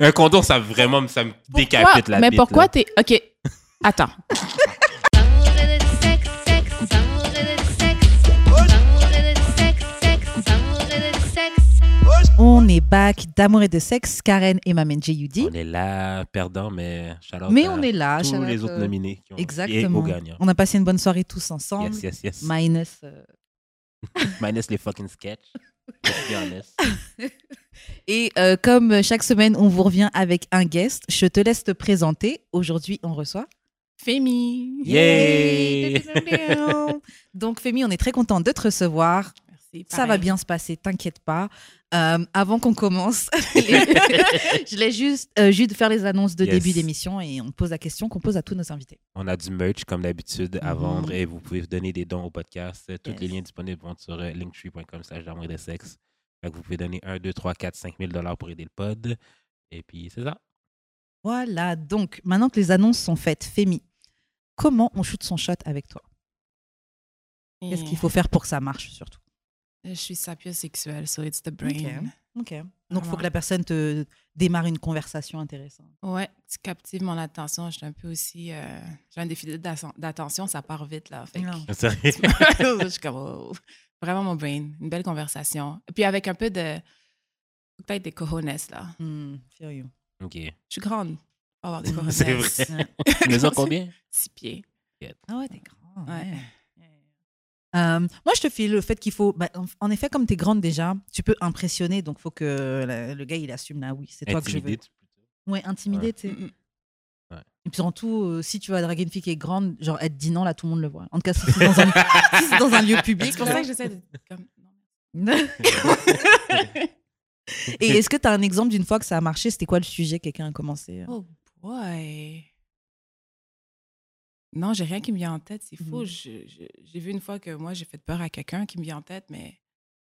Un condom, ça vraiment, ça me décapite la mais bite, pourquoi là. t'es. Ok, attends. On est back d'amour et de sexe, Karen et Maman J.U.D. On est là, perdant, mais shout-out Mais à on est là, Tous shout-out, les autres euh, nominés qui ont, Exactement. et aux gagnants. On a passé une bonne soirée tous ensemble. Yes, yes, yes. Minus. euh, Minus les fucking sketchs. Let's be honest. Et euh, comme chaque semaine, on vous revient avec un guest. Je te laisse te présenter. Aujourd'hui, on reçoit. Femi. Yay! Donc, Femi, on est très content de te recevoir. Merci, Ça va pareil. bien se passer, t'inquiète pas. Euh, avant qu'on commence, les- je laisse juste, euh, juste faire les annonces de Yes. début d'émission et on te pose la question qu'on pose à tous nos invités. On a du merch, comme d'habitude, à Mhm. vendre et vous pouvez donner des dons au podcast. Euh, Tous les Yes. liens disponibles vont sur euh, linktree.com slash d'amour et de sexe. Fait que vous pouvez donner 1, 2, 3, 4, 5 000 dollars pour aider le pod. Et puis, c'est ça. Voilà, donc maintenant que les annonces sont faites, Femi, comment on shoot son shot avec toi Qu'est-ce qu'il faut faire pour que ça marche surtout Euh, Je suis sapiosexuelle, so it's the brain. Ok. Donc, il faut Vraiment. que la personne te démarre une conversation intéressante. Ouais, tu captives mon attention. Je suis un peu aussi. euh, J'ai un déficit d'atten- d'attention, ça part vite, là. Fait que- Non. Sérieux? je suis comme, oh. vraiment mon brain. Une belle conversation. Puis avec un peu de. Peut-être des cojones, là. Hmm, sérieux. OK. Je suis grande. Faut avoir des cojones. C'est vrai. Ouais. Nous en combien? Six pieds. Ah ouais, t'es grand. Ouais. Euh, moi, je te file le fait qu'il faut. bah, en- en effet, comme t'es grande déjà, tu peux impressionner, donc faut que la- le gars il assume là, oui, c'est toi que je veux. Intimidé, tu- Ouais, intimider, tu sais. Mm, mm. Et puis surtout, euh, si tu vas draguer une fille qui est grande, genre elle te dit non, là tout le monde le voit. En tout cas, si c'est dans un, si c'est dans un lieu public. C'est pour là. ça que j'essaie de. Comme... Et est-ce que t'as un exemple d'une fois que ça a marché C'était quoi le sujet Quelqu'un a commencé euh, Oh boy. Non, j'ai rien qui me vient en tête. C'est fou. Mhm. Je- je- J'ai vu une fois que moi, j'ai fait peur à quelqu'un qui me vient en tête, mais.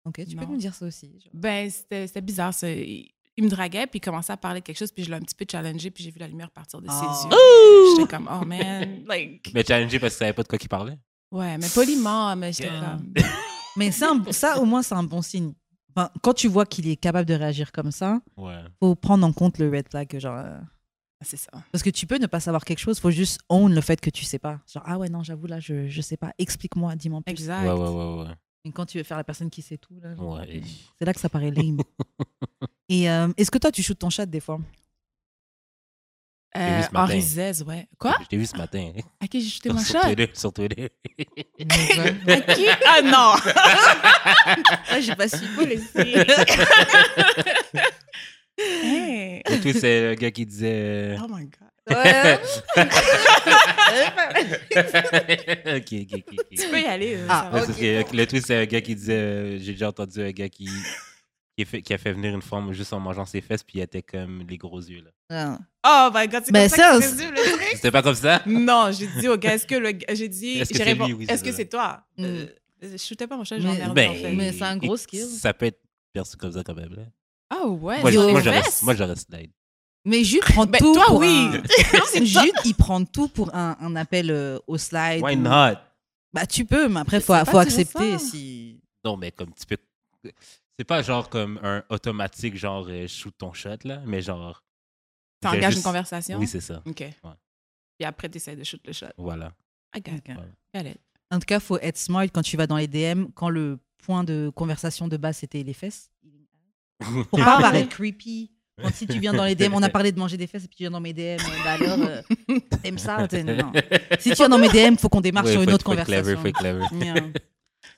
Ok, tu peux Non. nous dire ça aussi. genre. Ben, c'était c'était bizarre. ça. Il, il me draguait, puis il commençait à parler de quelque chose, puis je l'ai un petit peu challengé, puis j'ai vu la lumière partir de ses Oh. yeux. J'étais comme, oh man, like. Mais challengé parce que tu savais pas de quoi qu'il parlait. Ouais, mais poliment, mais j'étais Yeah. comme. Mais c'est un- ça, au moins, c'est un bon signe. Enfin, quand tu vois qu'il est capable de réagir comme ça, Ouais. faut prendre en compte le red flag, genre. euh, ah, C'est ça. Parce que tu peux ne pas savoir quelque chose, faut juste own le fait que tu sais pas. Genre, ah ouais, non, j'avoue, là, je, je sais pas, explique-moi, dis-moi plus. Exact. Ouais, ouais, ouais, ouais. Et quand tu veux faire la personne qui sait tout, là, genre, Ouais, et- c'est là que ça paraît lame. Et euh, est-ce que toi, tu shootes ton chat des fois Euh, vu ce matin. Henri Zez, ouais. Quoi? Je t'ai vu ce matin. À qui j'ai jeté mon sur chat? Twitter, sur Twitter. À qui? Ah non! Ah, j'ai pas su. Hey. Le tweet, c'est le gars qui disait. euh, Oh my God. ok, ok, ok. ok. Ah. Tu peux y aller. euh, ça Ah, Ouais, va. c'est parce que Le tweet, c'est un gars qui disait. euh, J'ai déjà entendu un gars qui. Qui a, fait, qui a fait venir une forme juste en mangeant ses fesses, puis il était comme les gros yeux. là. Oh my God, c'est Ben, comme ça que ça, tu résumes le truc? C'était pas comme ça? Non, j'ai dit au gars, est-ce que le gars- j'ai dit, Est-ce que j'ai c'est répondu, lui, oui, c'est est-ce que ça. c'est toi? Mm. Euh, je shootais pas mon chat, Mais- j'en ai un Ben, en fait. mais c'est un gros skill. Ça peut être perçu comme ça quand même. Là. Ah ouais, Moi, c'est je- aux moi, j'aurais- fesses? moi, j'aurais slide. Mais Jude prend Ben, tout. toi, pour oui. un- Jude, il prend tout pour un, un appel euh, au slide. Why ou- not? Bah, tu peux, mais après, Je faut, sais pas faut dire accepter ça. si. Non, mais comme tu peux. C'est pas genre comme un automatique, genre euh, shoot ton shot, là, mais genre. Ça j'ai engage juste- une conversation? Oui, c'est ça. OK. Puis après, t'essayes de shoot le shot. Voilà. I got it. Ok. Got it. En tout cas, faut être smart quand tu vas dans les DM. Quand le point de conversation de base, c'était les fesses. Pour Ah pas ouais. paraître creepy. Quand si tu viens dans les DM, on a parlé de manger des fesses et puis tu viens dans mes DM. euh, Bah alors, euh, t'aimes ça T'es- non. Si tu viens dans mes DM, faut qu'on démarre Ouais, sur une faut- autre faut être Clever, conversation. faut être clever. Non,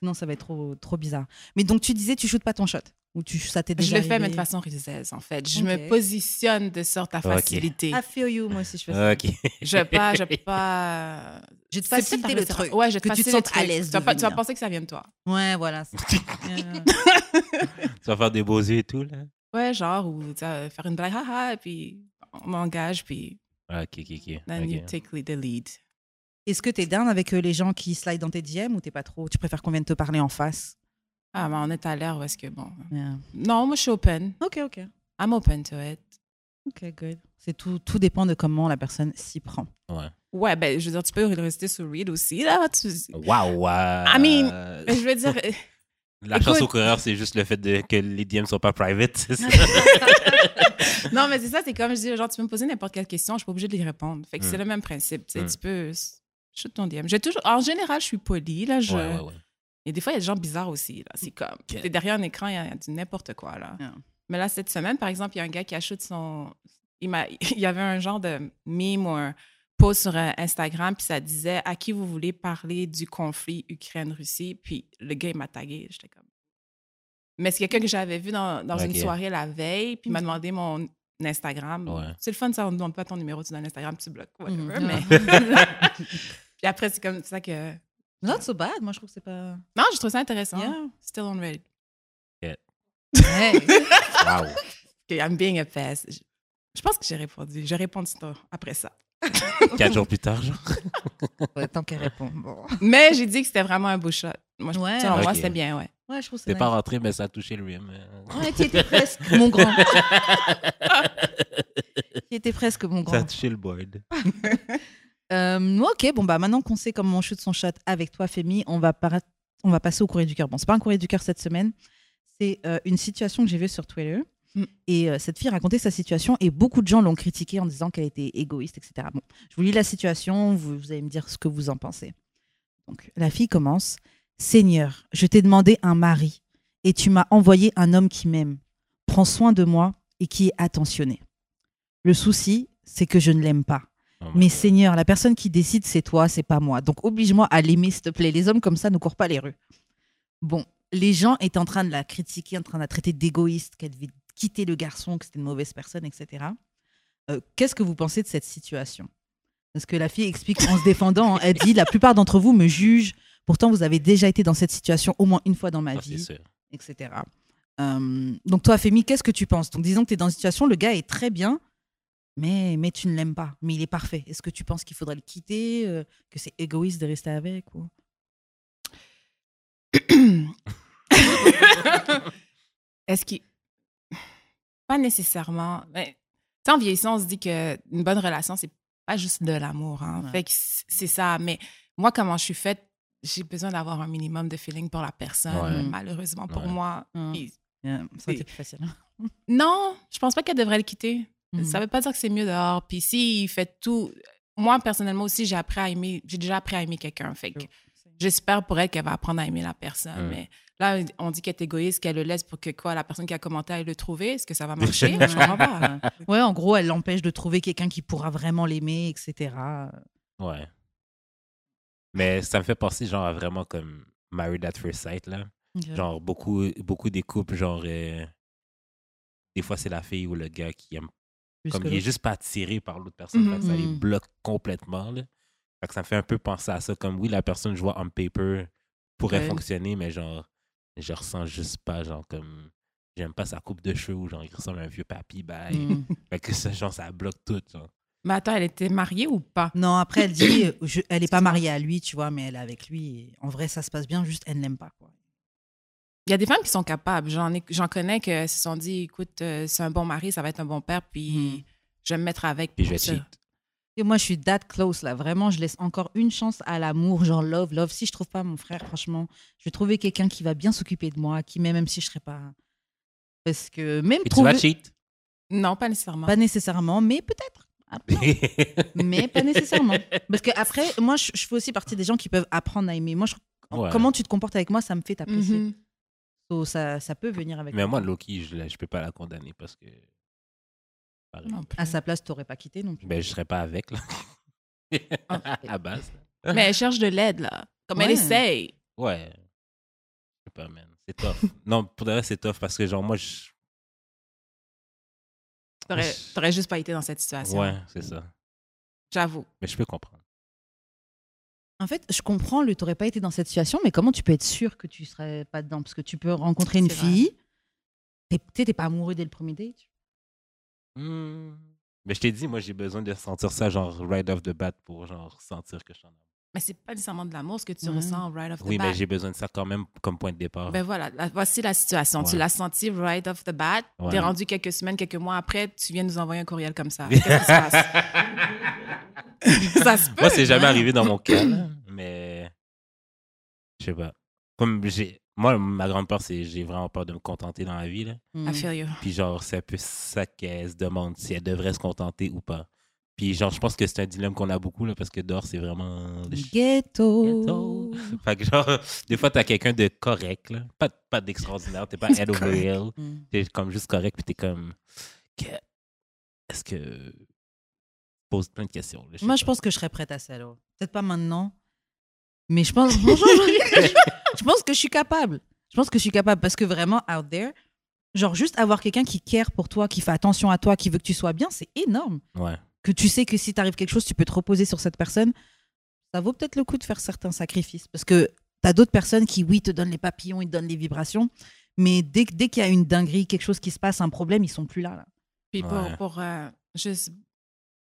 Sinon, ça va être trop, trop bizarre. Mais donc, tu disais, tu shootes pas ton shot. Ou tu, ça t'est Je déjà le fais, mais de arrivé façon risaise, en fait. Je Ok. Ah. me positionne de sorte à Ok. faciliter. I feel you, moi aussi, je fais ça. Ok. Je vais pas, je vais pas. euh, Je vais te C'est faciliter peut-être un le restaurant. truc. Ouais, je vais te que tu te faciliter le sentes à truc. l'aise. Tu vas, de pas- tu vas venir. penser que ça vient de toi. Ouais, voilà. c'est- Euh, tu vas faire des beaux yeux et tout, là. Ouais, genre, ou tu vas faire une blague, haha, et puis on m'engage, puis Ah, Ok, ok, ok. then you Ok. take le- the lead. Est-ce que t'es down avec euh, les gens qui slide dans tes DM ou t'es pas trop Tu préfères qu'on vienne te parler en face Euh, Ah, mais on est à l'heure où est-ce que bon. Non, moi, je suis open. Ok, ok. I'm open to it. Ok, good. C'est tout, tout dépend de comment la personne s'y prend. Ouais. Ouais, ben, je veux dire, tu peux rester sur Read aussi, là. Tu... Waouh! waouh. I mean, Mais je veux dire, euh, La chance écoute. au coureur, c'est juste le fait de, que les DM sont pas private. c'est ça. non, mais c'est ça, c'est comme je dis, genre, tu peux me poser n'importe quelle question, je suis pas obligée de y répondre. Fait que c'est Mm. le même principe. Tu sais, Mm. tu peux. Shoot ton DM. J'ai toujours, en général, je suis polie. Là, je... Ouais, ouais, ouais. Et des fois, il y a des gens bizarres aussi. là. C'est comme. Yeah. T'es derrière un écran, il y a du n'importe quoi. là. Yeah. Mais là, cette semaine, par exemple, il y a un gars qui achète son. Il, m'a... il y avait un genre de meme ou un post sur euh, Instagram, puis ça disait à qui vous voulez parler du conflit Ukraine-Russie. Puis le gars, il m'a tagué. J'étais comme. Mais c'est quelqu'un que j'avais vu dans, dans une Ok. soirée la veille, puis il m'a demandé mon Instagram. Ouais. C'est le fun, ça, on ne demande pas ton numéro, tu donnes Instagram, tu bloques, whatever. Mhm. mais... puis après, c'est comme ça que. Not so bad. Moi, je trouve que c'est pas. Non, je trouve ça intéressant. Yeah. Still on Reddit. Hey. Wow. que I'm being a pest. Je, je pense que j'ai répondu. Je réponds après ça. Quatre jours plus tard, genre. Ouais, tant qu'elle répond. Bon. Mais j'ai dit que c'était vraiment un beau shot. Moi, je- Ouais. selon moi, Ok. c'était bien, ouais. Ouais, je trouve que c'est. T'es pas nice. rentré, mais ça a touché le rim. euh. Ouais, tu étais presque, mon grand. tu étais presque, mon Ça a grand. touché le board. Euh, ok, bon, bah maintenant qu'on sait comment on shoot son shot avec toi, Femi, on va, para- on va passer au courrier du cœur. Bon, c'est pas un courrier du cœur cette semaine, c'est euh, une situation que j'ai vue sur Twitter. Mm. Et euh, cette fille racontait sa situation et beaucoup de gens l'ont critiquée en disant qu'elle était égoïste, etc. Bon, je vous lis la situation, vous, vous allez me dire ce que vous en pensez. Donc, la fille commence Seigneur, je t'ai demandé un mari et tu m'as envoyé un homme qui m'aime. Prends soin de moi et qui est attentionné. Le souci, c'est que je ne l'aime pas. Oh my Mais God. Seigneur, la personne qui décide, c'est toi, c'est pas moi. Donc oblige-moi à l'aimer, s'il te plaît. Les hommes comme ça ne courent pas les rues. Bon, les gens étaient en train de la critiquer, en train de la traiter d'égoïste, qu'elle devait quitter le garçon, que c'était une mauvaise personne, etc. Euh, Qu'est-ce que vous pensez de cette situation Parce que la fille explique en se défendant, hein, elle dit La plupart d'entre vous me jugent, pourtant vous avez déjà été dans cette situation au moins une fois dans ma Ah, c'est vie sûr. etc. Euh, donc toi, Femi, qu'est-ce que tu penses Donc disons que tu es dans une situation, le gars est très bien, mais, mais tu ne l'aimes pas, mais il est parfait. Est-ce que tu penses qu'il faudrait le quitter, euh, que c'est égoïste de rester avec ou... Est-ce qu'il. Pas nécessairement. Mais, tu sais, en vieillissant, on se dit qu'une bonne relation, c'est pas juste de l'amour. Hein. Ouais. Fait que c- c'est ça. Mais moi, comment je suis faite, j'ai besoin d'avoir un minimum de feeling pour la personne, Ouais. malheureusement pour Ouais. Hum. moi. Mm. Puis- Euh, ça aurait été plus facile. Non, je pense pas qu'elle devrait le quitter. Mhm. Ça veut pas dire que c'est mieux dehors. Puis s'il fait tout. Moi, personnellement aussi, j'ai appris à aimer. J'ai déjà appris à aimer quelqu'un. Fait que Sure. j'espère pour elle qu'elle va apprendre à aimer la personne. Mm. Mais là, on dit qu'elle est égoïste, qu'elle le laisse pour que quoi, la personne qui a commenté aille le trouver. Est-ce que ça va marcher? je comprends pas. Mmh. Ouais, en gros, elle l'empêche de trouver quelqu'un qui pourra vraiment l'aimer, etc. Ouais. Mais ça me fait penser, genre, à vraiment comme Married at First Sight, là. Genre, beaucoup, beaucoup des couples, genre, euh, des fois, c'est la fille ou le gars qui aime. Plus comme que il est l'autre. juste pas attiré par l'autre personne, fait que ça les Mhm. bloque complètement, là. Fait que ça me fait un peu penser à ça. Comme, oui, la personne, je vois on paper, pourrait Ouais. fonctionner, mais genre, je ressens juste pas, genre, comme. J'aime pas sa coupe de cheveux ou genre, il ressemble à un vieux papy, bye. Mm. Fait que ça, genre, ça bloque tout, genre. Mais attends, elle était mariée ou pas? Non, après, elle dit, euh, je- elle n'est pas mariée à lui, tu vois, mais elle est avec lui. et en vrai, ça se passe bien, juste, elle ne l'aime pas. Quoi. Il y a des femmes qui sont capables. J'en ai- j'en connais que se sont dit, écoute, euh, c'est un bon mari, ça va être un bon père, puis je vais me mettre avec. Puis je vais pour ça. cheat. Et moi, je suis that close là. Vraiment, je laisse encore une chance à l'amour, genre love, love. Si je trouve pas mon frère, franchement, je vais trouver quelqu'un qui va bien s'occuper de moi, qui m'aime même si je serai pas. Parce que même Et tu trouver vas cheat. Non, pas nécessairement. pas nécessairement, mais peut-être. Après, mais pas nécessairement. Parce que après, moi, je, je fais aussi partie des gens qui peuvent apprendre à aimer. Moi, je- Ouais. comment tu te comportes avec moi, ça me fait t'apprécier. Mhm. So, ça, ça peut venir avec. Mais moi, Loki, je, la- je peux pas la condamner parce que. Pareil. Non plus. À sa place, t'aurais pas quitté non plus. Ben, je serais pas avec, là. Ah. à base. là. Mais elle cherche de l'aide, là. Comme elle Ouais. essaye. Ouais. Je sais pas, man. C'est tough. non, pour de vrai, c'est tough parce que, genre, moi, je. T'aurais, Je- t'aurais juste pas été dans cette situation. Ouais, c'est ça. J'avoue. Mais je peux comprendre. En fait, je comprends le t'aurais pas été dans cette situation, mais comment tu peux être sûr que tu serais pas dedans Parce que tu peux rencontrer une C'est vrai. fille, t'es- t'es t'es pas amoureux dès le premier date. Mmh. Hmm. Mais je t'ai dit, moi, j'ai besoin de sentir ça, genre, right off the bat pour, genre, sentir que je suis en amour. Mais c'est pas nécessairement de l'amour ce que tu Ouais. ressens right off the Oui, bat. mais j'ai besoin de ça quand même comme point de départ. Ben voilà, la- voici la situation. Tu Ouais. l'as senti right off the bat. Ouais. T'es rendu quelques semaines, quelques mois après, tu viens nous envoyer un courriel comme ça. Qu'est-ce qui se passe? ça se peut. Moi, c'est jamais ouais. arrivé dans mon cas, là, mais je sais pas. Comme j'ai Moi, ma grande peur, c'est j'ai vraiment peur de me contenter dans la vie. Là. Hmm. I feel you. Puis genre, c'est un peu ça qu'elle se demande, si elle devrait se contenter ou pas. Puis genre, je pense que c'est un dilemme qu'on a beaucoup, là, parce que dehors, c'est vraiment... Mmh. le ch- Ghetto. Fait que genre, des fois, t'as quelqu'un de correct, là. Pas, pas d'extraordinaire, t'es pas head over Correct. heel. Mm. T'es comme juste correct, puis t'es comme... que- Est-ce que... Pose plein de questions. là, sais Moi, je pas. pense que je serais prête à ça. alors. Peut-être pas maintenant, mais je pense. Bonjour. je je pense que je suis capable. Je pense que je suis capable parce que vraiment, out there, genre juste avoir quelqu'un qui care pour toi, qui fait attention à toi, qui veut que tu sois bien, c'est énorme. Ouais. Que tu sais que si t'arrive quelque chose, tu peux te reposer sur cette personne. Ça vaut peut-être le coup de faire certains sacrifices parce que t'as d'autres personnes qui, oui, te donnent les papillons, ils te donnent les vibrations, mais dès, que- dès qu'il y a une dinguerie, quelque chose qui se passe, un problème, ils sont plus là. là. Puis Ouais. pour, pour euh, juste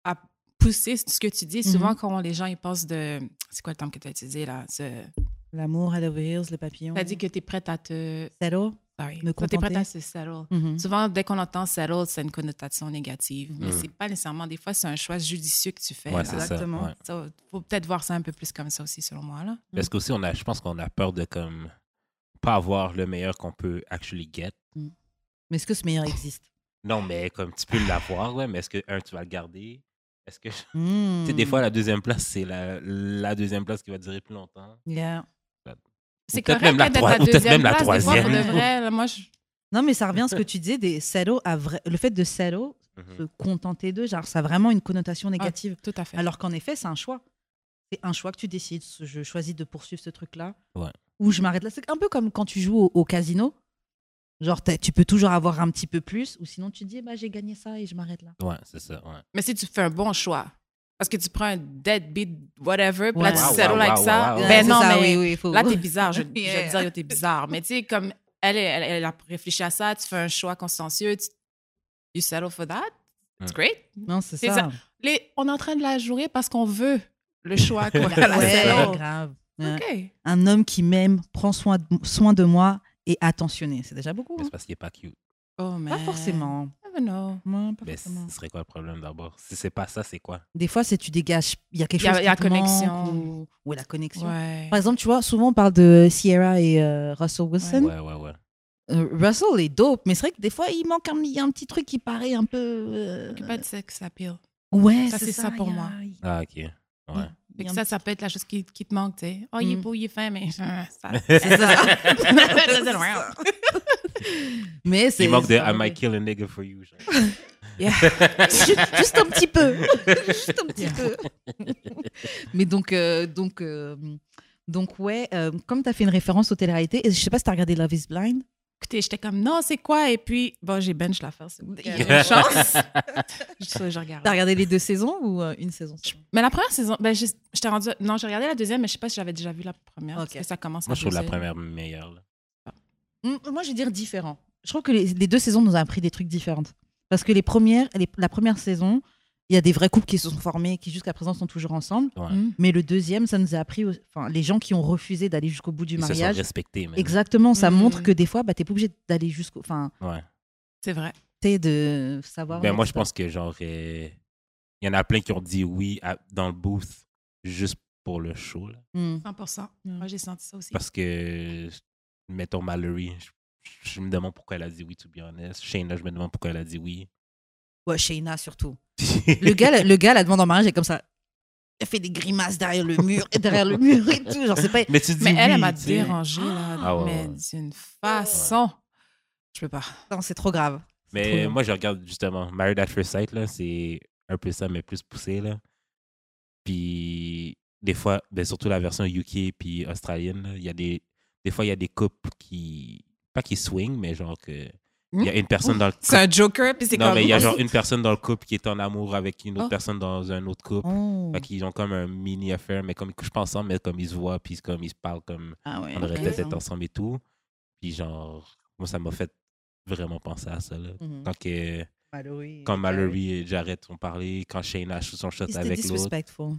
à pousser ce que tu dis, Mm-hmm. souvent quand les gens ils pensent de. C'est quoi le terme que tu as utilisé là? Ce- L'amour, head over heels, le papillon. T'as dit que tu es prête à te. Salaud. Sorry. Me Toi, t'es prête contenter. à se settle. Mhm. Mm-hmm. Souvent, dès qu'on entend settle, c'est une connotation négative. Mais Mhm. c'est pas nécessairement. Des fois, c'est un choix judicieux que tu fais. Ouais, là. c'est ça. Ben, exactement. Mm. ouais. Ça, faut peut-être voir ça un peu plus comme ça aussi, selon moi. Là. Parce qu'aussi, on a, je pense qu'on a peur de comme pas avoir le meilleur qu'on peut actually get. Mais est-ce que ce meilleur existe Non, mais comme tu peux l'avoir, ouais, mais est-ce que, un, tu vas le garder? Est-ce que, tu Hmm. sais, des Mm. fois, la deuxième place, c'est la, la deuxième place qui va durer plus longtemps. Yeah. C'est peut-être correct même la là, d'être troi- à ou peut-être deuxième même la place. Des fois, pour troisième. de vrai, là, moi, je... Non, mais ça revient à ce que tu disais des settle à vrai- le fait de settle, se contenter d'eux, genre ça a vraiment une connotation négative. tout à fait. Alors qu'en effet, c'est un choix. C'est un choix que tu décides. Je choisis de poursuivre ce truc-là. Ouais. Ou je m'arrête là. C'est un peu comme quand tu joues au, au casino. Genre, t'as- tu peux toujours avoir un petit peu plus, ou sinon tu dis, bah, j'ai gagné ça et je m'arrête là. Ouais, c'est ça, ouais. Mais si tu fais un bon choix, parce que tu prends un deadbeat, whatever, puis Ouais. là, tu Wow, settle wow, avec wow, ça, wow, wow. ben C'est non, ça, mais... oui, oui, faut- Là, t'es bizarre. Je, je vais Yeah. te dire, yo, t'es bizarre. Mais tu sais, comme elle, elle, elle a réfléchi à ça, tu fais un choix consciencieux, tu you settle for that. It's Mm. great. Non, c'est C'est ça. ça. Les- on est en train de la jouer parce qu'on veut le choix qu'on a. Ouais, la settle. grave. Ouais. OK. Un homme qui m'aime, prend soin de, soin de moi et attentionné. C'est déjà beaucoup. Mais hein. c'est parce qu'il est pas cute. Oh, man. Pas forcément. I don't know. Ouais, pas Mais c- forcément. ce serait quoi le problème d'abord? Si c'est pas ça, c'est quoi? Des fois, c'est tu dégages. Il y a quelque Il y a, chose il y a qui te manque connexion. ou- ou- Ouais, la connexion. Ouais. Par exemple, tu vois, souvent on parle de Sierra et euh, Russell Wilson. Ouais, ouais, ouais. Euh, Russell est dope, mais c'est vrai que des fois, il manque un, il y a un petit truc qui paraît un peu. euh, Il y a Pas de sexe appeal. Ouais, Ça, c'est ça il pour y a- moi. il y a- Ah, ok. Ouais. Fait il y a que un ça, petit- ça peut être la chose qui, qui te manque, tu sais. Oh, il est Mm. beau, il est fin, mais. euh, ça- C'est ça. Doesn't work. mais c'est. Il manque de c'est- I might kill a nigga for you. genre. Juste juste un petit peu. Juste un petit peu. mais donc, euh, donc, euh, donc ouais, euh, comme tu as fait une référence aux téléréalités, et je sais pas si tu as regardé Love is Blind. Écoutez, j'étais comme, non, c'est quoi? Et puis, bon, j'ai bench l'affaire. c'est Il y a une chance. je, je regarde. Tu as regardé les deux saisons ou euh, une saison Mais la première saison, ben, je- j'étais rendue. Non, j'ai regardé la deuxième, mais je sais pas si j'avais déjà vu la première. Ok. Parce que ça commence Moi, je trouve la deuxième. première meilleure. là. Mm, Moi, je vais dire différent. Je trouve que les, les deux saisons nous ont appris des trucs différents. Parce que les premières, les- la première saison, il y a des vrais couples qui se sont formés, qui jusqu'à présent sont toujours ensemble. Ouais. Mm. Mais le deuxième, ça nous a appris, au- enfin, les gens qui ont refusé d'aller jusqu'au bout du Ils se sont mariage. respectés, man. Exactement, ça Mm. montre que des fois, bah, t'es pas obligé d'aller jusqu'au. Enfin, Ouais. C'est vrai. t'es de savoir. Ben, moi, je pense que genre, euh, il y en a plein qui ont dit oui à- dans le booth juste pour le show. là. Mm. 100 Mm. Moi, j'ai senti ça aussi. Parce que, mettons Mallory, je, je me demande pourquoi elle a dit oui, to be honest. Shayna, je me demande pourquoi elle a dit oui. Ouais, Shayna surtout. Le gars, le gars la demande en mariage, elle est comme ça. Elle fait des grimaces derrière le mur, et derrière le mur et tout. Genre, c'est pas. mais tu dis Mais elle, elle oui, m'a tu sais. dérangée, là. Ah ouais, ouais. mais d'une façon. Je peux pas. Non, c'est trop grave. C'est trop Mais grave. moi, je regarde justement Married at First Sight, là, c'est un peu ça, mais plus poussé, là. Puis, des fois, ben, surtout la version UK puis australienne, là, il y a des... Des fois, il y a des couples qui... Pas qui swing, mais genre que... Il y a une personne dans le Mmh. couple... C'est un joker, puis c'est comme. Non, mais il y a genre une personne dans le couple qui est en amour avec une autre Oh. personne dans un autre couple. Oh. Fait qu'ils ont comme un mini affaire, mais comme ils couchent pas ensemble, mais comme ils se voient, puis comme ils se parlent comme Ah ouais, on devrait ok. peut-être être ensemble et tout. Puis genre, moi, ça m'a fait vraiment penser à ça, là. Mhm. Quand que... Ben Mallory. euh, Quand Mallory et Jared ont parlé, quand Shayna shoot son shot C'était avec l'autre. disrespectful.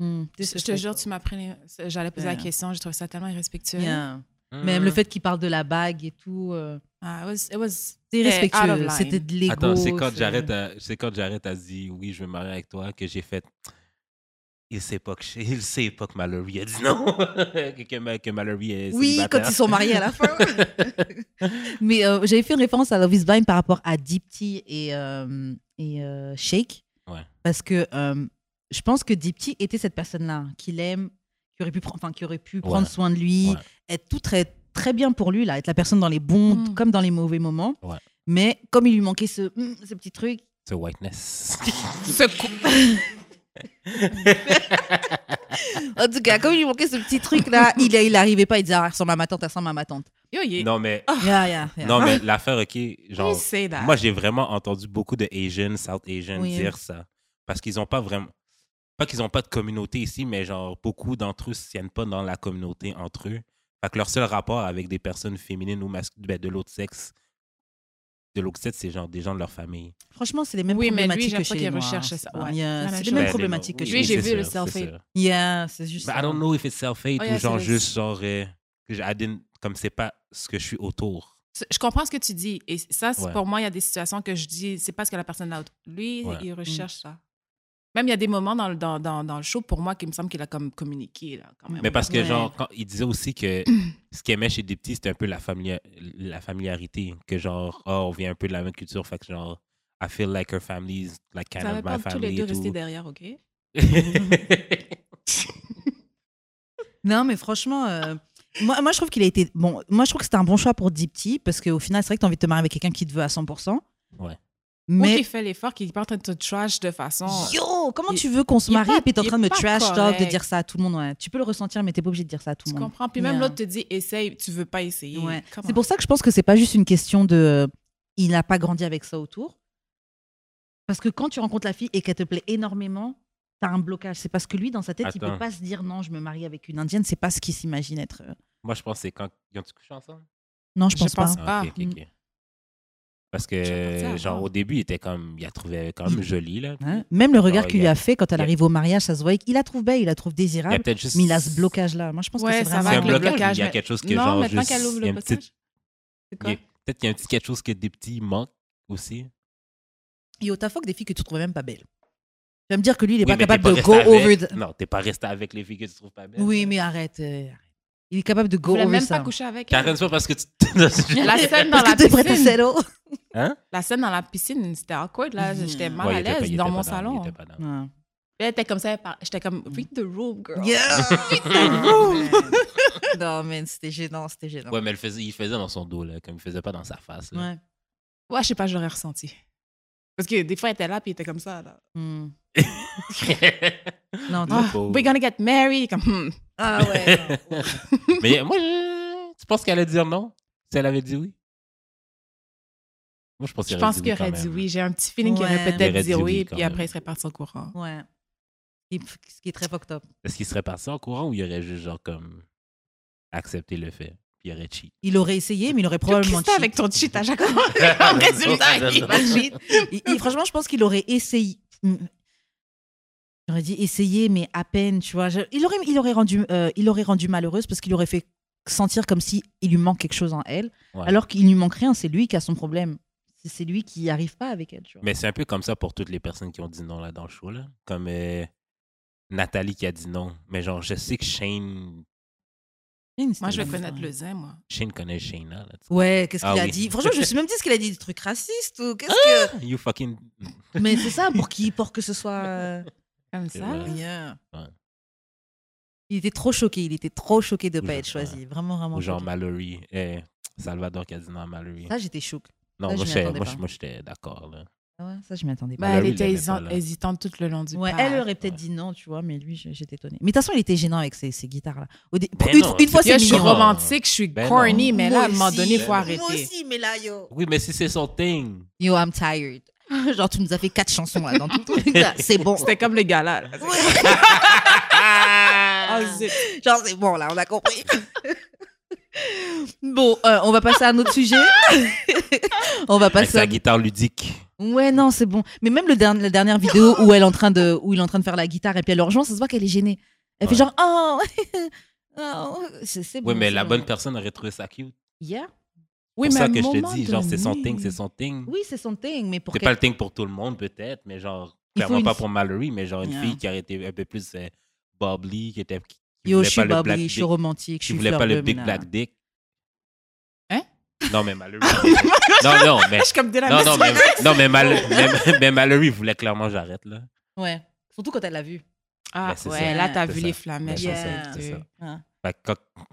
Je te jure, tu m'as pris. les- J'allais poser la Yeah. question, j'ai trouvé ça tellement irrespectueux. Bien. Même Hmm. le fait qu'il parle de la bague et tout, euh, Ah, it was- it was- c'est out of irrespectueux. line. C'était de l'ego. Attends, c'est quand Jared a, c'est quand Jared a dit oui, je veux me marier avec toi que j'ai fait. il sait pas que je- il sait pas que Mallory a dit non que, que Ma- que Mallory est Oui, quand ils sont mariés à la fin. Mais euh, j'avais fait une référence à Love is Blind par rapport à Dipty et, euh, et euh, Shake. Ouais. Parce que euh, je pense que Dipty était cette personne-là qu'il aime, qui aurait pu, prendre- enfin, qui aurait pu prendre soin de lui, Ouais. être tout très, très bien pour lui, là, être la personne dans les bons Mm. comme dans les mauvais moments. Ouais. Mais comme il lui manquait ce, mm, ce petit truc, c'est whiteness en tout cas, comme il lui manquait ce petit truc-là, il n'arrivait pas, il disait ah, elle ressemble à ma tante, elle ressemble à ma tante. Yo, yeah. non mais Yeah, yeah, yeah. Ah. non mais l'affaire ok genre You say that. Moi, j'ai vraiment entendu beaucoup de Asian, South Asian Oui. dire ça. Parce qu'ils n'ont pas vraiment. Pas qu'ils n'ont pas de communauté ici, mais genre, beaucoup d'entre eux ne se tiennent pas dans la communauté entre eux. Fait que leur seul rapport avec des personnes féminines ou masculines, ben, de l'autre sexe, de l'autre sexe, c'est genre des gens de leur famille. Franchement, c'est les mêmes Oui, mais lui, problématiques j'aime pas que chez hein. qu'il les Noirs. recherche c'est ça. pas- Ouais, Yeah, la c'est même les chose. mêmes Ben, problématiques que oui, chez Lui, j'ai c'est vu le sûr, c'est self-hate. sûr. Yeah, c'est But juste. Bah, ça. Ben, I don't know if it's self-hate Oh, ou yeah, genre c'est- juste genre. euh, que je- I didn't- comme c'est pas ce que je suis autour. Je comprends ce que tu dis. Et ça, c'est- Ouais. pour moi, il y a des situations que je dis, c'est pas ce que la personne a. Lui, Ouais. il recherche ça. Même il y a des moments dans, le- dans, dans, dans le show, pour moi, qui me semble qu'il a comme communiqué. Là, quand même. Mais parce que, Ouais. genre, quand, il disait aussi que ce qu'il aimait chez des petits, c'était un peu la, familia- la familiarité. Que, genre, oh, on vient un peu de la même culture. Fait que, genre, I feel like her family is like kind ça of va my pas tous les family. deux et tout. rester derrière, OK? Non, mais franchement, euh, moi, moi, je trouve qu'il a été. Bon, moi, je trouve que c'était un bon choix pour Dipty, parce qu'au final, c'est vrai que t'as envie de te marier avec quelqu'un qui te veut à 100%. Ouais. Mais... Ou Mais. qu'il fait l'effort, qu'il est pas en train de te trash de façon... Yo, comment Il- tu veux qu'on se il est marie pas- et puis t'es en il est train de me pas trash talk, de correct. dire ça à tout le monde ouais. Tu peux le ressentir, mais t'es pas obligé de dire ça à tout Tu le monde. comprends? Puis même Yeah. l'autre te dit, essaye, tu veux pas essayer. Ouais. Come C'est on. pour ça que je pense que c'est pas juste une question de. euh, Il n'a pas grandi avec ça autour. Parce que quand tu rencontres la fille et qu'elle te plaît énormément, t'as un blocage. C'est parce que lui, dans sa tête, il Attends. peut pas se dire non, je me marie avec une indienne. C'est pas ce qu'il s'imagine être. euh. Moi, je pense que c'est quand. Ils ont-tu couché ensemble? Non, je Je pense, pense pas. Ah, ok, ok, Mm. ok. Parce Je suis partie que, à genre, voir. au début, il était comme. Il a trouvé quand même jolie, là. Hein Même le regard Non, Oh, il y qu'il lui a- a fait quand elle il y a- arrive au mariage, ça se voyait qu'il la trouve belle, il la trouve Il y a désirable, peut-être juste. mais il a ce blocage-là. Moi, je pense Ouais, que c'est ça vraiment C'est va un avec le blocage. blocage. il y a mais- quelque chose que, non, genre, maintenant juste. qu'elle ouvre il y a le une petite- passage. C'est il y quoi? a- Peut-être qu'il y a un petit quelque chose que des petits manquent aussi. Il y a au tafok des filles que tu trouvais même pas belles. Tu vas me dire que lui, il est Oui, pas mais t'es capable pas de resté go avec- over. the- Non, t'es pas resté avec les filles que tu trouves pas belles. Oui, mais arrête. euh, arrête. Il est capable de Je go voulais over même ça. pas coucher avec elle. Karen, c'est pas parce que tu. La scène dans Parce la que t'es prête à piscine. celle Hein? La scène dans la piscine, c'était awkward. Là, Mhm. j'étais mal Ouais, à il était pas- l'aise il était dans pas mon il salon. était pas dans- Elle était comme ça, elle par- j'étais Hmm. comme read the room, girl. Non, mais c'était gênant, c'était gênant. Ouais, mais elle faisait, il faisait dans son dos, là, comme il faisait pas dans sa face. là. Ouais. Ouais, je sais pas, j'aurais ressenti. Parce que des fois, elle était là, puis elle était comme ça. Là. Hmm. Le Non, Ah, pauvre. we're gonna get married. Comme, hmm. Ah ouais. non. mais moi, je... tu penses qu'elle allait dire non si elle avait dit oui? Moi, je pense je qu'elle pense qu'il aurait aurait quand dit même. oui. J'ai un petit feeling qu'il Ouais. aurait Il aurait peut-être dit dit oui, oui, quand puis même. après, il serait parti au courant. Ouais. Et p- Ce qui est très fucked up. Est-ce qu'il serait parti en courant ou il aurait juste, genre, comme, accepté le fait? Puis il aurait cheat. Il aurait essayé, mais il aurait Qu'est-ce probablement que t'as cheat. avec ton cheat à chaque comme résultat? Non, non, il non. va le cheat. Il- il- franchement, je pense qu'il aurait essayé. Mm. J'aurais dit essayer, mais à peine, tu vois. Je- il, aurait, il, aurait rendu, euh, il aurait rendu malheureuse parce qu'il aurait fait sentir comme si il lui manque quelque chose en elle, Ouais. alors qu'il lui manque rien. C'est lui qui a son problème. C'est- C'est lui qui arrive pas avec elle, tu vois. Mais c'est un peu comme ça pour toutes les personnes qui ont dit non, là, dans le show, là. Comme euh, Nathalie qui a dit non. Mais genre, je sais que Shane, Moi, je vais connaître le zin, moi. Shane connaît Shayna, là. tu Ouais, qu'est-ce Ah qu'il a oui. dit Franchement, je me suis même dit ce qu'il a dit des trucs racistes ou qu'est-ce que. sais. You fucking... Mais c'est ça, pour qui Pour que ce soit. euh, Comme C'est ça. vrai. là. yeah. Ouais. Il était trop choqué, il était trop choqué de Ou pas genre, être choisi. Vraiment, vraiment. Ou genre choqué. Mallory. Eh, Salvador qui a dit non à Mallory. Ça, j'étais choquée. Non, Ça, je moi, m'y j'étais- attendais moi, pas. je- moi, j'étais d'accord. là. Ah ouais, ça, je m'y attendais Ben, Bah, pas. elle lui, il était l'aimait hésitant- pas, là. hésitante tout le long du Ouais, pas. elle aurait peut-être dit non, tu vois, mais lui, j'ai- j'étais étonnée. Mais de toute façon, il était gênant avec ses, ses guitares là. Au dé- Ben une, non, une fois, c'est c'est Yo, je suis mignon. mignon. romantique, je suis Ben non. corny, mais là, Moi à un moment aussi. donné, il faut Moi arrêter. Moi aussi, mais là, yo. Oui, mais si c'est son thing. Yo, I'm tired. Genre, tu nous as fait quatre chansons là dans tout le truc là. C'est bon. C'était comme le gala. là. Ouais. Ah, zut. Genre, c'est bon là, on a compris. bon, euh, on va passer à un autre sujet. on va Avec passer à... sa guitare ludique. Ouais, non, c'est bon. Mais même le dernier, la dernière vidéo où elle est en train de, où il est en train de faire la guitare et puis elle le rejoint, ça se voit qu'elle est gênée. Elle Ouais. fait genre, oh, oh. c'est c'est bon. Oui, mais c'est la bon. bonne personne aurait trouvé ça cute. Yeah. Oui, c'est pour mais à ça un que je te moment dis, genre, c'est son donné- thing, c'est son thing. Oui, c'est son thing, mais pour C'est quel- pas le thing pour tout le monde, peut-être, mais genre, Clairement une pas fi- pour Mallory, mais genre une Yeah. fille qui aurait été un peu plus euh, bubbly, qui était. Qui, qui Yo, voulait je suis pas le Bobby, black je suis dick- romantique, je qui suis voulait pas le fleur de big ménage. black dick. Hein? Ah Non, mais Mallory. non, non, mais. Je suis comme de la Non, non, mais, non, mais, Mal- mais- mais Mallory voulait clairement que j'arrête, là. Ouais. Surtout quand elle l'a vu. Ah, Ben, c'est ouais, ça. là, t'as C'est vu ça. les flamèches. Ben, entre ça, eux. c'est c'est ça. Hein. Fait que quand-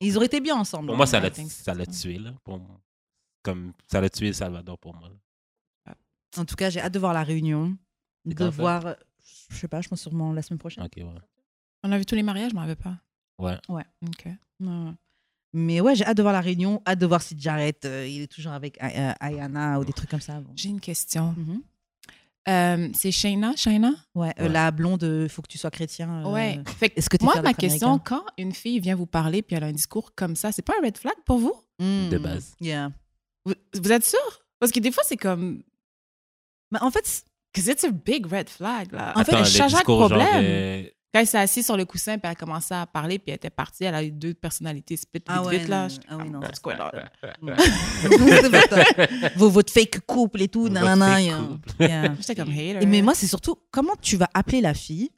Ils auraient été bien ensemble. Pour moi, ça Mm, I l'a think so. ça l'a tué, là. Pour moi. Comme, ça l'a tué, Salvador, pour moi. là. En tout cas, j'ai hâte de voir la réunion, C'est hein. de quand ça voir. Je sais pas, je pense sûrement la semaine prochaine. Ok, ouais. On a vu tous les mariages, je m'en rappelle pas. Ouais. Ouais. OK. Ouais, ouais. Mais ouais, j'ai hâte de voir la réunion, hâte de voir si Jarrett, euh, il est toujours avec A- euh, Ayana ou des trucs comme ça. bon. J'ai une question. Mhm. Euh, c'est Shayna, Shayna? Ouais, euh, Ouais. la blonde, euh, faut que tu sois chrétien. euh, Ouais. Fait que Est-ce que t'es moi, fier ma d'être question, américain quand une fille vient vous parler puis elle a un discours comme ça, c'est pas un red flag pour vous? Mm. De base. Yeah. Vous, vous êtes sûr? Parce que des fois, c'est comme. Mais Bah, en fait, Because it's a big red flag, là. En fait, Attends, le chaque discours, genre, problème. de- Quand elle s'est assise sur le coussin puis elle a commencé à parler puis elle était partie, elle a eu deux personnalités split Ah vite, ouais, vite, là. non, J'étais ah oui, comme, non, what's c'est going on, ça. là? votre, vos- votre fake couple et tout, Votre nanana. fake yeah. couple. Yeah. J'étais comme hater. Et mais moi, c'est surtout comment tu vas appeler la fille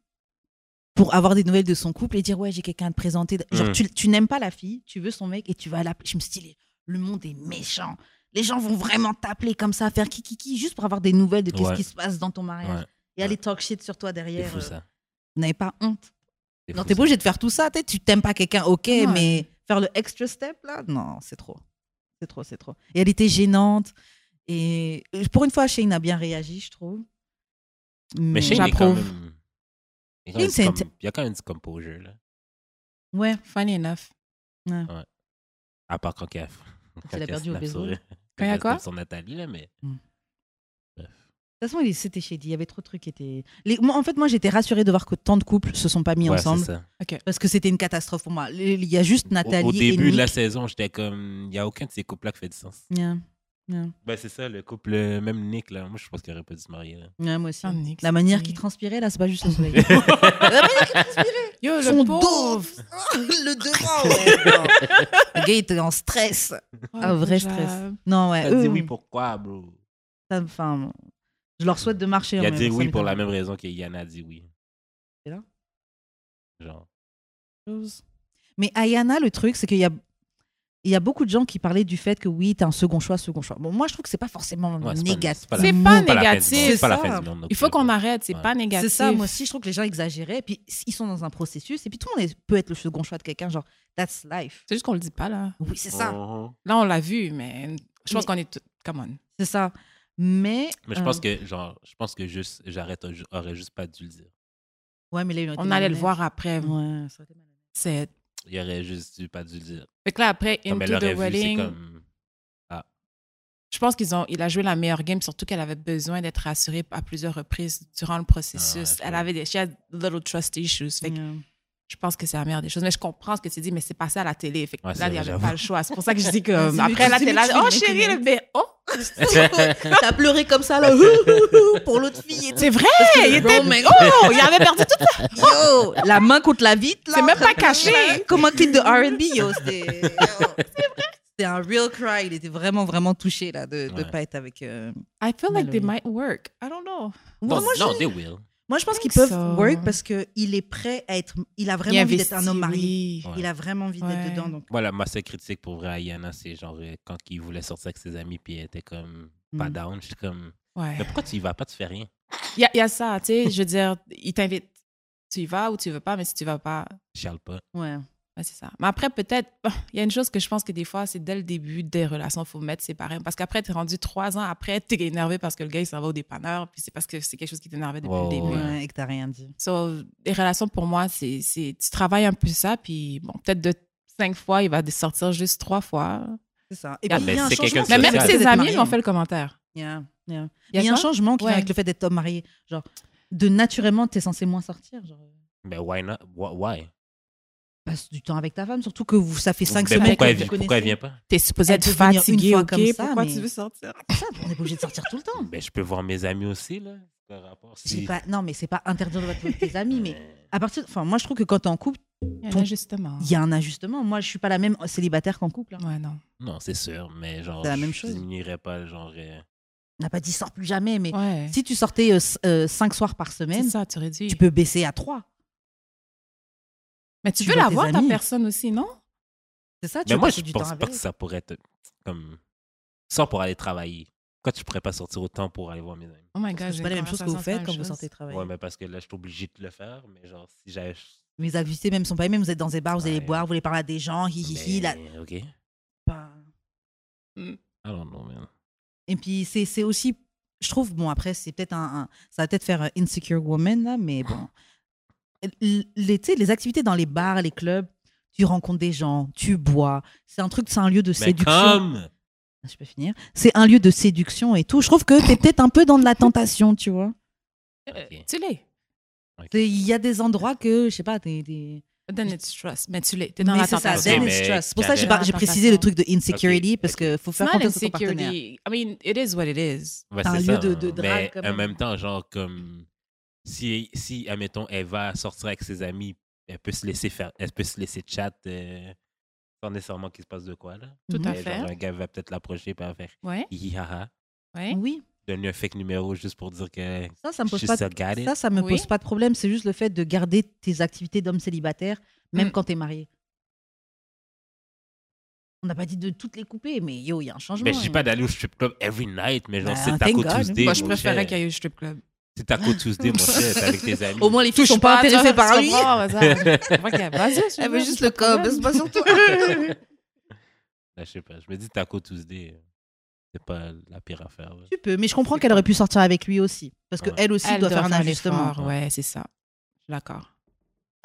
pour avoir des nouvelles de son couple et dire ouais, j'ai quelqu'un à te présenter. Genre, Mm. tu, tu n'aimes pas la fille, tu veux son mec et tu vas l'appeler. Je me suis dit, les- le monde est méchant. Les gens vont vraiment t'appeler comme ça, faire kiki kiki juste pour avoir des nouvelles de qu'est-ce Ouais. qui se passe dans ton mariage. Ouais. Et aller talk shit sur toi C'est derrière. fou, euh, ça. Vous n'avez pas honte. C'est Non, fou, t'es pas ça. obligé de faire tout ça. t'sais, Tu t'aimes pas quelqu'un, ok, Ouais. mais faire le extra step là, non, c'est trop. C'est trop, c'est trop. Et elle était gênante. Et euh, pour une fois, Shane a bien réagi, je trouve. Mais Shane est quand J'approuve. même. Il y a quand Shane, même c'est du un com- il y a quand même du composure, là. Ouais. Funny enough. À part quand il a. quand l'as il a perdu au snap baseball. sur- Quand il y a snap quoi? Sur Nathalie, là, mais. De toute façon, il- c'était shady. Il y avait trop de trucs qui étaient. Les- moi, en fait, moi, j'étais rassurée de voir que tant de couples se sont pas mis Ouais, c'est ensemble ça. parce que c'était une catastrophe pour moi. Il y a juste Au- Nathalie Au début et de la Nick. saison, j'étais comme. Il n'y a aucun de ces couples-là qui fait du sens. Yeah. Ben, c'est ça, le couple, euh, même Nick, là. Moi, je pense qu'il aurait pas dû se marier, là. Ouais, moi aussi. Ah, Nick, La manière c'est- qu'il transpirait, là, c'est pas juste le soleil. la manière qu'il transpirait. Yo, le Son pauvre! dos. le devant, ouais. non. Le gars, il était en stress. Oh, Un vrai déjà. stress. Non, ouais. Il a dit Ben, eux, oui, pourquoi, bro? ça me- enfin, je leur souhaite de marcher. hein, Il a mais dit ça oui pour m'étonne. la même raison que Yana a dit oui. C'est là? Genre. Mais Ayana, le truc, c'est qu'il y a. Il y a beaucoup de gens qui parlaient du fait que oui, t'as un second choix, second choix. Bon, moi, je trouve que c'est pas forcément Ouais, c'est pas- négatif. c'est pas la- C'est C'est pas pas la fin du négatif. monde, C'est pas la ça. fin du monde. non Il faut plus, qu'on quoi. arrête, c'est Ouais. pas négatif. C'est ça, moi aussi, je trouve que les gens exagéraient. Puis s- ils sont dans un processus. Et puis tout le monde est- peut être le second choix de quelqu'un. Genre, that's life. C'est juste qu'on le dit pas, là. Oui, c'est ça. Mhm. Là, on l'a vu, mais je pense Mais- qu'on est. tout- Come on. C'est ça. Mais. Mais je pense euh, que, genre, je pense que juste, j'arrête, ju- aurait juste pas dû le dire. ouais, mais là, ils ont été On allait le malhonnêtes. voir après. Ouais, ça aurait été malhonnête. C'est. Il aurait juste dû pas dû le dire. Fait que là, après, Comme elle Into l'aurait the vu, c'est Wedding, comme. je pense qu'ils ont, il a joué la meilleure game, surtout qu'elle avait besoin d'être rassurée à plusieurs reprises durant le Ah ouais, processus. je elle vois. avait des she had little trust issues. Fait que Yeah. je pense que c'est la meilleure des choses. Mais je comprends ce que tu dis, mais c'est passé à la télé. Fait que Ouais, c'est là, il n'y vrai, avait j'avoue. pas le choix. C'est pour ça que je dis que. Vas-y, après, là, vas-y, t'es là. vas-y, Oh, vas-y, chérie, vas-y. le bébé. Oh! T'as pleuré comme ça, là, hou, hou, hou, pour l'autre fille. Et tout. C'est vrai! Parce que Il le était. blanc, mais- Oh! Il avait perdu tout. Yo, la main contre la vitre, là. C'est en même train pas de- caché. Là, Comme un clip de RB, yo. C'était. yo, C'était un real cry. Il était vraiment, vraiment touché, là, de ne Ouais. pas être avec. euh, I feel like they Mallory. might work. I don't know. Non, Moi, moi, je- non, they will. Moi, je pense qu'ils think so. peuvent work parce qu'il est prêt à être. Il a vraiment Il envie d'être un investit, homme marié. oui. Ouais. Il a vraiment envie Ouais. d'être dedans. Donc, Voilà, ma seule critique pour vrai à Yana, c'est genre euh, quand il voulait sortir avec ses amis, puis elle était comme pas Mm. Eh. down. J'étais comme, Ouais. mais pourquoi tu y vas pas, tu fais rien? Il y, a- il y a ça, tu sais, je veux dire, il t'invite. Tu y vas ou tu veux pas, mais si tu vas pas, Je Chiale pas. ouais. ben, c'est ça. Mais après, peut-être, bon, il y a une chose que je pense que des fois, c'est dès le début des relations, faut mettre ses barèmes. Parce qu'après, t'es rendu trois ans après, t'es énervé parce que le gars, il s'en va au dépanneur, puis c'est parce que c'est quelque chose qui t'énervait depuis le Ouais, début. Oh, ouais. Ouais, et que t'as rien dit. So, les relations, pour moi, c'est, c'est, tu travailles un peu ça, puis bon, peut-être de cinq fois, il va de sortir juste trois fois. C'est ça. Et Ah, puis, il y mais a un c'est changement. quelqu'un de Mais même social. ses Vous êtes amis mariés. lui ont fait le commentaire. Yeah, yeah. Il y a, Il y a un ça? changement qui vient Ouais. avec le fait d'être homme marié. Genre, de naturellement, t'es censé moins sortir. Genre, Mais why not? Wh- Why? passe du temps avec ta femme, surtout que vous, ça fait cinq Mais semaines Ben, pourquoi, que elle, vous vi- vous pourquoi elle connaissez. vient pas? T'es supposé Elle être peut venir une fatigué, fois ok? comme ça, Pourquoi mais- tu veux sortir? Ça, on est pas obligé de sortir tout le temps. Ben, je peux voir mes amis aussi, là. par rapport J'ai si- Pas, non, mais c'est pas interdire de voir tes amis, mais à partir, enfin, moi je trouve que quand t'es en couple, Il y Ton- a justement. il y a un ajustement. Moi, je suis pas la même célibataire qu'en couple. hein. Ouais, non. Non, c'est sûr, mais genre. C'est la même je chose. diminuerais pas, genre. euh, n'a pas dit sors plus jamais, mais Ouais. si tu sortais euh, s- euh, cinq soirs par C'est semaine, ça, tu réduis. tu peux baisser à trois. Mais tu, tu peux vois la tes voir, ta amis. personne aussi, non? C'est ça, tu Mais veux moi, passer je du temps pense pas avec. que ça pourrait être comme. Sors pour aller travailler. Pourquoi tu pourrais pas sortir autant pour aller voir mes amis? Oh my god, C'est j'ai pas la une même chose que vous conversation, faites la quand vous chose. sortez travailler. Ouais, mais parce que là, je suis obligé de le faire. Mais genre, si j'avais. Mes activités même sont pas les mêmes. Vous êtes dans des bars, vous allez Ouais. boire, vous voulez parler à des gens, hi hi hi. là- Mais, Ok. I Bah, don't know, man. Et puis c'est c'est aussi, je trouve, bon après c'est peut-être un, un- ça va peut-être faire euh, insecure woman là, mais bon, L- les, tu sais, les activités dans les bars, les clubs, tu rencontres des gens, tu bois, c'est un truc, c'est un lieu de Mais séduction. Ah, comme! Je peux finir. C'est un lieu de séduction et tout. Je trouve que t'es peut-être un peu dans de la tentation, tu vois. Euh, Ok. Tu l'es. C'est- Il y a des endroits que, je sais pas, t'es. t'es- Then it's trust. Mais tu l'es. T'es dans Mais la c'est ça, tentation. then then Ok, it's mais trust. C'est pour ça que j'ai Karen- pas- j'ai précisé le truc de insecurity Ok, parce ok. que faut It's faire not confiance à son partenaire. insecurity. I mean, it is what it is. Ouais, T'as c'est un ça, lieu de- hein. de drague, Mais quand en même. même temps, genre, comme. Si, si, admettons, elle va sortir avec ses amis, elle peut se laisser faire. Elle peut se laisser chat euh, sans nécessairement qu'il se passe de quoi, là. Tout à Mhm. Mais genre, fait. un gars va peut-être l'approcher et elle va faire Ouais, hi hi, ha ha. ouais. Oui, Donner un fake numéro juste pour dire que. ça, ça me pose She pas de still got it. Ça, ça me Oui. pose pas de problème. C'est juste le fait de garder tes activités d'homme célibataire, même Mm. quand t'es marié. On n'a pas dit de toutes les couper, mais yo, il y a un changement. Mais je dis hein. pas d'aller au strip club every night, mais genre, Ben, c'est thank Taco God. Tuesday. Moi, je mon préférais cher. qu'il y ait eu strip club. C'est Taco Tuesday, mon cher, t'es avec tes amis. Au moins, les filles sont Touche pas à intéressées Trump, par tu lui. vas voir, vas-y. Ok, vas-y, Elle veut suis-moi, juste pas le de problème. cob, c'est pas sur toi. Là, Ben, je sais pas. Je me dis Taco Tuesday, euh, c'est pas la pire affaire. ouais. tu peux, mais je comprends qu'elle aurait pu sortir avec lui aussi, parce que Ouais. elle aussi Elle doit, faire un ajustement. l'effort, Ouais, c'est ça. Je suis D'accord.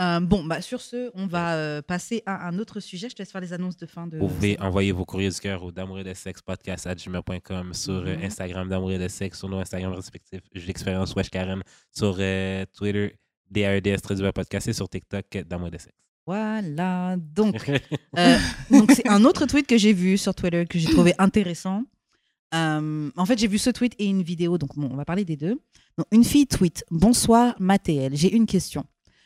Euh, bon, bah sur ce, on va euh, passer à un autre sujet. Je te laisse faire les annonces de fin de. Vous pouvez envoyer vos courriers du cœur au d'amour et de sexe podcast à gmail.com sur euh, Mhm. Instagram d'amour et de sexe, sur nos Instagram respectifs, J'ai l'expérience Wesh Karen, sur euh, Twitter, DAEDS, très du podcast et sur TikTok, euh, d'amour et de sexe. Voilà, donc Euh, donc c'est un autre tweet que j'ai vu sur Twitter que j'ai trouvé intéressant. Euh, en fait, j'ai vu ce tweet et une vidéo, donc bon, on va parler des deux. Donc, une fille tweet Bonsoir Mathéel, j'ai une question.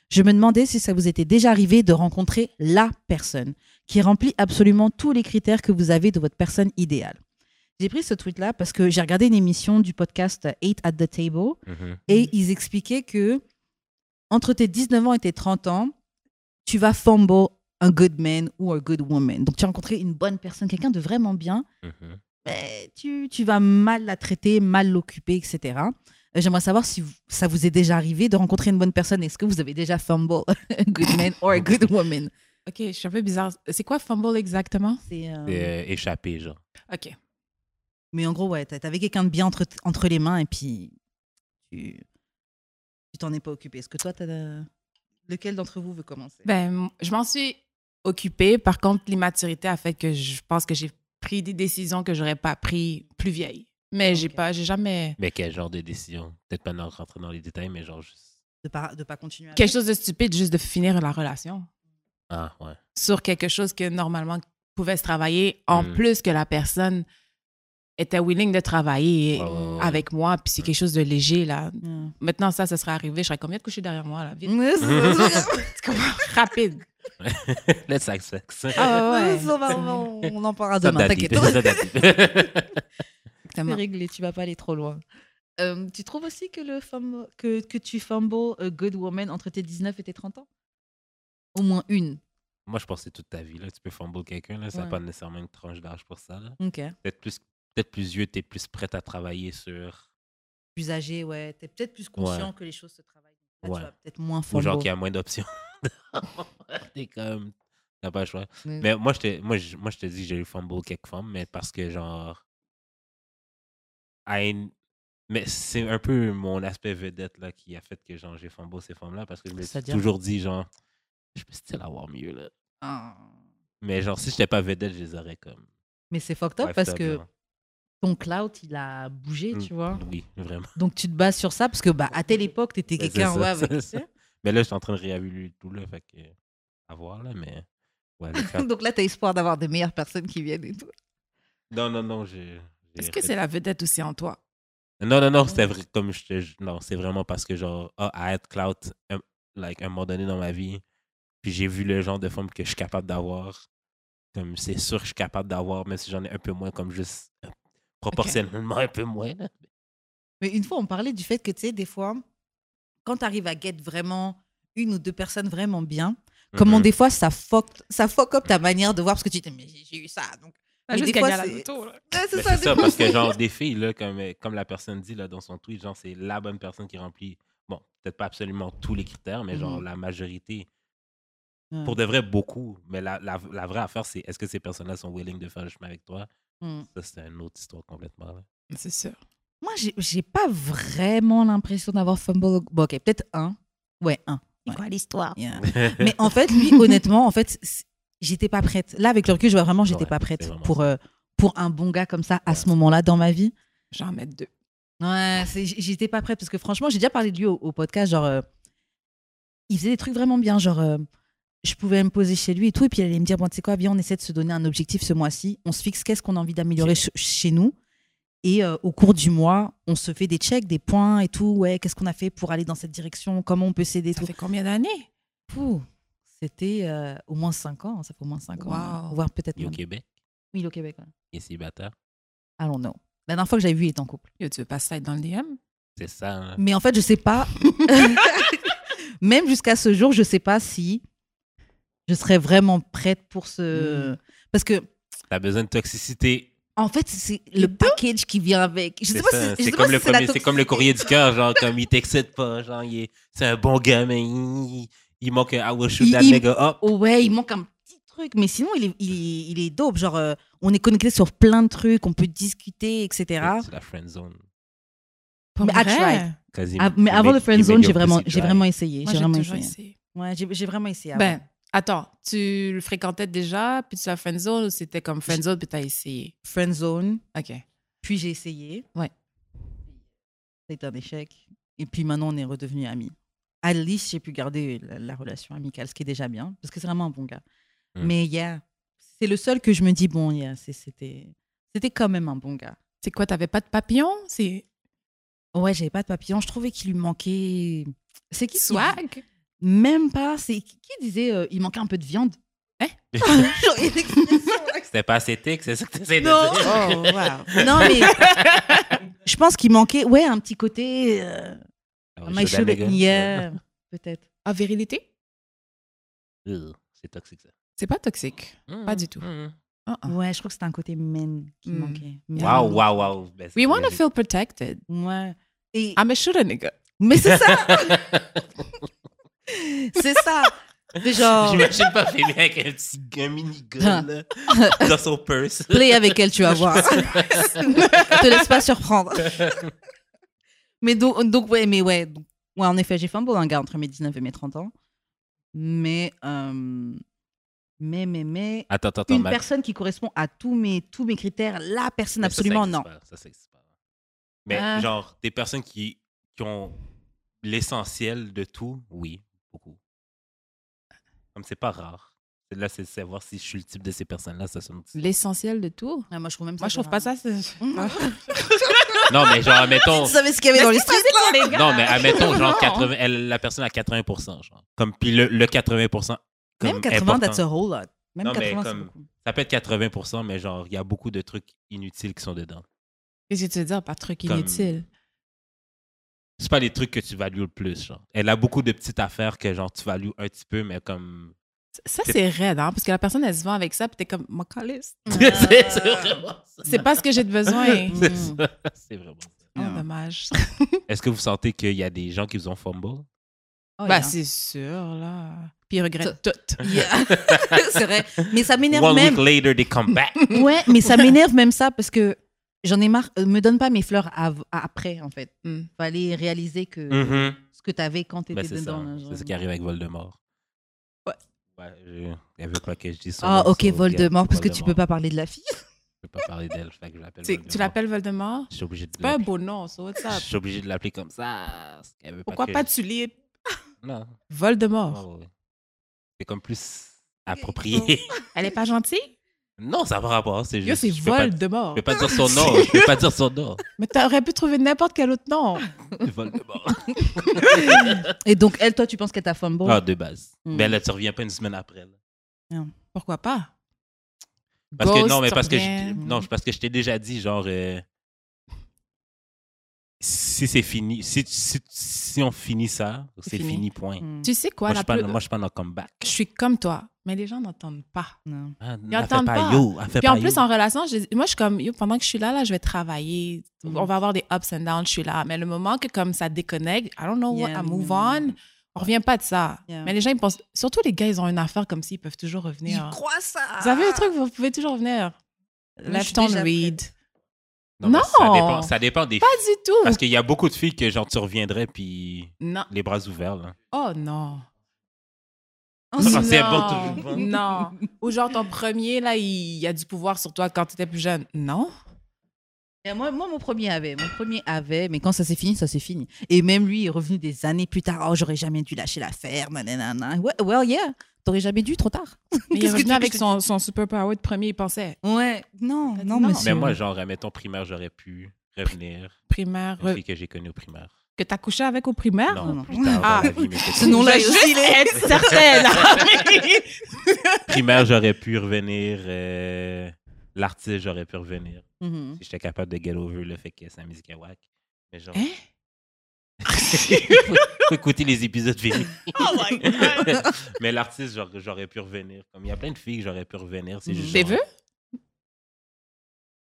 Je me demandais si ça vous était déjà arrivé de rencontrer la personne qui remplit absolument tous les critères que vous avez de votre personne idéale. J'ai pris ce tweet-là parce que j'ai regardé une émission du podcast Eight at the Table Mhm. et ils expliquaient que entre tes 19 ans et tes 30 ans, tu vas fumble un good man ou un good woman. Donc tu as rencontré une bonne personne, quelqu'un de vraiment bien, Mhm. mais tu, tu vas mal la traiter, mal l'occuper, etc. Euh, J'aimerais savoir si vous- ça vous est déjà arrivé de rencontrer une bonne personne. Est-ce que vous avez déjà fumble un good man or a good woman Ok, je suis un peu bizarre. C'est quoi fumble exactement? C'est, euh, C'est euh, échappé, genre. Ok. Mais en gros, ouais, t'as- t'avais quelqu'un de bien entre, entre les mains et puis tu tu t'en es pas occupé. Est-ce que toi, t'as... euh, Lequel d'entre vous veut commencer Ben, je m'en suis occupée. Par contre, l'immaturité a fait que je pense que j'ai pris des décisions que j'aurais pas pris plus vieille. Mais j'ai Ok. pas, j'ai jamais Mais quel genre de décision Peut-être pas dans- rentrer dans les détails, mais genre juste. de pas de pas continuer avec. quelque chose de stupide juste de finir la relation Ah, ouais. sur quelque chose que normalement pouvait se travailler en Mm. plus que la personne était willing de travailler Ouais, ouais, ouais, ouais. avec moi puis c'est quelque chose de léger là. Mm. Maintenant ça ça serait arrivé, je serais combien de coucher derrière moi là vite. Mmh. on, Tu comprends? rapide. Let's accept ça. Ah ouais. va- on- on en parlera Ça, demain, daddy. t'inquiète. Ça, daddy. C'est Exactement. réglé, tu vas pas aller trop loin. Euh, tu trouves aussi que, le fumble- que, que tu fumble a good woman entre tes 19 et tes 30 ans Au moins une. Moi, je pense que c'est toute ta vie. Là. Tu peux fumble quelqu'un. Là. Ça n'a Ouais. pas nécessairement une tranche d'âge pour ça. Là. Ok. Peut-être plus, peut-être plus vieux, tu es plus prête à travailler sur. Plus âgé, ouais. T'es peut-être plus conscient que les choses se travaillent. Là, Ouais. Tu vas peut-être moins Ou genre qui fumble. a moins d'options. t'es comme. T'as pas le choix. Mm. Mais moi, je te, moi, je, moi, je te dis que j'ai eu fumble quelques femmes, mais parce que genre. I- Mais c'est un peu mon aspect vedette là, qui a fait que genre, j'ai fumble ces femmes-là parce que je me suis C'est-à-dire? toujours dit, genre, je peux still avoir mieux. là. Ah. Mais genre, si je n'étais pas vedette, je les aurais comme. Mais c'est fucked up Bref, parce top, que genre. ton clout, il a bougé, tu Mm. vois. Oui, vraiment. Donc tu te bases sur ça parce que bah, à telle époque, t'étais Ouais, c'est quelqu'un ça, ouais, avec. c'est ça. Mais là, je suis en train de réévaluer tout là, fait que à voir là, mais ouais, le crack- Donc là, t'as espoir d'avoir des meilleures personnes qui viennent et tout. non, non, non, j'ai. j'ai Est-ce que arrêté. c'est la vedette aussi en toi Non, non, non, c'est vrai, comme je te, je- non, c'est vraiment parce que genre ah, à être cloud, un, um, like, un moment donné dans ma vie, puis j'ai vu le genre de femme que je suis capable d'avoir, comme c'est sûr que je suis capable d'avoir, même si j'en ai un peu moins, comme juste un proportionnellement un peu moins. là. Mais une fois, on parlait du fait que, tu sais, des fois, quand tu arrives à get vraiment une ou deux personnes vraiment bien, comment Mhm. des fois ça fuck, ça fuck up ta manière de voir parce que tu dis, mais j'ai j'ai eu ça. Donc, T'as Mais juste des gagné fois, à la c'est- loto, là. Ouais, Ben, ça, c'est des ça, fois, parce que c'est- genre des filles, là, comme, euh, comme la personne dit là, dans son tweet, genre c'est la bonne personne qui remplit, bon, peut-être pas absolument tous les critères, mais genre Mhm. la majorité. Ouais. Pour de vrai, beaucoup. Mais la, la, la vraie affaire, c'est est-ce que ces personnes-là sont willing de faire le chemin avec toi? Mhm. Ça, c'est une autre histoire complètement. là. C'est sûr. Moi, j'ai- j'ai pas vraiment l'impression d'avoir fumble. Bon, ok, peut-être un. Ouais, un. C'est quoi l'histoire Yeah. Mais en fait, lui, honnêtement, en fait, c- j'étais pas prête. Là, avec le recul, je vois vraiment, j'étais Ouais, pas c'est prête vraiment pour, ça. euh, pour un bon gars comme ça à Ouais. ce moment-là dans ma vie. J'en mets deux. Ouais, c'est- j- j'étais pas prête parce que franchement, j'ai déjà parlé de lui au, au podcast. Genre, euh, il faisait des trucs vraiment bien. Genre, euh, je pouvais me poser chez lui et tout. Et puis, il allait me dire Bon, tu sais quoi, viens, on essaie de se donner un objectif ce mois-ci. On se fixe qu'est-ce qu'on a envie d'améliorer ch- chez nous. Et euh, au cours du mois, on se fait des checks, des points et tout. Ouais, qu'est-ce qu'on a fait pour aller dans cette direction Comment on peut s'aider et Ça tout. fait combien d'années? Pouh, C'était euh, au moins 5 ans. Ça fait au moins 5 ans. hein, Wow. Voire peut-être Il est au même- Québec, Oui, il est au Québec. ouais. il est célibataire. Allons, non. La dernière fois que j'avais vu, il était en couple. Yo, tu veux pas ça être dans le DM? C'est ça. hein. Mais en fait, je sais pas. Même jusqu'à ce jour, je sais pas si je serais vraiment prête pour ce. Hmm. Parce que, T'as besoin de toxicité. en fait, c'est le package qui vient avec. Je sais C'est pas ça, hein. si- je sais c'est pas comme, si le c'est la premier- c'est comme le courrier du cœur, genre, comme il t'excite pas, genre, il est- c'est un bon gars, mais il, il manque un I will shoot Il- that il- nigga up. Oh ouais, il manque un petit truc. Mais sinon, il est, il est, il est dope. Genre, euh, on est connecté sur plein de trucs, on peut discuter, etc. C'est la friend zone. Pour Mais I vrai? tried. Quasi- Ah, mais il avant met- le il friend met zone, your j'ai vraiment, pussy j'ai dry. vraiment essayé. Moi, J'ai j'ai vraiment toujours essayé. essayé. Ouais, j'ai j'ai vraiment essayé. avant. Ben, attends, tu le fréquentais déjà, puis tu l'as friendzone ou c'était comme friendzone, puis t'as essayé? friend zone. OK. Puis j'ai essayé. Ouais. C'est un échec. Et puis maintenant, on est redevenus amis. À least, j'ai pu garder la, la relation amicale, ce qui est déjà bien, parce que c'est vraiment un bon gars. Mm. Mais yeah, c'est le seul que je me dis, bon, yeah, c'est- c'était c'était quand même un bon gars. C'est quoi, t'avais pas de papillon? C'est Ouais, j'avais pas de papillon. Je trouvais qu'il lui manquait. C'est qui qui- swag? Même pas. C'est qui qui disait euh, il manquait un peu de viande Hein Genre, il y a une expression, là, que C'était pas assez thick, c'est ça que t'essayes de Non. dire. Oh, wow. c'est- non, mais je pense qu'il manquait, ouais, un petit côté. euh, I will My shoot that shoulder- nigga. yeah, peut-être. En Ah, virilité? Ugh, C'est toxique, ça. Mmh, C'est pas toxique. Pas du tout. Ah, ah. Ouais, je crois que c'était un côté men qui Mm. manquait. Mais Wow, non. wow, wow. Ben, c'est We want to vrai. feel protected. Ouais. Et- I'm a shooter nigga. Mais c'est ça, c'est ça. C'est genre, J'imagine pas Phoebe avec un petit un mini Ah. gun là, dans son purse. play avec elle, tu vas voir. Te laisse pas surprendre. mais donc, donc, ouais, mais ouais. donc- ouais, en effet, j'ai fait un beau gars entre mes 19 et mes 30 ans. Mais, euh, mais, mais, mais. Attends, attends, attends. Une ma- personne qui correspond à tous mes, tous mes critères, la personne, Mais ça, ça absolument existe non. pas, ça, ça existe pas. Mais Ah. genre, des personnes qui, qui ont l'essentiel de tout, oui, beaucoup. Comme c'est pas rare. Là, c'est de savoir si je suis le type de ces personnes-là, ça sonne. L'essentiel de tout. Ouais, moi, je trouve même ça. Moi, je trouve pas ça. c'est- Non, mais genre, mettons. Tu savais ce qu'il y avait dans les streets, là Non, mais admettons, genre, Non. 80, elle- la personne à 80%, genre. Comme, puis le, le 80%. Comme Même 80, important. that's a whole lot. Même Non, mais 80, c'est comme- beaucoup. Ça peut être 80%, mais genre, il y a beaucoup de trucs inutiles qui sont dedans. Qu'est-ce que tu veux dire par truc Comme- inutile? C'est pas les trucs que tu values le plus, genre. Elle a beaucoup de petites affaires que, genre, tu values un petit peu, mais comme... Ça, c'est raide, hein? Parce que la personne, elle se vend avec ça, puis t'es comme, ma calisse. Ah. c'est c'est vraiment ça. C'est pas ce que j'ai de Mm. besoin. C'est ça. C'est vraiment ça. Oh, Non. dommage. Est-ce que vous sentez qu'il y a des gens qui vous ont fumble? Oh, bah, yeah. c'est sûr, là. Puis ils regrettent tout. Yeah. c'est vrai. Mais ça m'énerve One même. week later, they come back. Ouais, mais ça m'énerve même ça parce que j'en ai marre. euh, me donne pas mes fleurs av- à- après, en fait. Mm. Fallait réaliser que Mhm. ce que t'avais quand Ben, t'étais c'est ça. dedans. là, hein, genre. C'est ce qui arrive avec Voldemort. Ouais. Ouais, je- elle veut pas que je dise son Ah, nom, ok, so, yeah, Voldemort, parce que tu Voldemort. peux pas parler de la fille. Je peux pas parler d'elle, fait que je l'appelle Tu- Voldemort. Tu l'appelles Voldemort? Je suis obligé de C'est pas un l'appeler- beau nom, ça. What's Je up? suis obligé de l'appeler comme ça. parce qu'elle veut Pourquoi que pas Oh. je- Tulipe? Non. Voldemort. ouais, ouais, ouais. C'est comme plus approprié. Elle est pas gentille? non, ça va rapport. C'est Yo, juste. c'est je peux pas- Voldemort. Je peux pas dire son nom. Je peux pas dire son nom. Mais t'aurais pu trouver n'importe quel autre nom. Voldemort. Et donc, elle, toi, tu penses qu'elle t'a fumble Hmm. Ah, de base. Mm. Mais là, tu reviens pas une semaine après. là. Pourquoi pas? Parce que, non, Ghost, mais parce que, je, reviens. non, parce que je t'ai déjà dit, genre, euh, si c'est fini, si, si, si on finit ça, C'est c'est fini. fini. point. Mm. Tu sais quoi, moi, la je parle, plus- euh, moi, je parle en comeback. je suis comme toi, mais les gens n'entendent pas. Non. Ah, elle entendent pas. yo, elle fait Puis en pas plus, yo. en relation, je- moi, je suis comme, yo, pendant que je suis là, là, je vais travailler. Mhm. Mm. On va avoir des ups and downs, je suis là. Mais le moment que comme ça déconnecte, I don't know what, Yeah, I move non, non, on, non. on revient pas de ça. Yeah. Mais les gens, ils pensent, surtout les gars, ils ont une affaire comme s'ils peuvent toujours revenir. Il croit ça. Vous avez un truc, vous pouvez toujours venir. Moi, je suis Left on déjà read. Non, mais Ça Non! dépend, ça dépend des Pas du tout. Parce qu'il y a beaucoup de filles que, genre, tu reviendrais, puis Non. les bras ouverts, là. Oh non. Oh, Ça, Ah, c'est Non. bon, toujours bon. Non. Ou genre ton premier, là, il y a du pouvoir sur toi quand tu étais plus jeune. Non. Et Moi, moi, mon premier avait, mon premier avait, mais quand ça s'est fini, ça s'est fini. Et même lui est revenu des années plus tard. Oh, j'aurais jamais dû lâcher l'affaire, nanana. Ouais, well, yeah, t'aurais jamais dû, trop tard. Mais il est Qu'est-ce que tu revenu veux avec que je te son, son super power de premier, il pensait. Ouais, non, T'as dit non, non. monsieur. Mais moi, genre, mettons, primaire, j'aurais pu revenir. Primaire, Une re- fille que j'ai connue au primaire. que t'as couché avec au primaire? Non, non. plus tard Ah. dans la vie, mais Ce nom-là Je est veux aussi juste laid. être certaine. primaire, j'aurais pu revenir. euh, L'artiste, j'aurais pu revenir. Mhm. Hmm. Si j'étais capable de get over le fait que sa musique est whack. Mais genre, Hein? faut, faut écouter les épisodes finis. oh my God. Mais l'artiste, j'aurais- j'aurais pu revenir. Comme il y a plein de filles que j'aurais pu revenir. C'est Mhm. juste T'es genre- vu?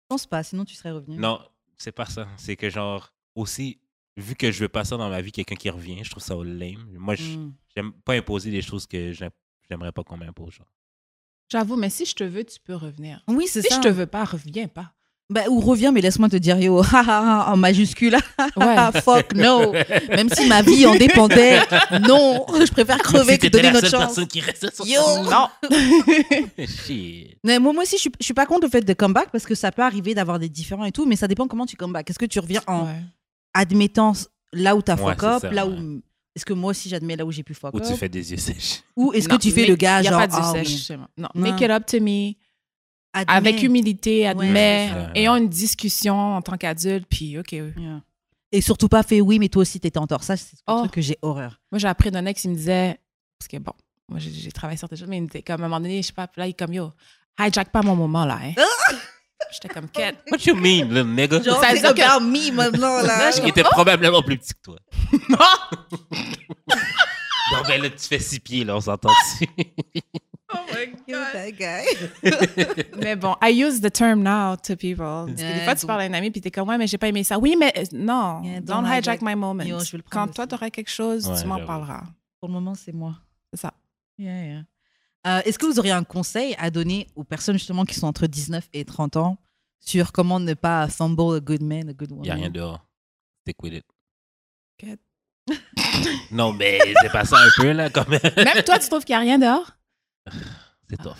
Je pense pas, sinon tu serais revenu. Non, c'est pas ça. C'est que genre, aussi, vu que je veux pas ça dans ma vie, quelqu'un qui revient, je trouve ça lame. Moi, je- Mm. j'aime pas imposer des choses que j'aime- j'aimerais pas qu'on m'impose. genre. J'avoue, mais si je te veux, tu peux revenir. Oui, c'est Si ça. je te veux pas, reviens pas. Bah, ou reviens, mais laisse-moi te dire yo, ha, ha, ha, en majuscule. Ah, Ouais. Fuck no. Même si ma vie en dépendait, non, je préfère crever Si que t'étais donner la notre seule chance. personne qui restait sur Yo. non. Shit. Mais moi, moi aussi, je suis, je suis pas contre le fait de comeback parce que ça peut arriver d'avoir des différents et tout, mais ça dépend comment tu comeback. Est-ce que tu reviens en Ouais. admettant là où t'as Ouais, fuck c'est up, ça, là ouais. où. Est-ce que moi aussi j'admets là où j'ai pu fuck Ou up tu fais des yeux sèches. Ou est-ce que Non, tu fais mais le gars y a genre. pas de ah sèche, oui, c'est moi. Non. Non. Make it up to me. admets. Avec humilité, admets. Ouais. ayons une discussion en tant qu'adulte, puis OK. oui. Yeah. Et surtout pas fait oui, mais toi aussi t'étais en tort. Ça, c'est un Oh. truc que j'ai horreur. Moi, j'ai appris d'un ex, il me disait, parce que bon, moi, j'ai- j'ai travaillé sur des choses, mais il me disait, comme à un moment donné, je sais pas, puis là, il est comme, yo, hijack pas mon moment, là, hein. J'étais comme, quête. What you mean, little nigga? Genre, euh, oh! Ça veut c'est dire que- about me maintenant là. Il était probablement plus petit que toi. Non, ben là, tu fais six pieds, là, on s'entend Ah! dessus. Oh Yo, that guy. mais bon, I use the term now to people. Parce que Ouais, des fois, tu donc- parles à un ami, puis t'es comme, ouais, mais j'ai pas aimé ça. Oui, mais euh, non, Yeah, don't, don't hijack hijack- my moment. Yo, je vais le prendre Quand toi, aussi. t'auras quelque chose, Ouais, tu m'en j'avoue. parleras. Pour le moment, c'est moi. C'est ça. Yeah, yeah. Euh, Est-ce que vous auriez un conseil à donner aux personnes justement qui sont entre 19 et 30 ans sur comment ne pas fumble a good man, a good woman Il n'y a rien dehors. Stick with it. Quête. Non, mais c'est pas ça un peu, là, quand même. Même toi, tu trouves qu'il y a rien dehors? Ah. C'est tough.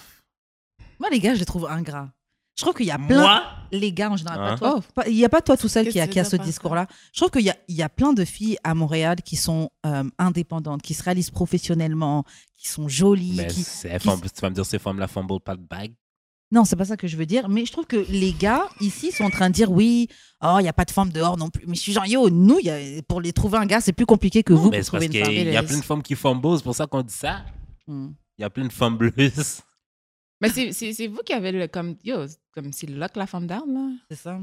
Moi, les gars, je les trouve ingrats. Je trouve qu'il y a plein. Moi? les gars en général, Hein pas toi. Pas- Il n'y a pas toi tout seul Qu'est-ce qui a, que qui a tu veux ce dire par ça discours-là. Je trouve qu'il y a, il y a plein de filles à Montréal qui sont euh, indépendantes, qui se réalisent professionnellement, qui sont jolies. Mais qui- c'est- fumble- tu vas me dire, ces femmes-là fumble pas de bague. Non, c'est pas ça que je veux dire, mais je trouve que les gars ici sont en train de dire oui, oh, il n'y a pas de femme dehors non plus. Mais je suis genre, yo, nous, il y a- pour les trouver un gars, c'est plus compliqué que vous Mais pour c'est parce trouver une qu'il femme. y a les- plein de femmes qui fumble, c'est pour ça qu'on dit ça. Hmm. Il y a plein de fumbleuses. Mais c'est- c'est c'est vous qui avez le, comme, yo, comme c'est là que la femme d'arme, là. C'est ça.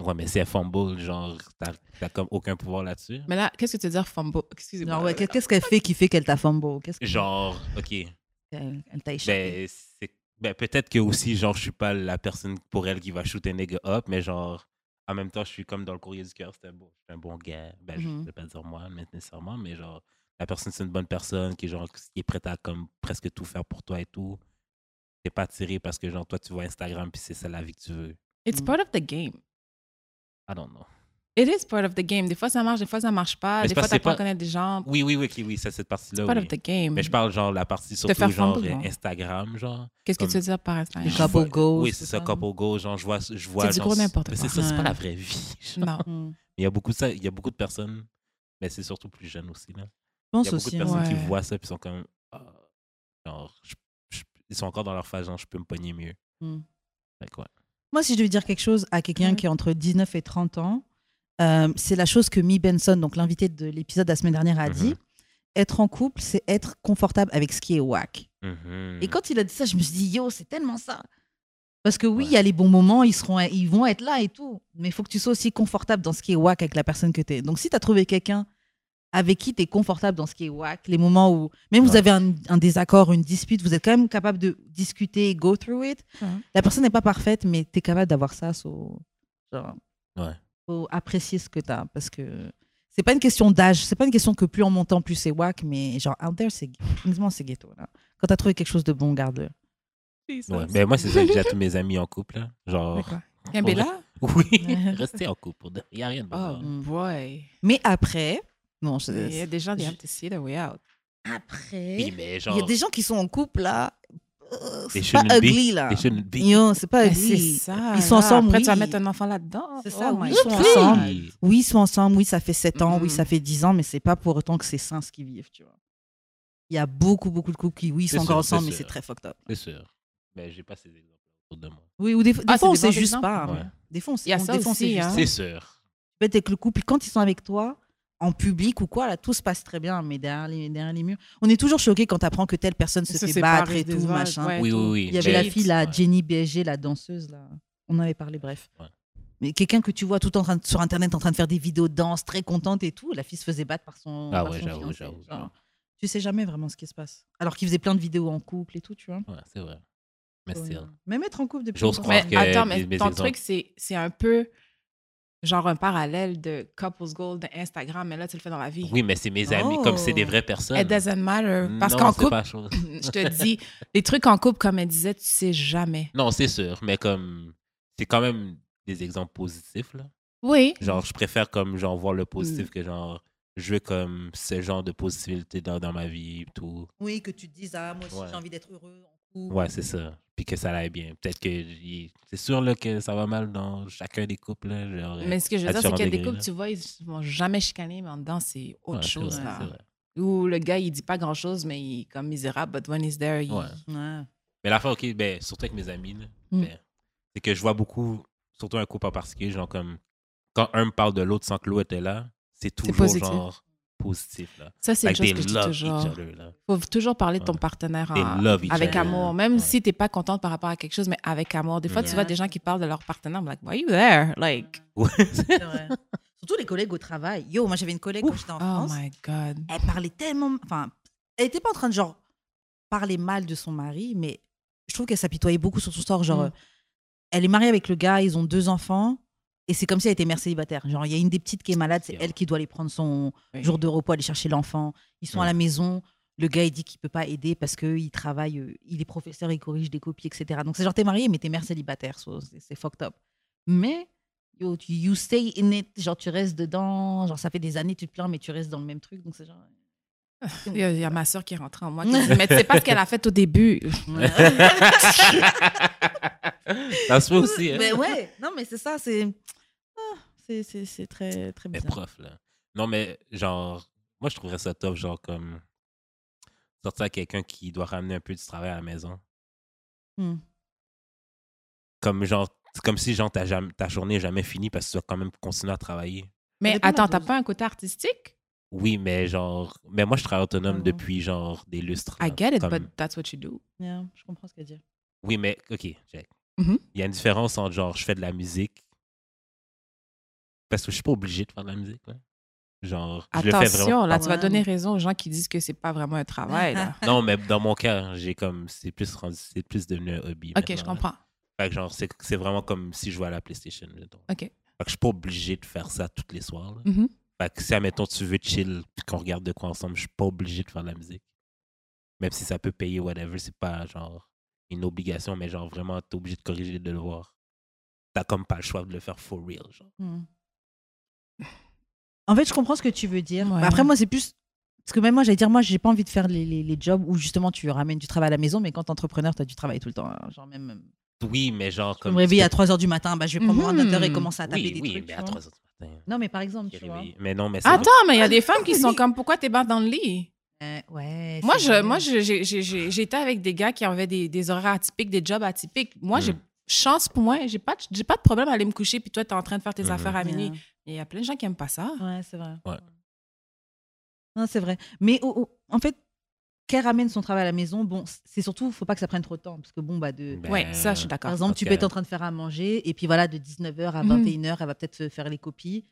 Ouais, mais c'est fumble, genre, t'as t'as comme aucun pouvoir là-dessus. Mais là, qu'est-ce que tu veux dire, fumble? Excusez-moi. Genre, ouais, qu'est- qu'est-ce qu'elle fait qui fait qu'elle t'a fumble Qu'est-ce que- Genre, OK, Elle, elle t'a échappé. ben, c'est- ben, peut-être que aussi, genre, je suis pas la personne pour elle qui va shoot un nigga up, mais genre, en même temps, je suis comme dans le courrier du cœur, c'est un, bon, c'est un bon gars. Ben, je Mhm. ne vais pas dire moi mais nécessairement, mais genre, la personne, c'est une bonne personne qui, est genre, qui est prête à comme presque tout faire pour toi et tout. T'es pas attiré parce que, genre, toi, tu vois Instagram, puis c'est ça la vie que tu veux. It's part of the game. I don't know. It is part of the game. Des fois, ça marche, des fois, ça marche pas. Mais c'est Des parce fois, que c'est t'apprends pas- à connaître des gens. Oui, oui, oui, ok, oui, ça, cette partie-là. Part oui. of the game. Mais je parle, genre, la partie surtout, faire genre, fumble, euh, hein. Instagram, genre. Qu'est-ce que comme- tu veux dire par Instagram? Les Je couple vois- goals, Oui, c'est c'est ça, ça, couple goals. Genre, je vois. Je vois du genre, gros n'importe mais quoi. C'est ça, c'est pas Ouais. la vraie vie. genre. Non. Hmm. Il y a beaucoup de ça. Il y a beaucoup de personnes, mais c'est surtout plus jeune aussi. Là. Il Je y pense a beaucoup aussi. de personnes ouais. qui ouais. voient ça et sont comme. Ah, genre, je- je- ils sont encore dans leur phase, genre, je peux me pogner mieux. Mm. Fait que ouais. Moi, si je devais dire quelque chose à quelqu'un Ouais. qui est entre 19 et 30 ans, euh, c'est la chose que Mi Benson, donc l'invité de l'épisode de la semaine dernière, a Mhm. dit. Être en couple, c'est être confortable avec ce qui est whack. Mhm. Mm-hmm. Et quand il a dit ça, je me suis dit, yo, c'est tellement ça. Parce que oui, il y a les bons moments, ils, seront, ils vont être là et tout. Mais il faut que tu sois aussi confortable dans ce qui est wack avec la personne que tu es. Donc, si tu as trouvé quelqu'un avec qui tu es confortable dans ce qui est wack, les moments où même vous Ouais. avez un, un désaccord, une dispute, vous êtes quand même capable de discuter, go through it. Ouais. La personne n'est pas parfaite, mais tu es capable d'avoir ça. So, genre, Ouais. faut apprécier ce que tu as. Parce que c'est pas une question d'âge, c'est pas une question que plus en montant, plus c'est wack. Mais genre, out there, c'est honnêtement, c'est ghetto. Là. Quand tu as trouvé quelque chose de bon, garde-le. Ouais. Mais moi, c'est ça que j'ai à tous mes amis en couple. Là. Genre, D'accord. Bien, mais là, oui, restez en couple. pour de- Il n'y a rien de Ah, oh bon. boy. Mais après. Non, je- Il y a des gens qui Je- have to see the way out. Après. Oui, mais genre, Il y a des gens qui sont en couple là. euh, They c'est pas shouldn't be. ugly là. they shouldn't be. Non, c'est pas Ben, ugly. c'est ça. Ah, Ils sont là. ensemble, Après, tu vas oui. mettre un enfant là-dedans. C'est ça, Oh oui, my ils sont God. ensemble. Oui. Oui, ils sont ensemble, oui, ça fait 7 ans, oui, Mhm. ça fait 10 ans, mais c'est pas pour autant que c'est sain ce qu'ils vivent, tu vois. Il y a beaucoup, beaucoup de couples qui, oui, ils C'est sont encore sûr, c'est ensemble, mais sûr. c'est très fucked up. C'est sûr. Mais j'ai pas ces exemples autour de moi. Oui, ou des, des Ah, c'est fois, on des sait bons juste exemples. pas. hein. Ouais. Des fois, on sait, Il y a on- ça des fois, on aussi, sait juste hein. pas. C'est sûr. peut-être avec le couple, quand ils sont avec toi, en public ou quoi, là, tout se passe très bien, mais derrière les, derrière les murs, on est toujours choqué quand apprend que telle personne se, Ils se fait séparent, battre et ils se tout, désolent, machin. ouais, Oui, tout. oui, oui. Il y avait la Mais- fille, là, Ouais. Jenny BSG, la danseuse, là. On en avait parlé, bref. Ouais. Mais quelqu'un que tu vois tout en train de- sur Internet en train de faire des vidéos de danse, très contente et tout, la fille se faisait battre par son. Ah par ouais, son j'avoue, fiancé, j'avoue, genre. j'avoue. Tu sais jamais vraiment ce qui se passe. Alors qu'il faisait plein de vidéos en couple et tout, tu vois. Ouais, c'est vrai. Mais Ouais. still. Même être en couple depuis. J'ose longtemps. croire Mais que attends, mes- mais mes ton exemples- truc, c'est c'est un peu genre un parallèle de Couples Gold Instagram, mais là, tu le fais dans la vie. Oui, mais c'est mes amis, comme c'est des Oh. vraies personnes. It doesn't matter. Parce Mm, Non, qu'en c'est couple, pas chose. je te dis, les trucs en couple, comme elle disait, tu sais jamais. Non, c'est sûr, mais comme c'est quand même des exemples positifs là. Oui. Genre, je préfère comme genre voir le positif Mm. que genre je veux comme ce genre de positivité dans, dans ma vie et tout. Oui, que tu te dises, ah, moi aussi, Ouais. j'ai envie d'être heureux en couple. Ouais, c'est ça. Puis que ça aille bien. Peut-être que j'y- c'est sûr là, que ça va mal dans chacun des couples. là, genre, Mais ce que je veux à dire, c'est qu'il y a des différents couples, degrés, tu vois, ils se vont jamais chicaner, mais en dedans, c'est là. autre Ouais, c'est chose. vrai, là. c'est vrai. Ou le gars, il dit pas grand-chose, mais il est comme misérable, but when he's there, il... Ouais. Ouais. Mais la fin, ok, ben, surtout avec mes amis, là, Mm. ben, c'est que je vois beaucoup, surtout un couple en particulier, genre comme quand un me parle de l'autre sans que l'autre était là, c'est toujours positif. genre positif. Là. Ça, c'est Like, une they chose que je dis love toujours. each other. Là. faut toujours parler de ton Ouais. partenaire They en- love each avec other. amour, même Ouais. si t'es pas contente par rapport à quelque chose, mais avec amour. Des fois, tu Mhm. vois des gens qui parlent de leur partenaire, I'm like, why you there? Like, Ouais. C'est vrai. Surtout les collègues au travail. Yo, moi, j'avais une collègue quand j'étais en oh France. my God. elle parlait tellement. Enfin, elle était pas en train de genre parler mal de son mari, mais je trouve qu'elle s'apitoyait beaucoup sur son sort. Genre, Mm. euh, elle est mariée avec le gars, ils ont deux enfants, et c'est comme si elle était mère célibataire. Genre, il y a une des petites qui est malade, c'est Yeah. elle qui doit aller prendre son Oui. jour de repos, aller chercher l'enfant. Ils sont à Ouais. la maison. Le gars, il dit qu'il peut pas aider parce qu'il travaille, euh, il est professeur, il corrige des copies, etc. Donc, c'est genre, t'es marié, mais t'es mère célibataire. so c'est c'est fucked up. Mais, yo, tu- you stay in it. Genre, tu restes dedans. Genre, ça fait des années, tu te plains, mais tu restes dans le même truc. Donc, c'est genre. Il y, a, il y a ma soeur qui est rentrée en moi. qui dit, mais tu sais pas ce qu'elle a fait au début. ça se fait aussi. hein. Mais ouais, non, mais c'est ça, c'est. Ah, c'est- c'est c'est très, très Mais bizarre. prof, là. Non, mais genre, moi, je trouverais ça top, genre, comme sortir à quelqu'un qui doit ramener un peu du travail à la maison. Hmm. Comme genre, c'est comme si, genre, ta, jam- ta journée n'est jamais finie parce que tu dois quand même continuer à travailler. Mais Ça dépend de la attends, t'as dose. pas un côté artistique? Oui, mais genre, mais moi, je travaille autonome Mhm. depuis, genre, des lustres. I là. get it, Comme- but that's what you do. Yeah, je comprends ce qu'elle dit. Oui, mais, OK, check. Mhm. Il y a une différence entre, genre, je fais de la musique parce que je suis pas obligé de faire de la musique, là. Genre, je le fais vraiment. Attention, là, tu vas Ouais. donner raison aux gens qui disent que c'est pas vraiment un travail. là. Non, mais dans mon cas, j'ai comme c'est plus rendu- c'est plus devenu un hobby. ok, je maintenant, là. comprends. Fait que genre c'est c'est vraiment comme si je jouais à la PlayStation. mettons. Ok. Fait que je suis pas obligé de faire ça tous les soirs. là. Mhm. Fait que si admettons tu veux chill puis qu'on regarde de quoi ensemble, je suis pas obligé de faire de la musique. Même si ça peut payer whatever, c'est pas genre une obligation, mais genre vraiment t'es obligé de corriger les devoirs. T'as comme pas le choix de le faire for real. Genre. Hmm. En fait, je comprends ce que tu veux dire. Ouais. Mais Après, moi, c'est plus. Parce que même moi, j'allais dire, moi, j'ai pas envie de faire les, les, les jobs où justement tu ramènes du travail à la maison, mais quand t'es entrepreneur, t'as du travail tout le temps. hein. Genre, même. euh, Oui, mais genre Je comme Hmm. me réveille à 3 h du matin, bah, je vais prendre mon Mhm. ordinateur et commencer à taper Oui, des oui, trucs. mais tu à vois. 3 heures du matin. Non, mais par exemple, je suis tu vois. réveillé. Mais non, mais c'est vrai. Attends, mais il y a des femmes qui sont comme, pourquoi t'es pas dans le lit? Euh, ouais. Moi, c'est je, vrai. moi je- j'ai- j'ai- j'ai- j'étais avec des gars qui avaient des, des horaires atypiques, des jobs atypiques. Moi, j'ai Mm. chance pour moi, j'ai pas, de- j'ai pas de problème à aller me coucher, puis toi, t'es en train de faire tes Mhm. affaires à Yeah. minuit. Il y a plein de gens qui aiment pas ça. Ouais, c'est vrai. Ouais. Non, c'est vrai. Mais au- au- en fait, qu'elle ramène son travail à la maison, bon, c'est surtout, faut pas que ça prenne trop de temps. Parce que bon, bah, de. Ben, Ouais, ça, je suis d'accord. Par exemple, tu ok. peux être en train de faire à manger, et puis voilà, de 19h à Mhm. 21h, elle va peut-être se faire les copies.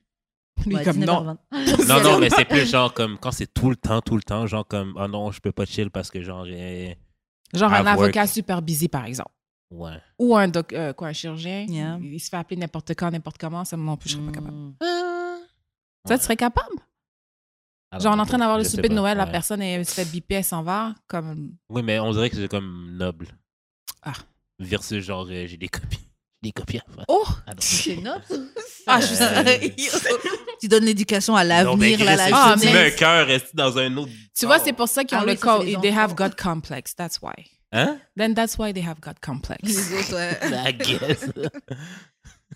Lui, Ouais, comme non. 19h, Non, non, mais c'est plus genre comme quand c'est tout le temps, tout le temps, genre comme, ah non, je peux pas chill parce que genre, euh, Genre un Have work. avocat super busy, par exemple. ouais. Ou un, doc- euh, quoi, un chirurgien. Yeah. Il se fait appeler n'importe quand, n'importe comment. Ça, moi non plus, je serais Mm. pas capable. Mhm. Ça, Ouais. tu serais capable? Alors, Genre, on est en train d'avoir le je sais souper de pas, Noël, la ouais. personne elle se fait biper, elle s'en va. Comme. Oui, mais on dirait que c'est comme noble. Ah. Versus genre, euh, j'ai des copies. J'ai des copies à faire. Oh! Ah non. C'est noble. Ah, je suis- tu donnes l'éducation à Non, mais l'avenir, là, Ah, Chris, la c'est- si tu jeunesse. mets un cœur resté dans un autre. Tu vois, Oh. c'est pour ça qu'ils ont Ah le oui, ça, co- c'est les They have enfants. God complex. That's why. Hein? Bah, Then that's why they have God complex. Les autres, ouais. I guess.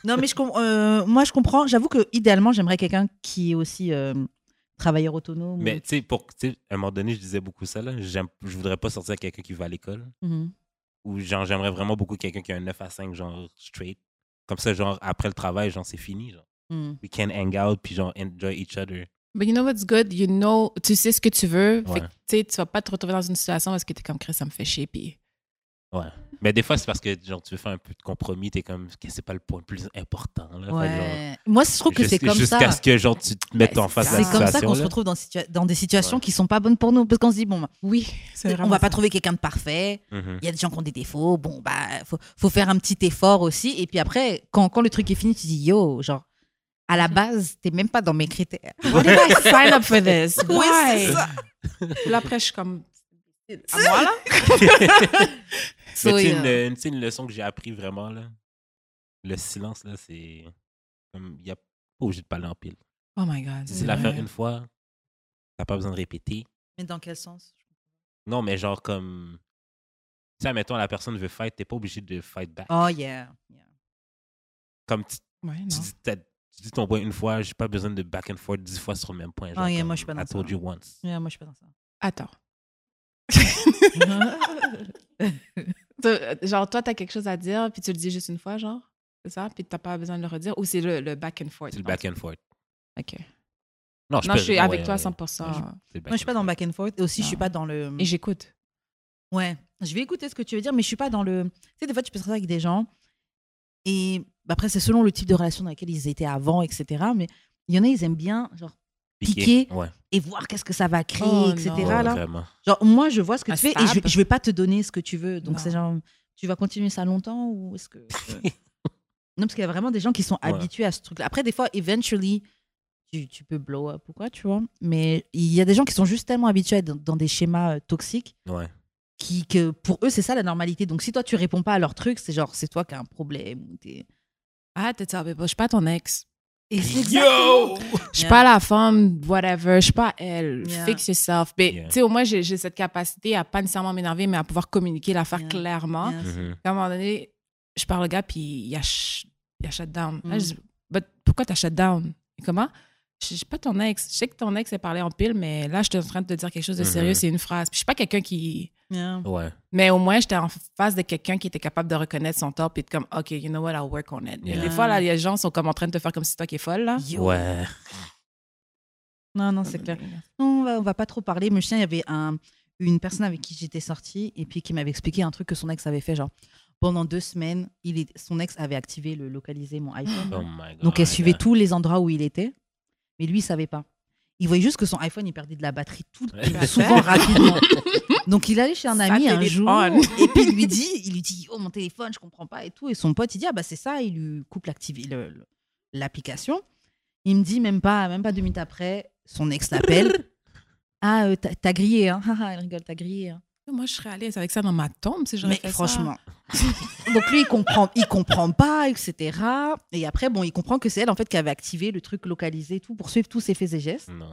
Non, mais je com- euh, moi, je comprends. J'avoue que idéalement, j'aimerais quelqu'un qui est aussi euh, travailleur autonome. Mais tu sais, pour- tu sais, à un moment donné, je disais beaucoup ça. Là. J'aime- Je voudrais pas sortir avec quelqu'un qui va à l'école. Mhm. Ou genre, j'aimerais vraiment beaucoup quelqu'un qui a un 9 à 5, genre straight. Comme ça, genre, après le travail, genre, c'est fini. Genre. Mhm. We can hang out, puis genre, enjoy each other. But you know what's good? You know, tu sais ce que tu veux. Ouais. Fait que, tu sais, tu vas pas te retrouver dans une situation où est-ce que t'es comme Chris, ça me fait chier. Puis. Ouais. Mais des fois, c'est parce que genre, tu veux faire un peu de compromis, t'es comme, Qu'est-ce que c'est pas le point le plus important. Là. Fait que, genre, Ouais. Moi, je trouve que jus- c'est comme ça. Ben, Jusqu'à ce que genre, tu te mettes Ouais, en c'est face ça. à la C'est comme ça situation. qu'on se là. retrouve dans, situa- dans des situations Ouais. qui sont pas bonnes pour nous. Parce qu'on se dit, bon, bah, Oui, c'est on va pas trouver quelqu'un de parfait. Mhm. Il y a des gens qui ont des défauts. Bon, bah, faut, faut faire un petit effort aussi. Et puis après, quand, quand le truc est fini, tu dis, yo, genre, à la base, t'es même pas dans mes critères. What did I sign up for this? Oui, Why? c'est ça. Puis là, après, je suis comme. Ah, À moi, là? Mais So, tu sais, yeah. une, tu sais, une leçon que j'ai appris vraiment, là, le silence, là, c'est. Comme, il n'y a pas obligé de parler en pile. Oh my God. Si c'est la l'affaire une fois, t'as pas besoin de répéter. Mais dans quel sens Non, mais genre, comme. Tu sais, mettons, la personne veut fight, t'es pas obligé de fight back. Oh, yeah. yeah. Comme tu, Ouais, tu non. dis, t'as- tu dis ton point une fois, j'ai pas besoin de back and forth dix fois sur le même point. Genre, Ah, yeah, comme, moi, je suis pas dans I told ça. you once. Yeah, moi, je suis pas dans ça. Attends. Toi, genre, toi, t'as quelque chose à dire, puis tu le dis juste une fois, genre? C'est ça? Puis t'as pas besoin de le redire? Ou c'est le, le back and forth? C'est le je pense? back and forth. OK. Non, non, Ah, peux- je suis ouais, avec ouais, toi ouais. 100%. Ouais, C'est le back Moi, je suis and pas dans forth. le back and forth. Et aussi, je suis Non. pas dans le. Et j'écoute. Ouais, je vais écouter ce que tu veux dire, mais je suis pas dans le. Tu sais, des fois, tu peux sortir avec des gens. Et bah, après, c'est selon le type de relation dans laquelle ils étaient avant, etc. Mais il y en a, ils aiment bien, genre, piqué. Ouais, et voir qu'est-ce que ça va créer, Oh, etc. non. ouais, là. vraiment. Genre, moi, je vois ce que Un tu fais et je, stab. je vais pas te donner ce que tu veux. Donc, Non. c'est genre, tu vas continuer ça longtemps ou est-ce que. euh, non, parce qu'il y a vraiment des gens qui sont Ouais. habitués à ce truc-là. Après, des fois, eventually, tu, tu peux blow up ou quoi, tu vois. Mais il y a des gens qui sont juste tellement habitués à être dans, dans des schémas euh, toxiques Ouais. qui que pour eux c'est ça la normalité. Donc si toi tu réponds pas à leur truc, c'est genre c'est toi qui as un problème. ou t'es- Ah, t'es ça, je suis pas ton ex. Et c'est exactement- Yo! Je suis Yeah. pas la femme, whatever. Je suis pas elle. Yeah. Fix yourself. Mais, Yeah. tu sais, au moins, j'ai j'ai cette capacité à pas nécessairement m'énerver, mais à pouvoir communiquer l'affaire Yeah. clairement. Yeah. Mhm. à un moment donné, je parle au gars, puis il y a, sh- il y a shutdown. Là, Mm. je dis, But pourquoi t'as shutdown? Et Comment? Je je suis pas ton ex. Je sais que ton ex est parlé en pile, mais là, je suis en train de te dire quelque chose de sérieux, Mhm. c'est une phrase. Puis je suis pas quelqu'un qui. Yeah. Ouais. Mais au moins, j'étais en face de quelqu'un qui était capable de reconnaître son tort, puis de comme, OK, you know what, I'll work on it. Mais Yeah. Des fois, là, les gens sont comme en train de te faire comme si c'est toi qui es folle, là. Yo. Ouais. Non non c'est clair. Non, on va, on va pas trop parler. Mais je tiens, il y avait un- une personne avec qui j'étais sortie et puis qui m'avait expliqué un truc que son ex avait fait genre pendant deux semaines, il est, son ex avait activé le localiser mon iPhone. Oh my god. Donc elle suivait tous les endroits où il était, mais lui il savait pas. Il voyait juste que son iPhone il perdait de la batterie tout le temps, souvent rapidement. Donc il allait chez un ami un Satellite jour on. et puis il lui dit, il lui dit, oh mon téléphone je comprends pas et tout et son pote il dit ah bah c'est ça, il lui coupe l'activi- le- le- l'application. Il me dit même pas même pas deux minutes après son ex l'appelle. Ah, euh, t'as t'as grillé, hein. Ah, ah, elle rigole, t'as grillé. hein. Moi, je serais à l'aise avec ça dans ma tombe si j'aurais Mais fait ça. franchement. Donc lui, il comprend, il comprend pas, etc. Et après, bon, il comprend que c'est elle en fait qui avait activé le truc localisé, et tout pour suivre tous ses faits et gestes. Non.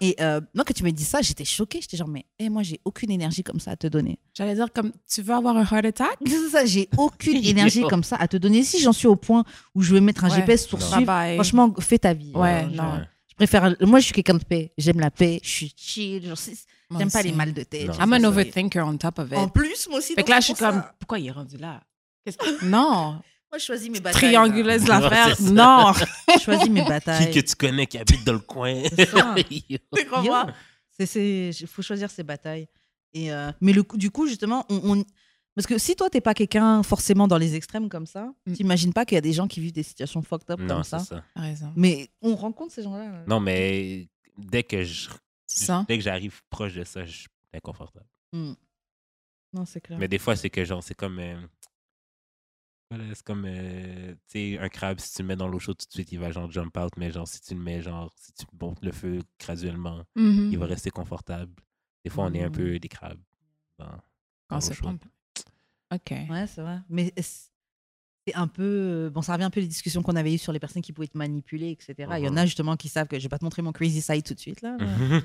Et euh, moi, quand tu me dis ça, j'étais choquée. J'étais genre, mais hé, moi, j'ai aucune énergie comme ça à te donner. J'allais dire comme, tu veux avoir un heart attack? C'est ça, j'ai aucune énergie comme ça à te donner. Si j'en suis au point où je vais mettre un Ouais. GPS pour Non. Bye suivre, bye. franchement, fais ta vie. Ouais, Genre, non. je- Je préfère. Moi, je suis quelqu'un de paix. J'aime la paix. Je suis chill. Genre, c'est- Moi j'aime pas les aussi. mal de tête. Non. j'aime I'm an ça. overthinker on top of it. En plus, moi aussi. Fait donc, que là, je c'est suis pour ça. comme, pourquoi il est rendu là? Qu'est-ce que- Non! Moi, je choisis mes batailles. Trianguler Ouais, l'affaire, c'est ça. non! hein. Je choisis mes Qui batailles. que tu connais qui habite dans le coin? C'est ça. Yo. Yo, c'est- c'est- faut choisir ses batailles. Et, euh, mais le, coup- du coup, justement, on, on- parce que si toi, t'es pas quelqu'un forcément dans les extrêmes comme ça, Mm. t'imagines pas qu'il y a des gens qui vivent des situations fucked up Non, comme c'est ça. ça. T'as raison. Mais on rencontre ces gens-là. euh. Non, mais dès que je Tu sens? dès que j'arrive proche de ça, je suis inconfortable. Non, c'est clair. Mais des fois, c'est que genre, c'est comme. euh, voilà, c'est comme. euh, tu sais, un crabe, si tu le mets dans l'eau chaude tout de suite, il va genre jump out, mais genre, si tu le mets, genre, si tu montes le feu graduellement, Mm-hmm. il va rester confortable. Des fois, on est un Mm. peu des crabes. dans- dans Quand l'eau se chaude. trompe. OK. Ouais, c'est vrai. Mais est-ce- c'est un peu. euh, Bon, ça revient un peu les discussions qu'on avait eues sur les personnes qui pouvaient te manipuler, etc. Il y en Mhm. a justement qui savent que je vais pas te montrer mon crazy side tout de suite, là. mais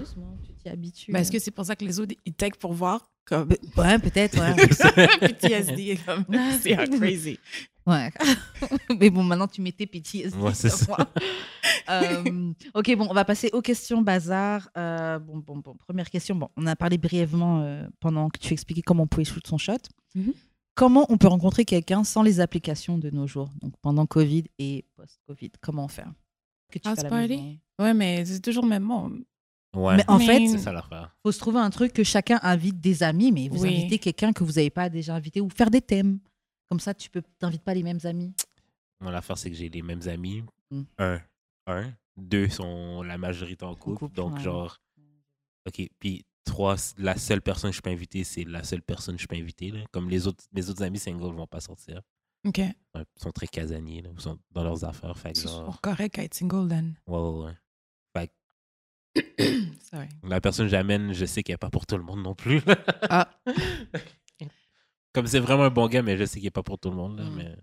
Doucement, tu t'y habitues. euh. Ben, Est-ce que c'est pour ça que les autres, ils tech pour voir? Comme... Ouais, peut-être, ouais. PTSD, comme... Ah, c'est hot crazy. Ouais. Mais bon, maintenant, tu mets tes PTSD Ouais, c'est sur moi. Euh, ok, bon, on va passer aux questions bazar. Euh, bon, bon, bon, première question. Bon, on a parlé brièvement euh, pendant que tu expliquais comment on pouvait shoot son shot. Mhm. Comment on peut rencontrer quelqu'un sans les applications de nos jours Donc, pendant Covid et post-Covid, comment faire Que tu House fais à la party maison. Ouais, mais c'est toujours le même monde. Ouais, Mais en Mais- fait, c'est ça l'affaire. faut se trouver un truc que chacun invite des amis, mais vous Oui. invitez quelqu'un que vous n'avez pas déjà invité ou faire des thèmes. Comme ça, tu peux t'invites pas les mêmes amis. Moi, l'affaire, c'est que j'ai les mêmes amis. Mm. Un. Un. Deux sont la majorité en couple. couple, donc, ouais. genre. OK. Puis, trois, c- la seule personne que je peux inviter, c'est la seule personne que je peux inviter. là. Comme les autres, mes autres amis singles vont pas sortir. OK. Ouais, Ils sont très casaniers. là. Ils sont dans leurs affaires. Fait que, C'est genre. correct à être single, then. Ouais, ouais, ouais. Sorry. La personne que j'amène, je sais qu'elle n'est pas pour tout le monde non plus. là. Ah. Comme c'est vraiment un bon gars, mais je sais qu'il n'est pas pour tout le monde. là, Mm. mais...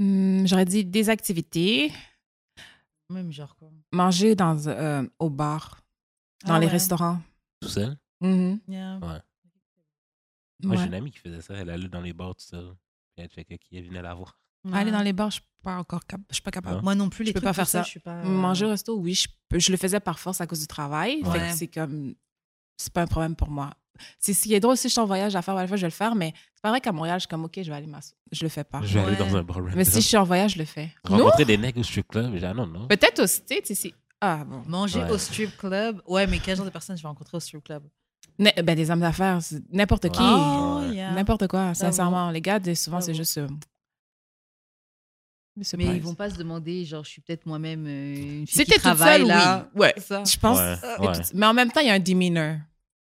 Hmm, J'aurais dit des activités, Même genre quoi. manger dans, euh, au bar, dans Ah les ouais. restaurants. Tout seul? Mhm. Yeah. Moi, Ouais. j'ai une amie qui faisait ça. Elle allait dans les bars tout seul. Puis elle checkait qui elle venait la voir. Aller Ouais. dans les bars, je suis pas encore cap- je suis pas Hein. Ah. capable. Moi non plus, les peux trucs pas tout faire seuls, ça. Je suis pas. euh, Manger au resto, oui, je, peux- je le faisais par force à cause du travail. Fait que Ouais. c'est comme. C'est pas un problème pour moi. C'est ce qui est drôle, si je suis en voyage à faire, ouais, je vais le faire, mais c'est pareil qu'à Montréal, je suis comme, OK, je vais aller m'asseoir. Je le fais pas. Je vais aller Ouais. dans un bar random. Mais si je suis en voyage, je le fais. Non? Rencontrer des nègres au strip club, j'ai dit, ah non, non. Peut-être aussi, tu sais, tu sais. Ah bon. Manger Ouais. au strip club. Ouais, mais quel genre de personnes je vais rencontrer au strip club Ne- ben, des hommes d'affaires, c'est n'importe qui. Oh, Ouais. Ah, yeah. N'importe quoi, sincèrement. Les gars, des- souvent, c'est J'avoue. juste. euh, des Mais surprises. ils vont pas se demander, genre, je suis peut-être moi-même euh, une fille C'était qui toute travaille seule, là. oui. Ouais. C'est ça. Je pense. euh, Ouais, Et ouais. puis- mais en même temps, il y a un demeanor.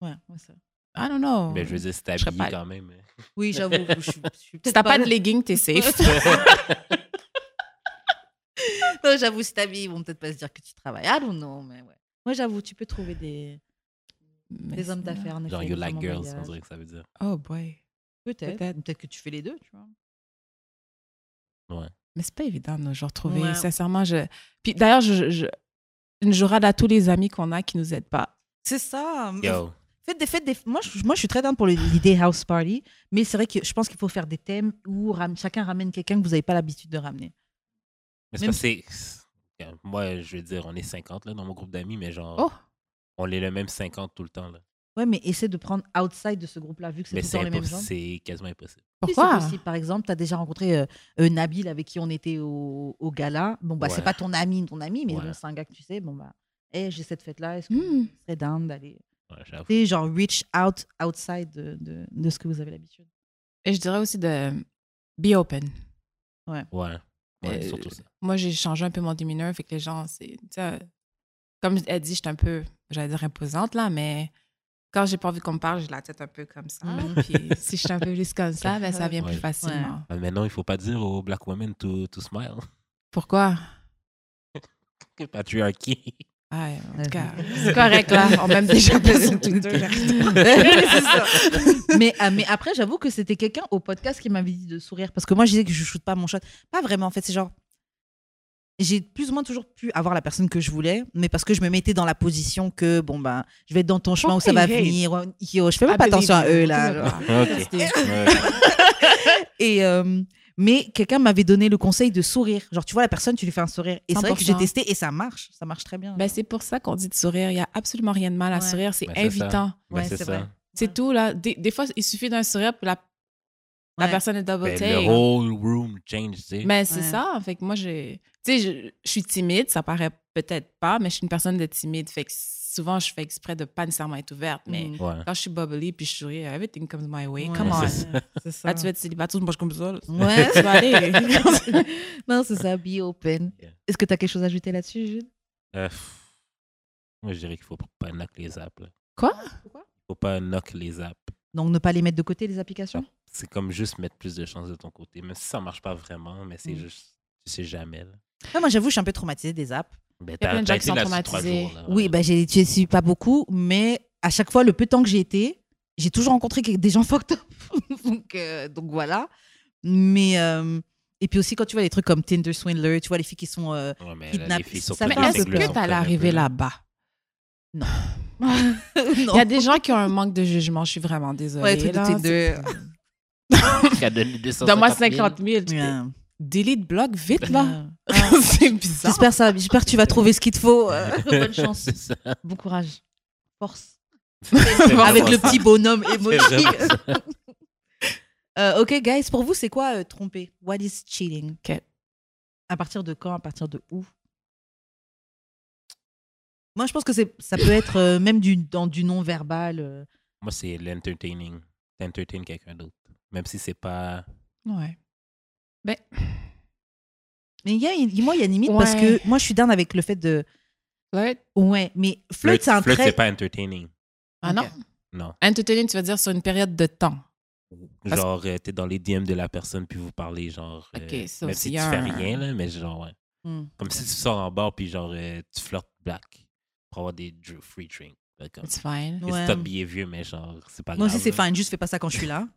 Ouais, ouais, ça. I don't know. Mais je veux dire, c'est serais habillé pas- quand même. hein. Oui, j'avoue. je suis- je suis si peut-être t'as pas de leggings, t'es safe. Non, j'avoue, si t'as vie, ils vont peut-être pas se dire que tu travailles. Ah non, non, mais ouais. Moi, j'avoue, tu peux trouver des, Mais des hommes sinon- d'affaires. en Genre, effet, you qui sont like en girls, on voyage. dirait que ça veut dire. Oh boy. euh, Peut-être. Peut-être. Peut-être que tu fais les deux, tu vois. Mais c'est pas évident de nos jours de trouver. Ouais. Sincèrement, je. Puis d'ailleurs, je, je- une journée à tous les amis qu'on a qui nous aident pas. C'est ça. hein. Yo, Faites des fêtes. Des... Moi, je, moi, je suis très down pour le- l'idée house party, mais c'est vrai que je pense qu'il faut faire des thèmes où ram- chacun ramène quelqu'un que vous n'avez pas l'habitude de ramener. mais Même c'est parce que euh, moi, je veux dire, on est 50 là, dans mon groupe d'amis, mais genre, Oh! on est le même 50 tout le temps. Là. Ouais, mais essaie de prendre outside de ce groupe-là, vu que c'est Mais tout le temps c'est les mêmes impossible. gens. C'est quasiment impossible. Si, Pourquoi? c'est possible. Par exemple, tu as déjà rencontré euh, euh, Nabil avec qui on était au, au gala. Bon, bah, c'est Ouais. pas ton ami, ton ami, mais Ouais. bon, c'est un gars que tu sais. Bon, bah, hey, j'ai cette fête-là, est-ce que Hmm. tu serais down d'aller Ouais, j'avoue. Tu sais, genre reach out, outside de, de, de ce que vous avez l'habitude. Et je dirais aussi de be open. Ouais. Ouais, Euh, surtout ça. Moi, j'ai changé un peu mon démineur, fait que les gens, c'est. tu sais, euh, Comme elle dit, je suis un peu, j'allais dire imposante, là, mais quand j'ai pas envie qu'on me parle, j'ai la tête un peu comme ça. Mhm. Puis si je suis un peu juste comme ça, ben, ça vient Ouais. plus facilement. Ah, Mais non, il faut pas dire aux black women to, to smile. Pourquoi? Patriarchy. Ah, en Ouais. tout cas, c'est correct, là. On m'aime déjà plus sur Twitter. C'est ça. mais, euh, mais après, j'avoue que c'était quelqu'un au podcast qui m'avait dit de sourire. Parce que moi, je disais que je shoote pas mon shot. Pas vraiment, en fait. C'est genre. J'ai plus ou moins toujours pu avoir la personne que je voulais, mais parce que je me mettais dans la position que, bon, ben, je vais être dans ton chemin où ça va Pourquoi ils venir. Ouais, Yo, je Ah, fais même pas attention à eux, là. genre. Ok. C'était- Ouais. Et, euh, mais quelqu'un m'avait donné le conseil de sourire. Genre, tu vois la personne, tu lui fais un sourire. Et c'est vrai que j'ai 100%. testé et ça marche. Ça marche très bien. Ben, c'est pour ça qu'on dit de sourire. Il n'y a absolument rien de mal à Ouais. sourire. C'est Ben, c'est ça. invitant. Ben, Ouais, c'est c'est ça. vrai. C'est Ouais. tout, là. Des, des fois, il suffit d'un sourire pour la, la Ouais. personne est double Ben, take. le whole room change, tu sais. Mais Ben, c'est Ouais. ça. Fait que moi, j'ai- tu sais, je, je suis timide. Ça paraît peut-être pas, mais je suis une personne de timide. Fait que souvent, je fais exprès de pas nécessairement être ouverte, mais Mhm. Ouais. quand je suis bubbly puis je souris, everything comes my way. Ouais, Come on. c'est C'est ça. Là, tu vas être célibataire, moi, je comme ça. là. Ouais. Tu vas aller. non, c'est ça, be open. Yeah. Est-ce que tu as quelque chose à ajouter là-dessus, Jude Euh, pff, moi, je dirais qu'il faut pas knock les apps. Il Quoi? faut pas knock les apps. Donc, ne pas les mettre de côté, les applications C'est comme juste mettre plus de chance de ton côté. Même si ça marche pas vraiment, mais c'est Mm. juste, tu sais jamais. Là. Ouais, Moi, j'avoue, je suis un peu traumatisée des apps. Ben, Il y a t'as- plein de t'as gens été qui sont là-dessus trois traumatisés. jours, là, Oui, voilà. bah, j'ai- je suis pas beaucoup, mais à chaque fois, le peu de temps que j'ai été, j'ai toujours rencontré que- des gens fucked up. donc, euh, donc voilà. Mais. euh, et puis aussi, quand tu vois des trucs comme Tinder Swindler, tu vois les filles qui sont. euh, ben, Ouais, mais Eh, là, kidnappé. les filles, Ça surtout fait Mais les un est-ce peu singles, on peur. que t'allais connaît un arriver peu. là-bas? Il non. y a des gens qui ont un manque de jugement, je suis vraiment désolée. Ouais, les trucs de là. Tinder. Qui a donné 250 Donne-moi 000. 50 000. Ouais. Bah. Delete bloc vite, là. Ouais. Ah. C'est bizarre. J'espère ça. J'espère que tu vas trouver ce qu'il te faut. euh, bonne chance. C'est ça. Bon courage. Force. C'est Avec vraiment le ça. petit bonhomme C'est émotif. vraiment ça. Euh, ok, guys, pour vous, c'est quoi euh, tromper What is cheating Ok. À partir de quand À partir de où Moi, je pense que c'est, ça peut être euh, même du, dans du non-verbal. euh. Moi, c'est l'entertaining. T'entertaines quelqu'un d'autre. Même si c'est pas. Ouais. Ben, Mais il y a, il- moi, il y a limite parce Ouais. que moi, je suis down avec le fait de. flirt. Ouais, mais flirt, c'est un flirt, trait. c'est pas entertaining. Ah non? Ok. Non. Entertaining, tu veux dire sur une période de temps. Parce- Genre, euh, t'es dans les DM de la personne, puis vous parlez, genre. euh, Ok, ça même aussi, si y tu a fais un- rien, là, mais genre, ouais. Hmm. Comme si tu sors en bar, puis genre, euh, tu flirtes black pour avoir des dr- free drinks. Là, Comme, It's fine. it's Ouais. top vieux, mais genre, c'est pas Moi Ah, grave. aussi, c'est là. fine. Juste fais pas ça quand je suis là.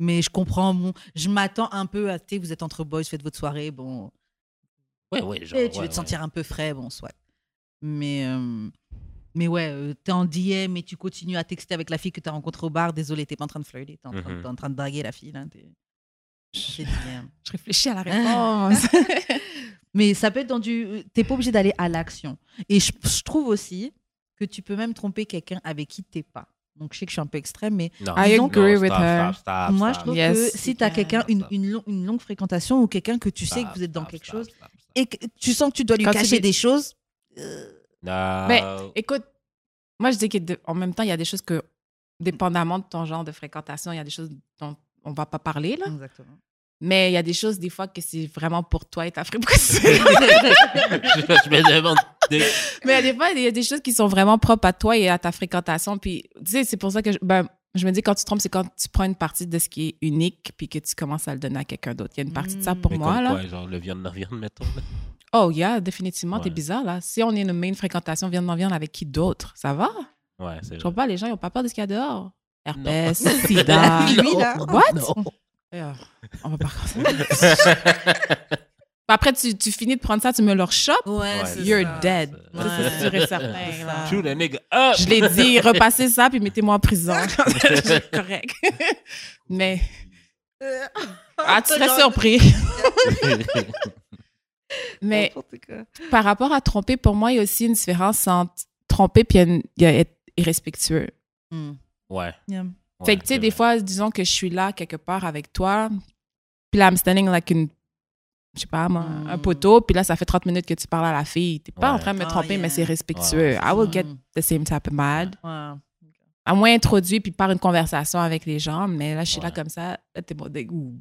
Mais je comprends. Bon, je m'attends un peu à. tu sais, Vous êtes entre boys, faites votre soirée. Bon, Ouais, ouais, genre. Eh, tu ouais, veux ouais. te sentir un peu frais, bon, soit. Mais, euh, mais ouais, euh, t'es en DM et tu continues à texter avec la fille que t'as rencontrée au bar. Désolé, t'es pas en train de flirter, t'es en, train- Mhm. t'es en train de draguer la fille. là, t'es- Je t'es DM. je réfléchis à la réponse. mais ça peut être dans du. euh, T'es pas obligé d'aller à l'action. Et je, je trouve aussi que tu peux même tromper quelqu'un avec qui t'es pas. Donc je sais que je suis un peu extrême, mais Non, I non, agree stop, with stop, her. stop, stop, moi je stop, trouve Yes. que si t'as Yeah. quelqu'un, une, Stop. une, long- une longue fréquentation ou quelqu'un que tu sais stop, que vous êtes dans stop, quelque stop, chose stop, stop. et que tu sens que tu dois lui Quand tu cacher lui- des choses. Non. Mais- Écoute, moi, je dis qu'en même temps, il y a des choses que, dépendamment de ton genre de fréquentation, il y a des choses dont on va pas parler, Mm. là. Exactement. Mais il y a des choses, des fois, que c'est vraiment pour toi et ta je, fréquentation. je me demande. de- Mais des fois, il y a des choses qui sont vraiment propres à toi et à ta fréquentation. Puis, tu sais, c'est pour ça que je, ben, je me dis, quand tu te trompes, c'est quand tu prends une partie de ce qui est unique puis que tu commences à le donner à quelqu'un d'autre. Il y a une partie de ça Mm. pour Mais moi, comme là. quoi, genre, le viande non viande, mettons. là. Oh, yeah, définitivement, t'es Ouais. bizarre, là. Si on est nommé une fréquentation, viens d'en viens avec qui d'autre? Ça va? Ouais, c'est Je vrai. comprends pas, les gens, ils ont pas peur de ce qu'il y a dehors. Non. Herpès, sida. Lui, là. What? Non. Eh, euh, on va pas commencer. Après, tu, tu finis de prendre ça, tu me le rechopes. Ouais, Ouais, c'est You're ça. dead. Ouais. Ça, C'est sûr et certain, C'est là. ça. Shoot a nigga up! Je l'ai dit, repassez ça, puis mettez-moi en prison. C'est correct. Mais, ah, tu serais surpris. Mais par rapport à tromper, pour moi, il y a aussi une différence entre tromper puis une- il y a être irrespectueux. Hmm. ouais. Yeah. fait que, tu sais, des fois, disons que je suis là quelque part avec toi, puis là, I'm standing like une, je sais pas, moi, Mm. un poteau, puis là, ça fait 30 minutes que tu parles à la fille. T'es pas Hmm. Ouais. en train de me Ah, tromper, yeah. mais c'est respectueux. Ouais, I will get Mm. the same type of mad. Ouais. À moins introduit, puis par une conversation avec les gens, mais là, je suis là Ouais. comme ça, là, t'es bon, des- ouh.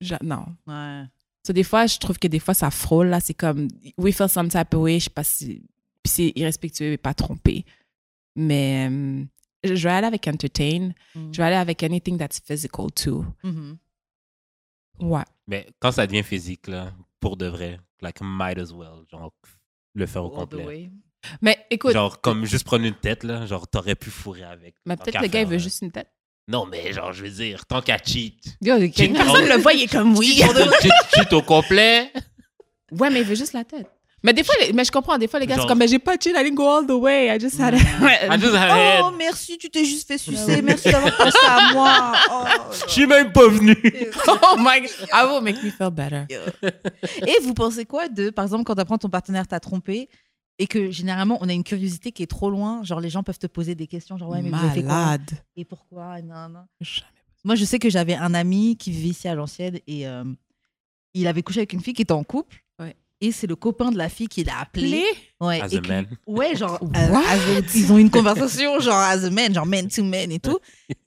Je- non. Ouais. So, des fois, je trouve que des fois, ça frôle, là, c'est comme, we feel some type of way, je sais pas si, puis c'est irrespectueux et pas trompé. Mais euh, je je vais aller avec entertain, Mm. je vais aller avec anything that's physical too. Mhm. Ouais. Mais quand ça devient physique, là, pour de vrai, like, might as well, genre, le faire au All Oh, the complet. way. Mais écoute, Genre, comme juste prendre une tête, là, genre, t'aurais pu fourrer avec. mais Tant peut-être qu'à le gars, il faire, veut là. juste une tête. Non, mais genre, je veux dire, tant qu'à cheat. Yo, Cheat personne Oh. code. le voit, il est comme oui. cheat, cheat au complet. ouais, mais il veut juste la tête. Mais des fois, les- mais je comprends, des fois, les gars, Genre- c'est comme, mais j'ai pas chill, I didn't go all the way, I just had a... I just had a Oh, head. merci, tu t'es juste fait sucer. Merci d'avoir pensé à moi. Je suis même pas venu. Oh. oh my god, I will make me feel better. Et vous pensez quoi de, par exemple, quand t'apprends que ton partenaire t'a trompé et que généralement on a une curiosité qui est trop loin, genre les gens peuvent te poser des questions, genre ouais, mais vous avez fait quoi Malade. Et pourquoi Et nan, nan. Jamais. Moi, je sais que j'avais un ami qui vivait ici à Lancienne et euh, il avait couché avec une fille qui était en couple. Ouais. Et c'est le copain de la fille qui l'a appelé. Play? Ouais, As et a qui- man. Ouais, genre, What? euh, as a- ils ont une conversation, genre, as a man, genre, man to man et tout.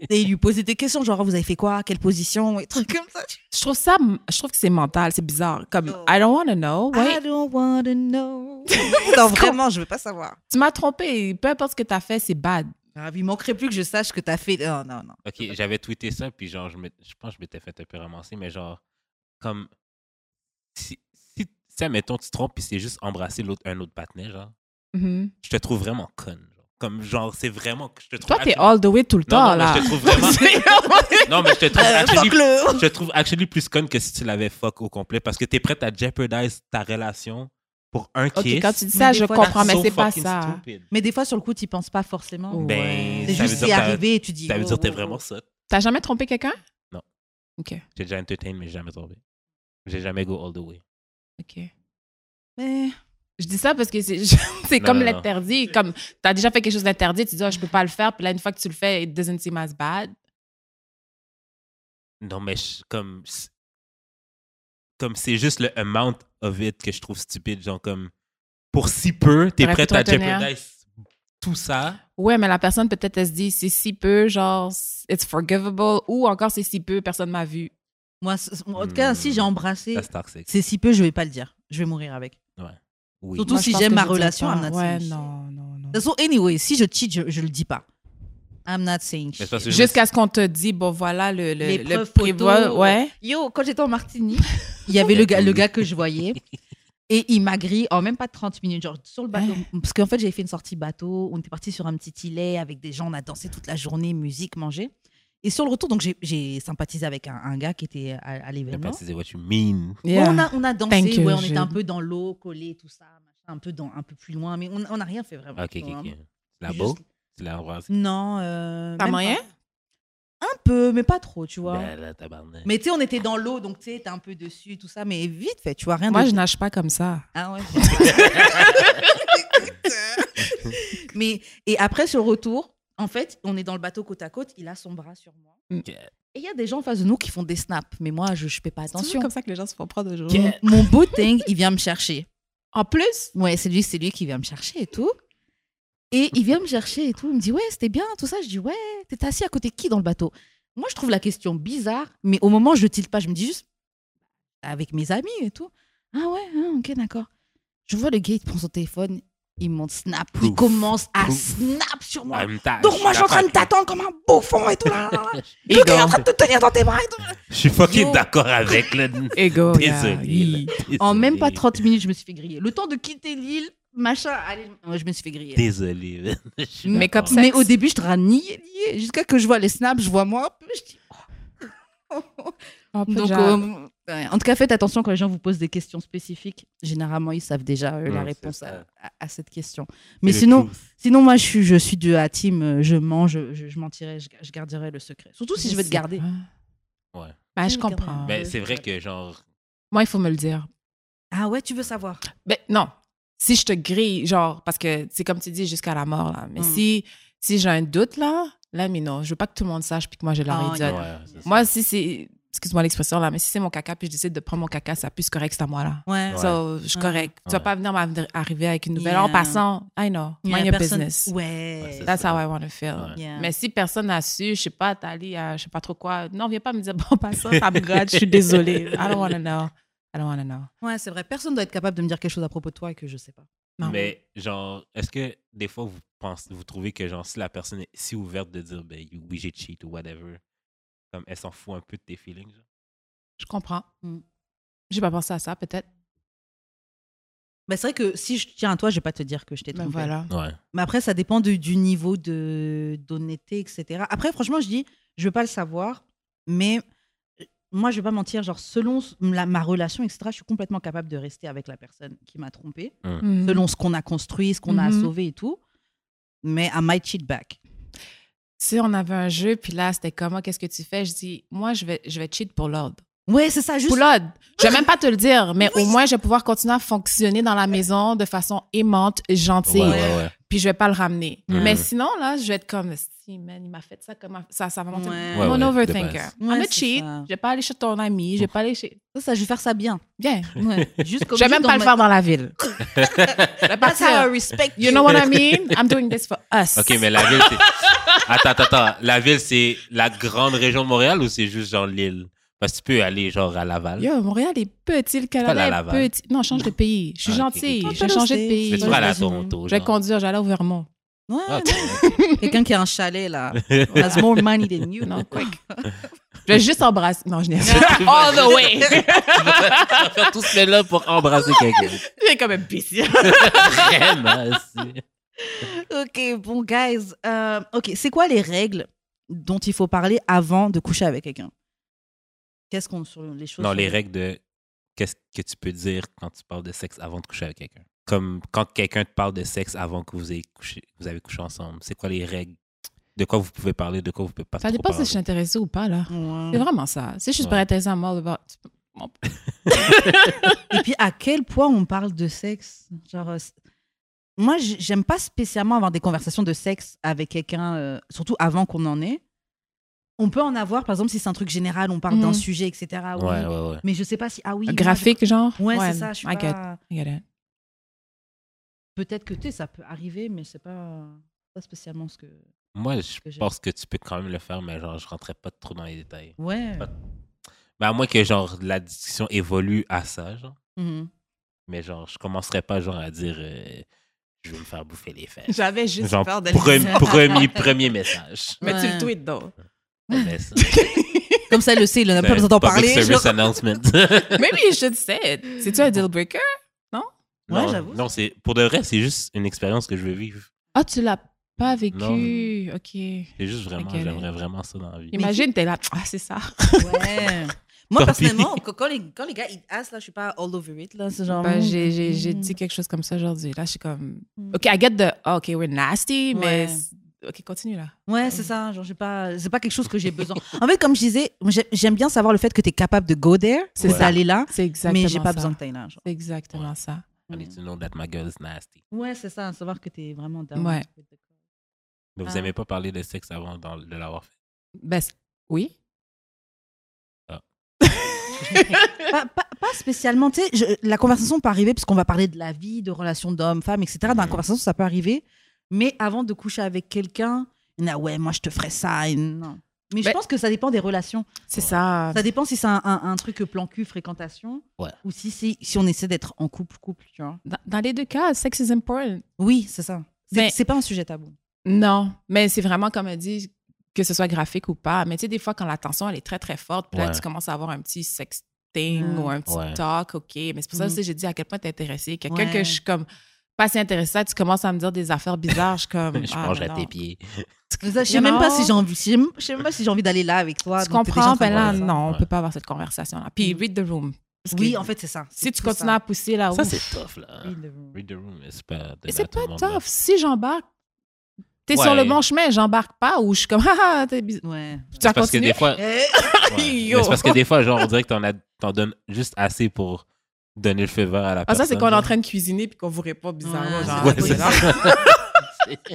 Et il lui posait des questions, genre, vous avez fait quoi, quelle position, et trucs comme ça. Je trouve ça, je trouve que c'est mental, c'est bizarre. Comme, Oh. I don't want to know. Ouais, I don't wanna know. non, vraiment, je veux pas savoir. tu m'as trompé. Peu importe ce que t'as fait, c'est bad. Ah, il manquerait plus que je sache que t'as fait. Non, non, non. Ok, j'avais tweeté ça, puis genre, je, me- je pense que je m'étais fait un peu ramasser, mais genre, comme. Si, si, si, admettons, tu te trompes, puis c'est juste embrasser l'autre, un autre patinet, genre, Mm-hmm. Mhm. je te trouve vraiment conne. genre. Comme, genre, c'est vraiment que je te trouve. Toi, t'es actually- all the way tout le non, temps, non, mais là. je te trouve vraiment. non, mais je te trouve. Euh, actually- fuck le- je te trouve actually plus conne que si tu l'avais fuck au complet, parce que t'es prête à jeopardize ta relation pour un Ok, kiss. quand tu dis Mais ça, des je fois, comprends, That's mais so c'est pas fucking ça. stupid. Mais des fois, sur le coup, t'y penses pas forcément. Oh. Ben, C'est ça juste veut c'est dire que t'as- arrivé et tu dis. Ça veut oh, dire que t'es oh, vraiment oh. ça. T'as jamais trompé quelqu'un? Non. Ok, J'ai déjà entertain, mais j'ai jamais trouvé. J'ai jamais go all the way. ok. Mais Je dis ça parce que c'est c'est Non, comme non, non. l'interdit. Comme t'as déjà fait quelque chose d'interdit, tu dis Ah, je peux pas le faire. Puis là, une fois que tu le fais, it doesn't seem as bad. Non, mais je- comme. c'est- Comme c'est juste le amount of it que je trouve stupide. Genre, comme. Pour si peu, t'es T'aurais pu prête à te retenir. jeopardize tout ça. Ouais, mais la personne peut-être elle se dit c'est si peu, genre it's forgivable, ou encore c'est si peu, personne m'a vu. moi, c- moi, en tout cas, Hmm. si j'ai embrassé, That's toxic. c'est si peu, je vais pas le dire. Je vais mourir avec. De Oui. surtout- Moi, si je pense j'aime que ma je dirais relation, pas. I'm not Ouais, saying non, non, non. toute façon, anyway, si je cheat, je, je le dis pas. I'm not saying Mais shit. parce que je me Jusqu'à ce qu'on te dit bon voilà le le, Les le preuves prévoi- photos, ouais. Yo, quand j'étais en Martinique, il y avait le gars, le gars que je voyais. Et il m'a grillé en même pas 30 minutes, genre sur le bateau. Parce qu'en fait, j'avais fait une sortie bateau. On était parti sur un petit îlet avec des gens. On a dansé toute la journée, musique, mangé. Et sur le retour, donc j'ai- j'ai sympatisé avec un, un gars qui était à, à Je sais l'événement. pas si c'est what you mean. Yeah. On, a, on a dansé, Thank you, ouais, on Jules. était un peu dans l'eau, collés, tout ça, machin, un peu, dans, un peu plus loin, mais on on n'a rien fait vraiment. Ok, tu ok, vois. ok. Tu l'as Juste- beau? Tu l'as embrassé? Non. Euh, T'as même moyen? pas. Un peu, mais pas trop, tu vois. Ben là, tabarnak. Mais tu sais, on était dans l'eau, donc tu sais, t'es un peu dessus, tout ça, mais vite fait, tu vois, rien Moi, de. je nage pas comme ça. Ah ouais. mais et après sur le retour, en fait, on est dans le bateau côte à côte, il a son bras sur moi. Yeah. Et il y a des gens en face de nous qui font des snaps, mais moi je je fais pas Mm. C'est toujours attention. comme ça que les gens se font prendre aujourd'hui. Mon, mon beau thing, il vient me chercher. En plus, Ouais, c'est lui, c'est lui qui vient me chercher et tout. Et il vient me chercher et tout. Il me dit ouais, c'était bien, tout ça. Je dis ouais, t'étais assis à côté de qui dans le bateau Moi, je trouve la question bizarre, mais au moment je tilte pas, je me dis juste bah, avec mes amis et tout. Ah ouais, hein, ok, d'accord. Je vois le gars, il prend son téléphone, il monte snap, il Proof. commence à Proof. snap sur moi. I'm tired. Donc moi, Ah je suis en train de t'attendre comme un bouffon et tout là. là, là. Le gars est en train de te tenir dans tes bras et tout. Je suis Yo. fucking d'accord avec le. ego. yeah, Désolé. oui. là. En même pas Désolé. 30 minutes, je me suis fait griller. Le temps de quitter l'île, machin, allez, ouais, je me suis fait griller. Désolé. man. Je suis Mais d'accord. comme ça- Mais au début, je te nier, nier. Jusqu'à que je vois les snaps, je vois moi un peu. Je dis... oh. Un peu Donc, de euh, jaloux. ouais. en tout cas, faites attention quand les gens vous posent des questions spécifiques. Généralement, ils savent déjà euh, la Mm, c'est réponse à, ça. à- à cette question. Mais C'est le sinon, truth. sinon, moi, je suis, je suis de la team. euh, Je mange, je, je, je mentirai, je, je garderai le secret. Surtout si je veux te garder. Ouais. Ouais. Ben, je Je vais te garder. comprends. Ben, c'est vrai que genre. Moi, il faut me le dire. Ah ouais, tu veux savoir Ben, non. Si je te grille, genre, parce que c'est comme tu dis, jusqu'à la mort, là. Mais Mm. si, si j'ai un doute, là, là, mais non, je veux pas que tout le monde sache puis que moi, je Ah, leur ai il dit. y a- Ouais, c'est ça. Moi, si c'est. Excuse-moi l'expression, là, mais si c'est mon caca puis je décide de prendre mon caca, ça plus correct, c'est à moi, là. Ouais. So, je suis Ah. correct. Tu vas Ouais. pas venir m'av- arriver avec une nouvelle. Yeah. En passant, I know. Il y a Mind your personne- business. Ouais, Ouais. c'est That's how I want to feel. Ouais. Yeah. Mais si personne a su, je sais pas, t'es allé à je sais pas trop quoi. Non, viens pas me dire, bon, pas ça, ça me gratte, je suis désolée. I don't want to know. I don't want to know. Ouais, c'est vrai. Personne doit être capable de me dire quelque chose à propos de toi et que je sais pas. Non. Mais genre, est-ce que des fois vous pensez, vous trouvez que genre si la personne est si ouverte de dire ben you- oui j'ai cheat ou whatever, comme elle s'en fout un peu de tes feelings. genre? Je comprends. Mm. J'ai pas pensé à ça, peut-être. Bah, c'est vrai que si je tiens à toi, je vais pas te dire que je t'ai Mais trompé. Bah, voilà. Ouais. Mais après, ça dépend de- du niveau de d'honnêteté, etc. Après, franchement, je dis, je veux pas le savoir, mais euh, moi, je vais pas mentir. Genre, selon s- la- ma relation, etc., je suis complètement capable de rester avec la personne qui m'a trompé, Mm. selon ce qu'on a construit, ce qu'on a Mhm. sauvé et tout. Mais I might cheat back. Si on avait un jeu, puis là, c'était comment, qu'est-ce que tu fais? Je dis, moi, je vais, je vais cheat pour l'ordre. Ouais, c'est ça, juste. Pour l'ordre. Je vais même pas te le dire, mais Oui. au moins, je vais pouvoir continuer à fonctionner dans la maison de façon aimante, gentille. Ouais, ouais, ouais. puis je vais pas le ramener. Mm. Mais sinon, là, je vais être comme, si, man, il m'a fait ça, comment ça, ça va monter. Ouais. I'm Ouais, an ouais, de overthinker. base. I'm Ouais, a c'est cheat. ça. Je vais pas aller chez ton ami. Je vais pas aller chez. Ça, ça, je vais faire ça bien. Bien. Ouais. Juste comme Je vais juste même pas dans le ma- faire dans la ville. Je vais pas That's how dire, I respect You know what I mean? I'm doing this for us. OK, mais la ville, c'est... Attends, attends, attends. La ville, c'est la grande région de Montréal ou c'est juste genre l'île? Parce que tu peux aller genre à Laval. Yo, Montréal est petit, le pas la Canada Laval. est petit. Non, change de pays. Je suis Ah, ok, gentille. ok, ok. Je vais changer de Mais pays. tu vas aller à États-Unis. Toronto. Je vais genre. conduire, j'allais au Vermont. Ouais, Ah, non. Quelqu'un qui a un chalet, là, has more money than you. Non, quick. Je vais juste embrasser. Non, je n'ai Tu vas- All the way. tu vas faire tout ce là pour embrasser quelqu'un. C'est comme un piscine. Vraiment, aussi. Ok, bon, guys. euh, ok, c'est quoi les règles dont il faut parler avant de coucher avec quelqu'un Qu'est-ce qu'on sur les choses Non, sur- les règles de qu'est-ce que tu peux dire quand tu parles de sexe avant de coucher avec quelqu'un. Comme quand quelqu'un te parle de sexe avant que vous ayez couché, vous avez couché ensemble. C'est quoi les règles? De quoi vous pouvez parler, de quoi vous pouvez pas Ça trop dépend si parler. je suis intéressée ou pas, là. Ouais. C'est vraiment ça. C'est juste Ouais. pour être intéressant, I'm all about- Bon, Et puis, à quel point on parle de sexe Genre, euh, c'est- moi, j- j'aime pas spécialement avoir des conversations de sexe avec quelqu'un, euh, surtout avant qu'on en ait. On peut en avoir, par exemple, si c'est un truc général, on parle d'un Mhm. sujet, etc. oui. Ouais, ouais, ouais. Mais je sais pas si ah oui, Graphique, genre. moi, Ouais, c'est ça. Je suis I get, pas... I get it. Peut-être que tu sais, ça peut arriver, mais c'est pas pas spécialement ce que. Moi, je Que j'ai- pense que tu peux quand même le faire, mais genre, je rentrais pas trop dans les détails. Ouais. Pas- Mais à moins que genre la discussion évolue à ça, genre. Mhm. Mais genre, je commencerai pas genre à dire euh, je vais me faire bouffer les fesses. J'avais juste Genre, peur de pre- premier, premier message. Mais tu Ouais. le tweets, donc. Mais ça, Comme ça, elle le sait, il en a pas c'est besoin un d'en public parler. service genre. announcement. Maybe you should say it. C'est-tu un deal breaker? Ouais, Non, j'avoue. Non, c'est pour de vrai, c'est juste une expérience que je veux vivre. Ah, tu l'as pas vécu. Non. OK. C'est juste vraiment, Ok. j'aimerais vraiment ça dans la vie. Imagine, t'es là. Ah, c'est ça. Ouais. Moi, Tant personnellement, quand, quand les, quand les gars ils ass, là, je suis pas all over it, là. C'est genre. Ben, j'ai- j'ai j'ai Mm. dit quelque chose comme ça aujourd'hui. Là, je suis comme. Mm. OK, I get the. oh, OK, we're nasty, mais. Ouais. c'est- OK, continue là. Ouais, c'est ça. Genre, j'ai pas, c'est pas quelque chose que j'ai besoin. En fait, comme je disais, moi, j'ai- j'aime bien savoir le fait que tu es capable de go there, C'est c'est ça. d'aller là, C'est exactement mais j'ai pas ça. besoin que t'ailles là. genre. C'est exactement Ouais. ça. I need to know that my girl is nasty. Ouais, c'est ça, savoir que t'es vraiment down. Ouais. Mais vous Ah. aimez pas parler de sexe avant d'en- de l'avoir fait. Ben, c'est- oui. Pas, pas- pas spécialement, tu sais, je- la conversation peut arriver parce qu'on va parler de la vie, de relations d'hommes, femmes, etc. Dans la Mm. Mhm. conversation, ça peut arriver, mais avant de coucher avec quelqu'un, il y en a, ouais, moi je te ferais ça, et non. Mais je Ben- pense que ça dépend des relations. C'est Ouais. ça. Ça dépend si c'est un, un- un truc plan cul, fréquentation, Ouais. ou si, si, si on essaie d'être en couple, couple, tu vois. Dans, dans les deux cas, sex is important. Oui, c'est ça. C'est, Ben- c'est pas un sujet tabou. Non, mais c'est vraiment comme elle dit, que ce soit graphique ou pas. Mais tu sais, des fois, quand la tension, elle est très, très forte, puis là, Ouais. tu commences à avoir un petit sexting Mm. ou un petit Ouais. talk, OK. Mais c'est pour ça Mm. aussi, j'ai dit à quel point t'es intéressée. Quelqu'un Ouais. que je suis comme pas si intéressée, tu commences à me dire des affaires bizarres, je suis comme. je ah, mange à mais non. tes pieds. Je sais You même pas know? si j'ai envie, je sais même- je sais même pas si j'ai envie d'aller là avec toi. Tu donc t'es déjà en comprends? train Ben de là, faire ça. non, on Ouais. peut pas avoir cette conversation-là. Puis, Mm. read the room. Parce que Oui, en fait, c'est ça. Si C'est tu Euh. tout continues ça. à pousser là-haut. Ça, c'est tough, là. Oui, le- Read the room, mais c'est pas Oh, Mm. Mais donné à c'est tout pas le monde, là. tough. Si j'embarque, t'es sur Ouais. le bon chemin, j'embarque pas ou je suis comme, ah, ah, t'es bizarre. Ouais. Tu as C'est parce que continué. des fois, Eh, Ouais. Yo. Mais c'est parce que des fois, genre, on dirait que t'en, as- t'en donnes juste assez pour donner le feu vert à la Ah, personne. ça, c'est qu'on est en train de cuisiner puis qu'on vous répond bizarrement. Ouais, genre, Ouais, c'est ah, oui, ça. non.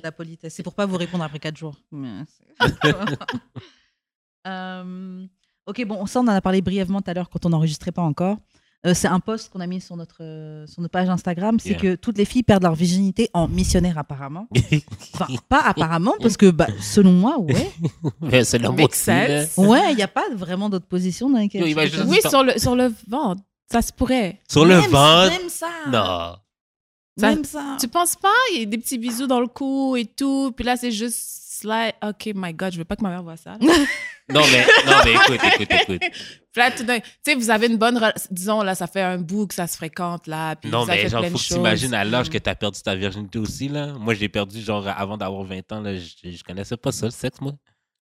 la politesse. C'est pour pas vous répondre après quatre jours. Mais c'est- Euh, ok, bon, ça, on en a parlé brièvement tout à l'heure quand on n'enregistrait pas encore. Euh, c'est un post qu'on a mis sur notre, euh, sur notre page Instagram. C'est Yeah. que toutes les filles perdent leur virginité en missionnaire, apparemment. Enfin, pas apparemment, parce que bah, selon moi, ouais. Mais c'est le Makes mot de sense. style, là. Ouais, il n'y a pas vraiment d'autres positions dans lesquelles. Yo, il va tu peux juste- faire- Oui, sur le, sur le ventre. Ça se pourrait. Sur le Même- ventre, Même ça. non. Même ça. Tu penses pas? Il y a des petits bisous dans le cou et tout. Puis là, c'est juste slide. OK, my God, je veux pas que ma mère voit ça. là. Non, mais, non, mais écoute, écoute, écoute. Puis là, tout d'un- tu sais, vous avez une bonne. rela- Disons, là, ça fait un bout que ça se fréquente, là. Puis Non, vous avez mais fait genre, plein de faut que tu choses. imagines à l'âge que t'as perdu ta virginité aussi, là. Moi, j'ai perdu, genre, avant d'avoir 20 ans, là, je, je connaissais pas ça, le sexe, moi.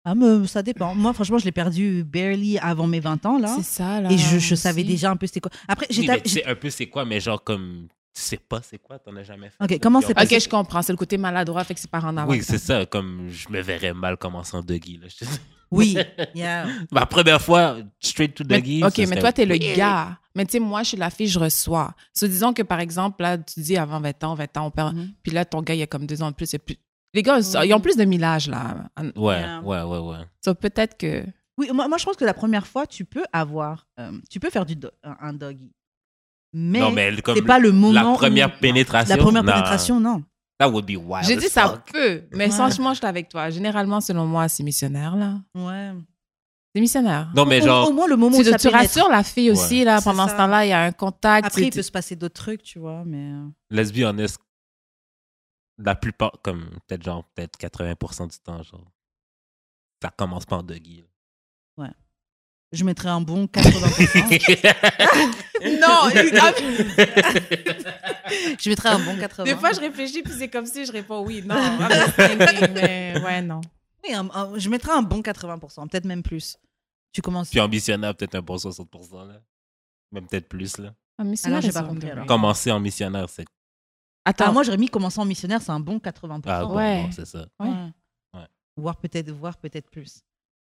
Ah, mais ça dépend. Moi, franchement, je l'ai perdu barely avant mes 20 ans, là. C'est ça, là. Et je, je savais aussi. déjà un peu c'était quoi. Après, Oui, j'étais. mais tu sais un peu c'est quoi, mais genre, comme, tu sais pas c'est quoi, t'en as jamais fait. Ok, là. comment Puis c'est en plus, OK, je comprends. C'est le côté maladroit, fait que c'est par en avant. Oui, c'est ça, comme, je me verrais mal commencer en doggy, là. Je te dis. Oui. yeah. Ma première fois, straight to the Mais- geese. OK, ça, mais c'était- toi, t'es le gars. Mais tu sais, moi, je suis la fille, je reçois. So, disons que, par exemple, là, tu dis avant 20 ans, 20 ans, on perd. Mhm. Puis là, ton gars, il a comme deux ans de plus. et plus... Les gars, Mhm. ils ont plus de mille âges, là. Ouais, Yeah. ouais, ouais, ouais. So, peut-être que... Oui, moi, moi, je pense que la première fois, tu peux avoir, euh, tu peux faire du do- un, un doggy. Mais, non, mais elle, comme c'est pas le moment. la où- première pénétration. La première non. pénétration, non. That would be wild. as J'ai dit ça fuck. peut, mais Ouais. franchement, je suis avec toi. Généralement, selon moi, c'est missionnaire, là. Ouais. C'est missionnaire. Non, mais au, oh, genre, au moins le moment où tu, ça tu pénètre. rassures la fille aussi, là. C'est Pendant ça. ce temps-là, il y a un contact. Après, tu- il peut se passer d'autres trucs, tu vois, mais. euh, let's be honest, la plupart, comme peut-être genre peut-être 80% du temps, genre, ça commence pas en doggy. Je mettrais un bon 80%. Non, je mettrais un bon 80%. des fois, je réfléchis, puis c'est comme si je réponds oui, non. I'm just thinking, mais ouais, non. Oui, un- un- je mettrais un bon 80%, peut-être même plus. Tu commences. Puis ambitionnaire, peut-être un bon 60%, là. Même peut-être plus, là. Un missionnaire, Alors, j'ai ils pas ont compris, de- alors. Commencer en missionnaire, c'est. Attends, Ah, moi, j'aurais mis commencer en missionnaire, c'est un bon 80%. Ah, bon, Ouais. bon, c'est ça. ouais. Ouais. Voire peut-être voire peut-être plus.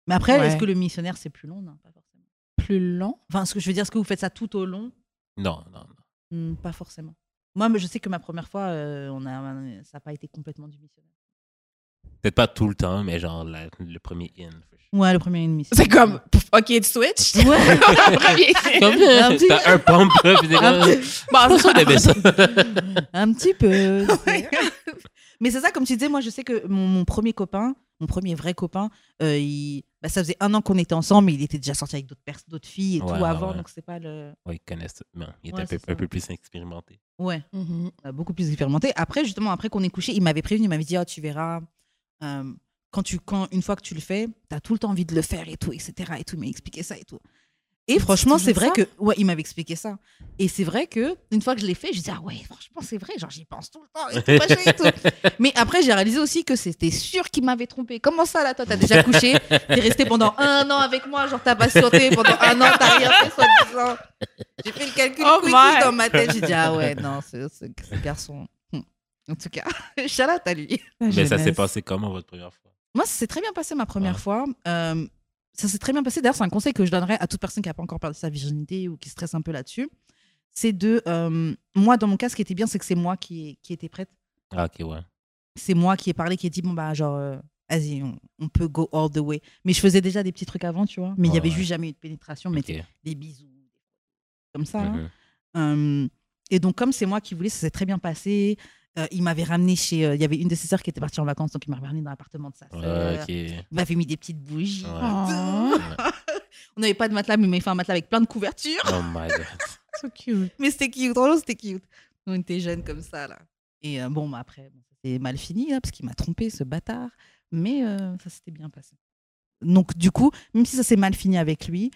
Mais après, Ouais. est-ce que le missionnaire, c'est plus long Non, pas forcément. plus long. Enfin, ce que je veux dire, est-ce que vous faites ça tout au long Non, non, non. Hmm, Pas forcément. Moi, mais je sais que ma première fois, euh, on a, ça n'a pas été complètement du missionnaire. Peut-être pas tout le temps, mais genre la- le premier in. for sure. Ouais, le premier et demi. C'est comme, pouf, OK, switch. Ouais. Premier. Comme euh, Un petit- t'as un pump, là, puis t'es comme. Bon, ça, on aimait ça. Un petit peu. c'est- Mais c'est ça, comme tu disais, moi, je sais que mon, mon premier copain, mon premier vrai copain, euh, il- bah, ça faisait un an qu'on était ensemble, mais il était déjà sorti avec d'autres pers- d'autres filles et Ouais, tout ouais, avant, ouais. donc c'est pas le. Ouais, ils connaissent. ça. Non, il était Ouais, un, peu, c'est ça. un peu plus expérimenté. Ouais, Mhm. euh, beaucoup plus expérimenté. Après, justement, après qu'on est couché, il m'avait prévenu, il m'avait dit, oh, tu verras. euh, quand tu, quand, une fois que tu le fais, t'as tout le temps envie de le faire et tout, etc. Et tout, il m'a expliqué ça et tout. Et franchement, c'est vrai toujours que. Ouais, il m'avait expliqué ça. Et c'est vrai que, une fois que je l'ai fait, je dis, ah ouais, franchement, c'est vrai, genre, j'y pense tout le temps et tout, machin et tout. Mais après, j'ai réalisé aussi que c'était sûr qu'il m'avait trompé. Comment ça, là, toi, t'as déjà couché T'es resté pendant un an avec moi, genre, t'as patienté pendant un an, t'as rien fait, soi-disant. J'ai fait le calcul Oh quick my. dans ma tête. J'ai dit, ah ouais, non, ce, ce- ce garçon. Hmm. En tout cas, Charlotte à lui. La Mais ça s'est jeunesse. passé comment votre première fois? Moi, ça s'est très bien passé ma première Ouais. fois. Euh, ça s'est très bien passé. D'ailleurs, c'est un conseil que je donnerais à toute personne qui n'a pas encore perdu sa virginité ou qui stresse un peu là-dessus. C'est de. euh, moi, dans mon cas, ce qui était bien, c'est que c'est moi qui, qui étais prête. Ah, ok, ouais. c'est moi qui ai parlé, qui ai dit, bon, bah, genre, euh, vas-y, on, on peut go all the way. Mais je faisais déjà des petits trucs avant, tu vois. Mais il y Ouais, avait ouais. juste jamais eu de pénétration, mais Ok. des bisous, comme ça. là. Mhm. Euh, et donc, comme c'est moi qui voulais, ça s'est très bien passé. Euh, il m'avait ramené chez. euh, il y avait une de ses sœurs qui était partie en vacances, donc il m'a ramené dans l'appartement de sa sœur. Ouais, Il m'avait mis des petites bougies. Ouais. Oh, ok. On n'avait pas de matelas, mais il m'avait fait un matelas avec plein de couvertures. Oh my god. Ah, so cute. Mais c'était cute, franchement, c'était cute. On était jeunes comme ça, là. Et euh, bon, bah, après, bon, c'est mal fini, là, parce qu'il m'a trompé, ce bâtard. Mais euh, ça s'était bien passé. Donc, du coup, même si ça s'est mal fini avec lui,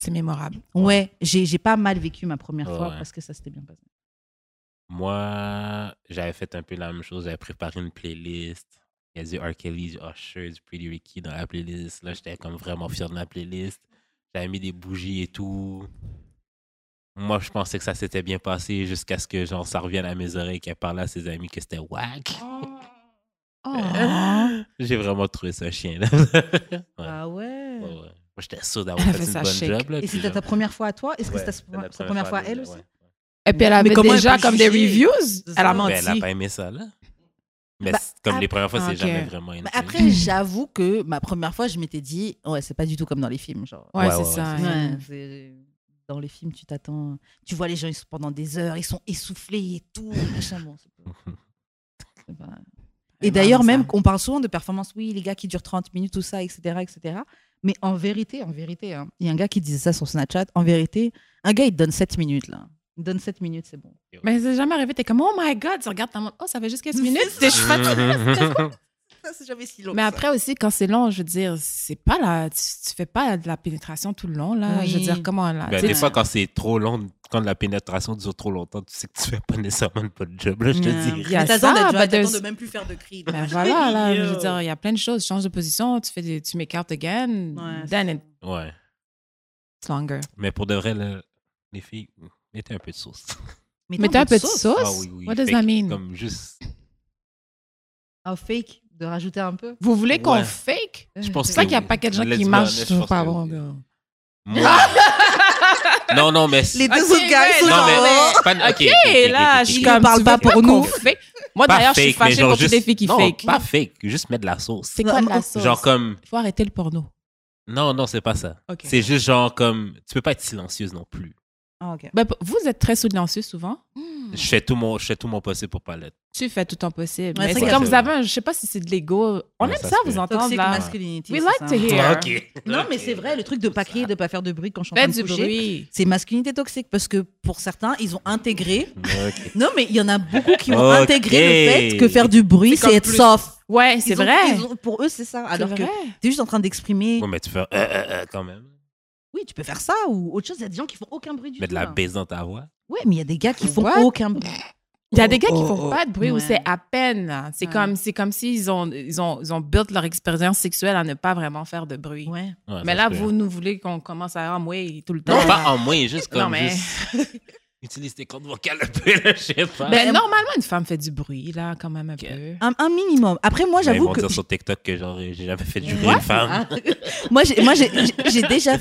C'est mémorable. ouais, Ouais. j'ai j'ai pas mal vécu ma première fois Ouais. parce que ça s'était bien passé. Moi, j'avais fait un peu la même chose. J'avais préparé une playlist. Il y a du R. Kelly, du Usher, du Pretty Ricky dans la playlist. Là, j'étais comme vraiment fier de ma playlist. J'avais mis des bougies et tout. Moi, je pensais que ça s'était bien passé jusqu'à ce que genre, ça revienne à mes oreilles qu'elle parlait à ses amis que c'était whack. Ah. Oh. J'ai vraiment trouvé ça chien. Là. ouais. Ah ouais. Ouais, ouais. Moi, j'étais sûr d'avoir Elle fait fait une ça bonne chic. job. Là, Et puis c'était genre- ta première fois à toi Est-ce que Ouais, c'était sa, c'était la sa première fois à elle là, aussi ouais. Et puis elle avait comment elle déjà peut comme des juger reviews. C'est Elle ça. a Ben, Ben, elle a menti. pas aimé ça, là. Mais Bah, c'est- comme les premières fois, c'est ok. jamais vraiment une Bah, fille. après, j'avoue que ma première fois, je m'étais dit, ouais, c'est pas du tout comme dans les films. Genre, Ouais, Ouais, c'est ouais, ça. ouais, ouais. Ouais, c'est- Dans les films, tu t'attends. Tu vois les gens, ils sont pendant des heures, ils sont essoufflés et tout. machin, bon, c'est pas- c'est pas- Et C'est d'ailleurs, marrant, même, Eh ben, ça. on parle souvent de performance, oui, les gars qui durent 30 minutes, tout ça, etc. etc. Mais en vérité, en vérité, hein, il y a un gars qui disait ça sur Snapchat, en vérité, un gars, il te donne 7 minutes, là. Il te donne 7 minutes, c'est bon. Mais c'est Ben, jamais arrivé. T'es comme, oh my god, tu regardes ta montre. Oh, ça fait juste 15 minutes. C'est Je suis fatiguée. Ça, c'est jamais si long. Mais après aussi, quand c'est long, je veux dire, c'est pas la, tu, tu fais pas de la pénétration tout le long, là. Oui. Je veux dire, comment là? Ben, tu sais, des fois, quand c'est trop long, quand la pénétration dure trop longtemps, tu sais que tu fais pas nécessairement une bonne job, là, je te Ouais. dis. euh, y a Mais ça, t'attends d'être- bah, t'attends de de- même plus faire de cris. ben voilà, là, je veux dire, il y a plein de choses. Change de position, tu fais des, tu m'écartes again, Ouais, then c'est- Ouais. it's longer. Mais pour de vrai, là, les filles, mettez un peu de sauce. Mais t'as un peu de sauce? Ah oui, oui. What does Fait that que, mean? Comme juste. Ah, fake. de rajouter un peu. Vous voulez qu'on Ouais. fake? Je pense C'est ça que qu'il y a oui. pas de gens Let's qui be marchent honest, je sur pense pas que- bon. Moi- non, non, mais. Les deux Ok, autres gars, ils ouais, sont non, genre, mais- oh. pas- ok, ok, Et ok, là, ok, je ok. suis Ils comme, parlent tu pas veux pour qu'on nous. fake? Moi, Pas d'ailleurs, je suis fake, mais fâchée genre contre juste- des filles qui non, fake. Pas fake, juste mettre de la sauce. C'est quoi de la Genre sauce? Genre comme. Faut arrêter le porno. Non, non, c'est pas ça. Ok. C'est juste genre comme. Tu peux pas être silencieuse non plus. Ah, ok. Ben, vous êtes très silencieux souvent. Hmm. Je fais tout mon, je fais tout mon possible pour pas l'être. Tu fais tout ton possible. Ouais, Mais c'est c'est vrai. comme vous avez un, je sais pas si c'est de l'ego. On Ouais, aime ça ça, se vous fait. entendre Toxic là. masculinity. We c'est like ça. hein. to hear. Ok. Non, mais c'est vrai, le truc de pas crier, de pas faire de bruit quand je suis en train Faites de du coucher. bruit. C'est masculinité toxique parce que pour certains, ils ont intégré. Ok. Non, mais il y en a beaucoup qui ont Ok. intégré le fait que faire du bruit, C'est comme c'est être plus- soft. Ouais, c'est Ils ont- vrai. ils ont- pour eux, c'est ça. Alors C'est que vrai. t'es juste en train d'exprimer. Ouais, mais tu fais euh, euh, euh, quand même. Oui, tu peux faire ça ou autre chose. Il y a des gens qui font aucun bruit du Mets tout. de la hein. baisse dans ta voix. Ouais, mais il y a des gars qui font What aucun bruit. Il y a des gars qui Oh, font oh, pas de bruit ou ouais. c'est à peine. là. C'est Ouais. comme, c'est comme s'ils ont, ils ont, ils ont built leur expérience sexuelle à ne pas vraiment faire de bruit. Ouais. Ouais, Mais Ah, ça là, se peut. vous nous voulez qu'on commence à amouer tout le temps. Non, pas en moins, juste comme. Non, mais- juste- Utilise tes cordes vocales un peu, là, je sais pas. Ben, normalement, une femme fait du bruit, là, quand même un peu. Un, un minimum. Après, moi, Mais ils j'avoue vont que. dire sur TikTok que genre, j'ai jamais fait de jurer Ouais. une femme. Ah. moi, j'ai, moi, j'ai, j'ai- j'ai déjà.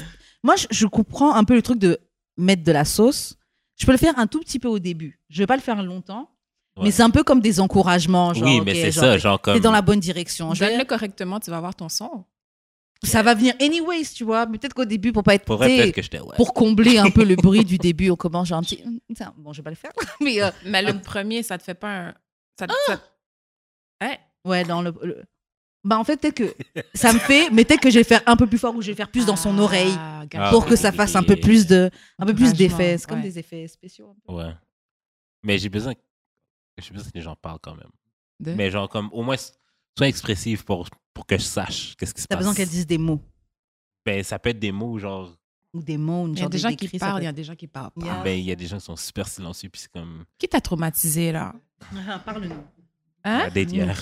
Moi, je, je comprends un peu le truc de mettre de la sauce. Je peux le faire un tout petit peu au début. Je vais pas le faire longtemps. Ouais. Mais c'est un peu comme des encouragements. Genre, oui, mais ok, c'est genre, ça, t'es- genre T'es comme. dans la bonne direction. Je vais- Donne-le correctement, tu vas avoir ton son. Ça va venir anyways, tu vois. Mais peut-être qu'au début, pour pas être. Pour vrai, t'sais, peut-être que j'étais. Ouais. pour combler un peu le bruit du début, on commence genre un petit. hum, Tiens, Bon, je vais pas le faire. Mais euh, Ah! Mais le premier, ça te fait pas un. Ça te- ça- Hein? ouais, dans le. le- Bah, en fait, peut-être que ça me fait, mais peut-être que je vais faire un peu plus fort ou je vais faire plus dans son Ah, oreille gars. pour que ça fasse un peu plus de, un peu plus d'effets. C'est comme Ouais. Ah, des effets spéciaux. Ouais. Mais j'ai besoin. que- J'ai besoin que les gens parlent quand même. De- Mais genre, comme, au moins, sois expressive pour, pour que je sache qu'est-ce qui se T'as passe. besoin qu'elle dise des mots Ben, ça peut être des mots, genre. ou des mots ou une Il y a genre des de- gens qui cris, ça parlent, il y peut a des gens qui parlent pas. Yeah. Ah. Ben, il y a des gens qui sont super silencieux, puis c'est comme. Qui t'a traumatisé, là? être- Parle-nous. la Hein? date hier.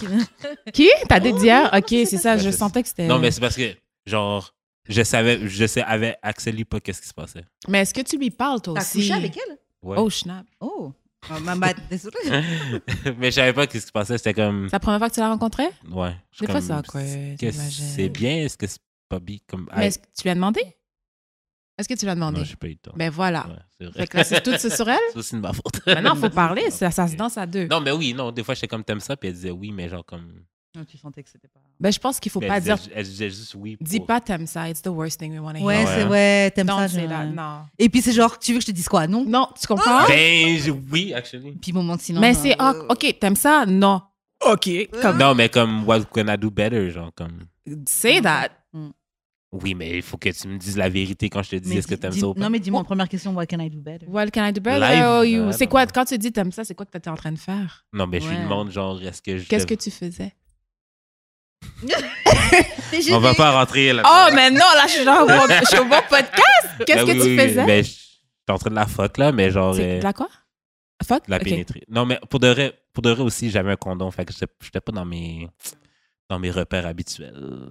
Qui? T'as des Oh, d'hier? non, Ok, c'est c'est pas ça, ça. je sentais que c'était. Non, mais c'est parce que, genre, je savais, je savais, Axel, lui, pas qu'est-ce qui se passait. Mais est-ce que tu lui parles, toi T'as aussi? couché avec elle Ouais. Oh, snap. Oh, Ah, ma- ma- désolée. mais je savais pas qu'est-ce qui se passait. C'était comme. C'est la première fois que tu l'as rencontrée? Ouais. Je suis Des fois, comme, c'est awkward, que j'imagine. c'est bien, est-ce que c'est pas bien? Comme. Mais aïe, est-ce que tu lui as demandé? Est-ce que tu lui as demandé? non, j'ai pas eu le temps. Ben voilà. Ouais, c'est vrai. Fait que là, c'est tout sur elle. Ça, c'est de ma faute. Maintenant, Ah faut parler. Ça, ça se danse à deux. Non, mais oui, non, des fois, j'étais comme, t'aimes ça, puis elle disait oui, mais genre, comme. Non, tu sentais que c'était pas. Ben, je pense qu'il faut Ben, pas elle dire. disait- Elle disait juste oui. Dis pour- pas t'aimes ça, it's the worst thing we want to hear. Ouais, Ouais. c'est ouais, t'aimes Non, ça. c'est je- là, non. Et puis c'est genre, tu veux que je te dise quoi Non. Non, tu comprends? Ben, je- oui, actually. Puis moment de silence. mais hein. c'est, ah, ok, t'aimes ça? Non. Ok. Comme, Non, mais comme, what can I do better? Genre, comme, say that. oui, mais il faut que tu me dises la vérité quand je te dis Mais est-ce que dis- t'aimes dis- ça ou pas. Non, mais Oh. dis-moi, première question, what can I do better What can I do better? Live, Oh, you- euh, c'est quoi, non. quand tu dis t'aimes ça, c'est quoi que t'étais en train de faire? Non, mais je lui Ouais. demande, genre, est-ce que je. Qu'est-ce que tu faisais? On va pas rentrer là. Oh, mais non, là, je suis dans mon- je suis au bon podcast. Qu'est-ce Ben oui, que tu oui, oui, faisais? Ah, Ben, je suis en train de la fuck, là, mais genre. C'est euh, de la quoi? Fuck? de la Ok. pénétrer. Non, mais pour de vrai, pour de vrai aussi, j'avais un condom, fait que j'étais j'étais pas dans mes. Dans mes repères habituels.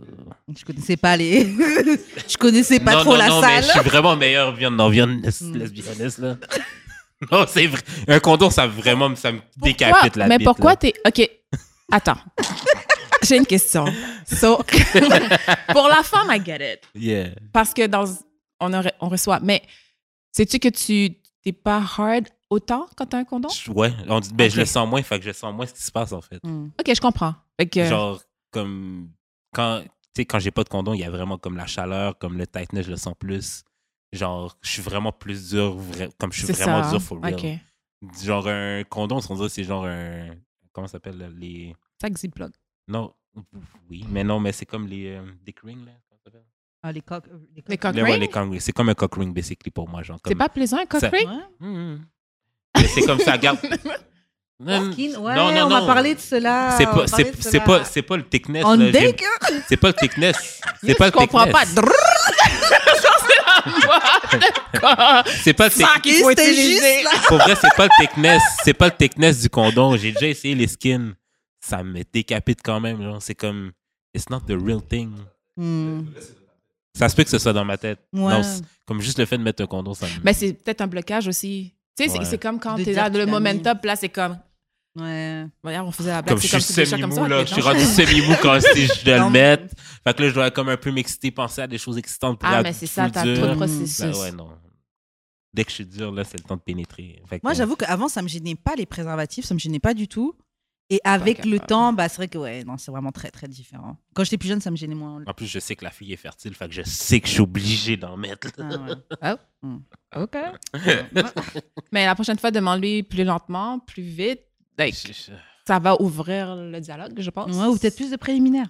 Je connaissais pas les. je connaissais pas non, trop non, la non, mais salle. je suis vraiment meilleur viande non viande Hmm. Mm. lesbiennes là. non, c'est vrai. Un condom, ça vraiment ça me Pourquoi- décapite la Mais bite, pourquoi là. t'es. OK. Attends. J'ai une question. So, pour la femme, I get it. Yeah. Parce que dans. On, aurait- on reçoit. Mais sais-tu que tu t'es pas hard autant quand t'as un condom? Je- Ouais, on dit, ben, je Ok. le sens moins, fait que je sens moins ce qui se passe en fait. Hmm. OK, je comprends. Fait que- Genre, comme quand, tu sais, quand j'ai pas de condom, il y a vraiment comme la chaleur, comme le tightness, je le sens plus. Genre, je suis vraiment plus dur, vra- comme je suis c'est vraiment ça, dur hein? for real. OK. Genre, un condom, on dirait, c'est genre un. Comment ça s'appelle là, les. Ça que Ziploc. Non, oui, mais non, mais c'est comme les euh, dick rings, là. comment ça s'appelle? Ah, les coques. Les Les coques. cock Les- ouais, ring? les cock rings. C'est comme un cock ring, basically, pour moi. Genre, C'est comme- pas plaisant, un cock Ça- ring? Ouais. Mhm. Mais C'est comme ça, garde. Non, Skin, ouais, non, non, on non. m'a parlé de cela. C'est on pas, m'a parlé c'est, de c'est cela. pas, c'est pas le thickness. On là, j'ai- deck C'est pas le thickness. C'est pas Je le comprends pas. thickness. Drrrr. C'est pas le thick- Ça qu'il faut C'était utiliser. juste là. Pour vrai, c'est pas le thickness. C'est pas le thickness du condom. J'ai déjà essayé les skins. Ça me décapite quand même. genre. C'est comme. It's not the real thing. Hmm. Ça se peut que ce soit dans ma tête. Ouais. Non, c'est- comme juste le fait de mettre un condom, ça me. Mais c'est peut-être un blocage aussi. Tu sais, c'est- Ouais. c'est comme quand De t'es dire là, que tu le l'as mis. momentum, là, c'est comme. Ouais. Regarde, on faisait la blague. Comme je c'est suis si des chats semi-mou, ça, là. mais Je suis non. rendu semi-mou quand si je dois Non, le mais- mettre. Fait que là, je dois comme un peu m'exciter, penser à des choses excitantes pour Ah, être mais c'est ça, plus t'as dur. trop de Mmh. processus. Ben ouais, non. Dès que je suis dur, là, c'est le temps de pénétrer. Fait que, Moi, euh, j'avoue qu'avant, ça me gênait pas les préservatifs, ça me gênait pas du tout. Et avec le capable. temps, bah, c'est vrai que ouais, non, c'est vraiment très très différent. Quand j'étais plus jeune, ça me gênait moins. En plus, je sais que la fille est fertile, fait que je sais que je suis obligé d'en mettre. là. Ah, ouais. OK. mais la prochaine fois, demande-lui plus lentement, plus vite. Like, Je- je- ça va ouvrir le dialogue, je pense. Ouais, ou peut-être plus de préliminaires.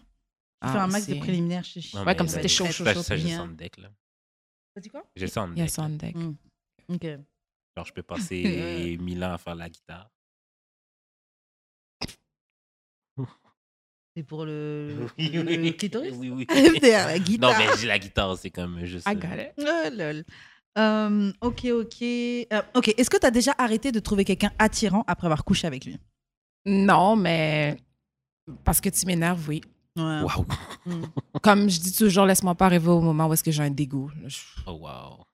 Ah, Faire un max de aussi. préliminaires. Je, je- Non, Ouais, mais bah, comme là, c'était chaud, ça, chaud, ça, chaud, hein. Ça, je bien. sens le deck, là. T'as dit quoi Je sens le deck. Yes, on deck. Mm. Ok. Genre, je peux passer euh, mille ans à faire la guitare. C'est pour le, Oui, le Euh, oui. clitoris Oui, oui. FDR, la guitare. Non, mais j'ai la guitare, c'est comme juste. I euh, got it. Oh, lol. Euh, ok, ok. Euh, ok, est-ce que tu as déjà arrêté de trouver quelqu'un attirant après avoir couché avec lui Non, mais parce que tu m'énerves, oui. Ouais. Waouh! Mm. Comme je dis toujours, laisse-moi pas arriver au moment où est-ce que j'ai un dégoût. Là, je- Oh, wow.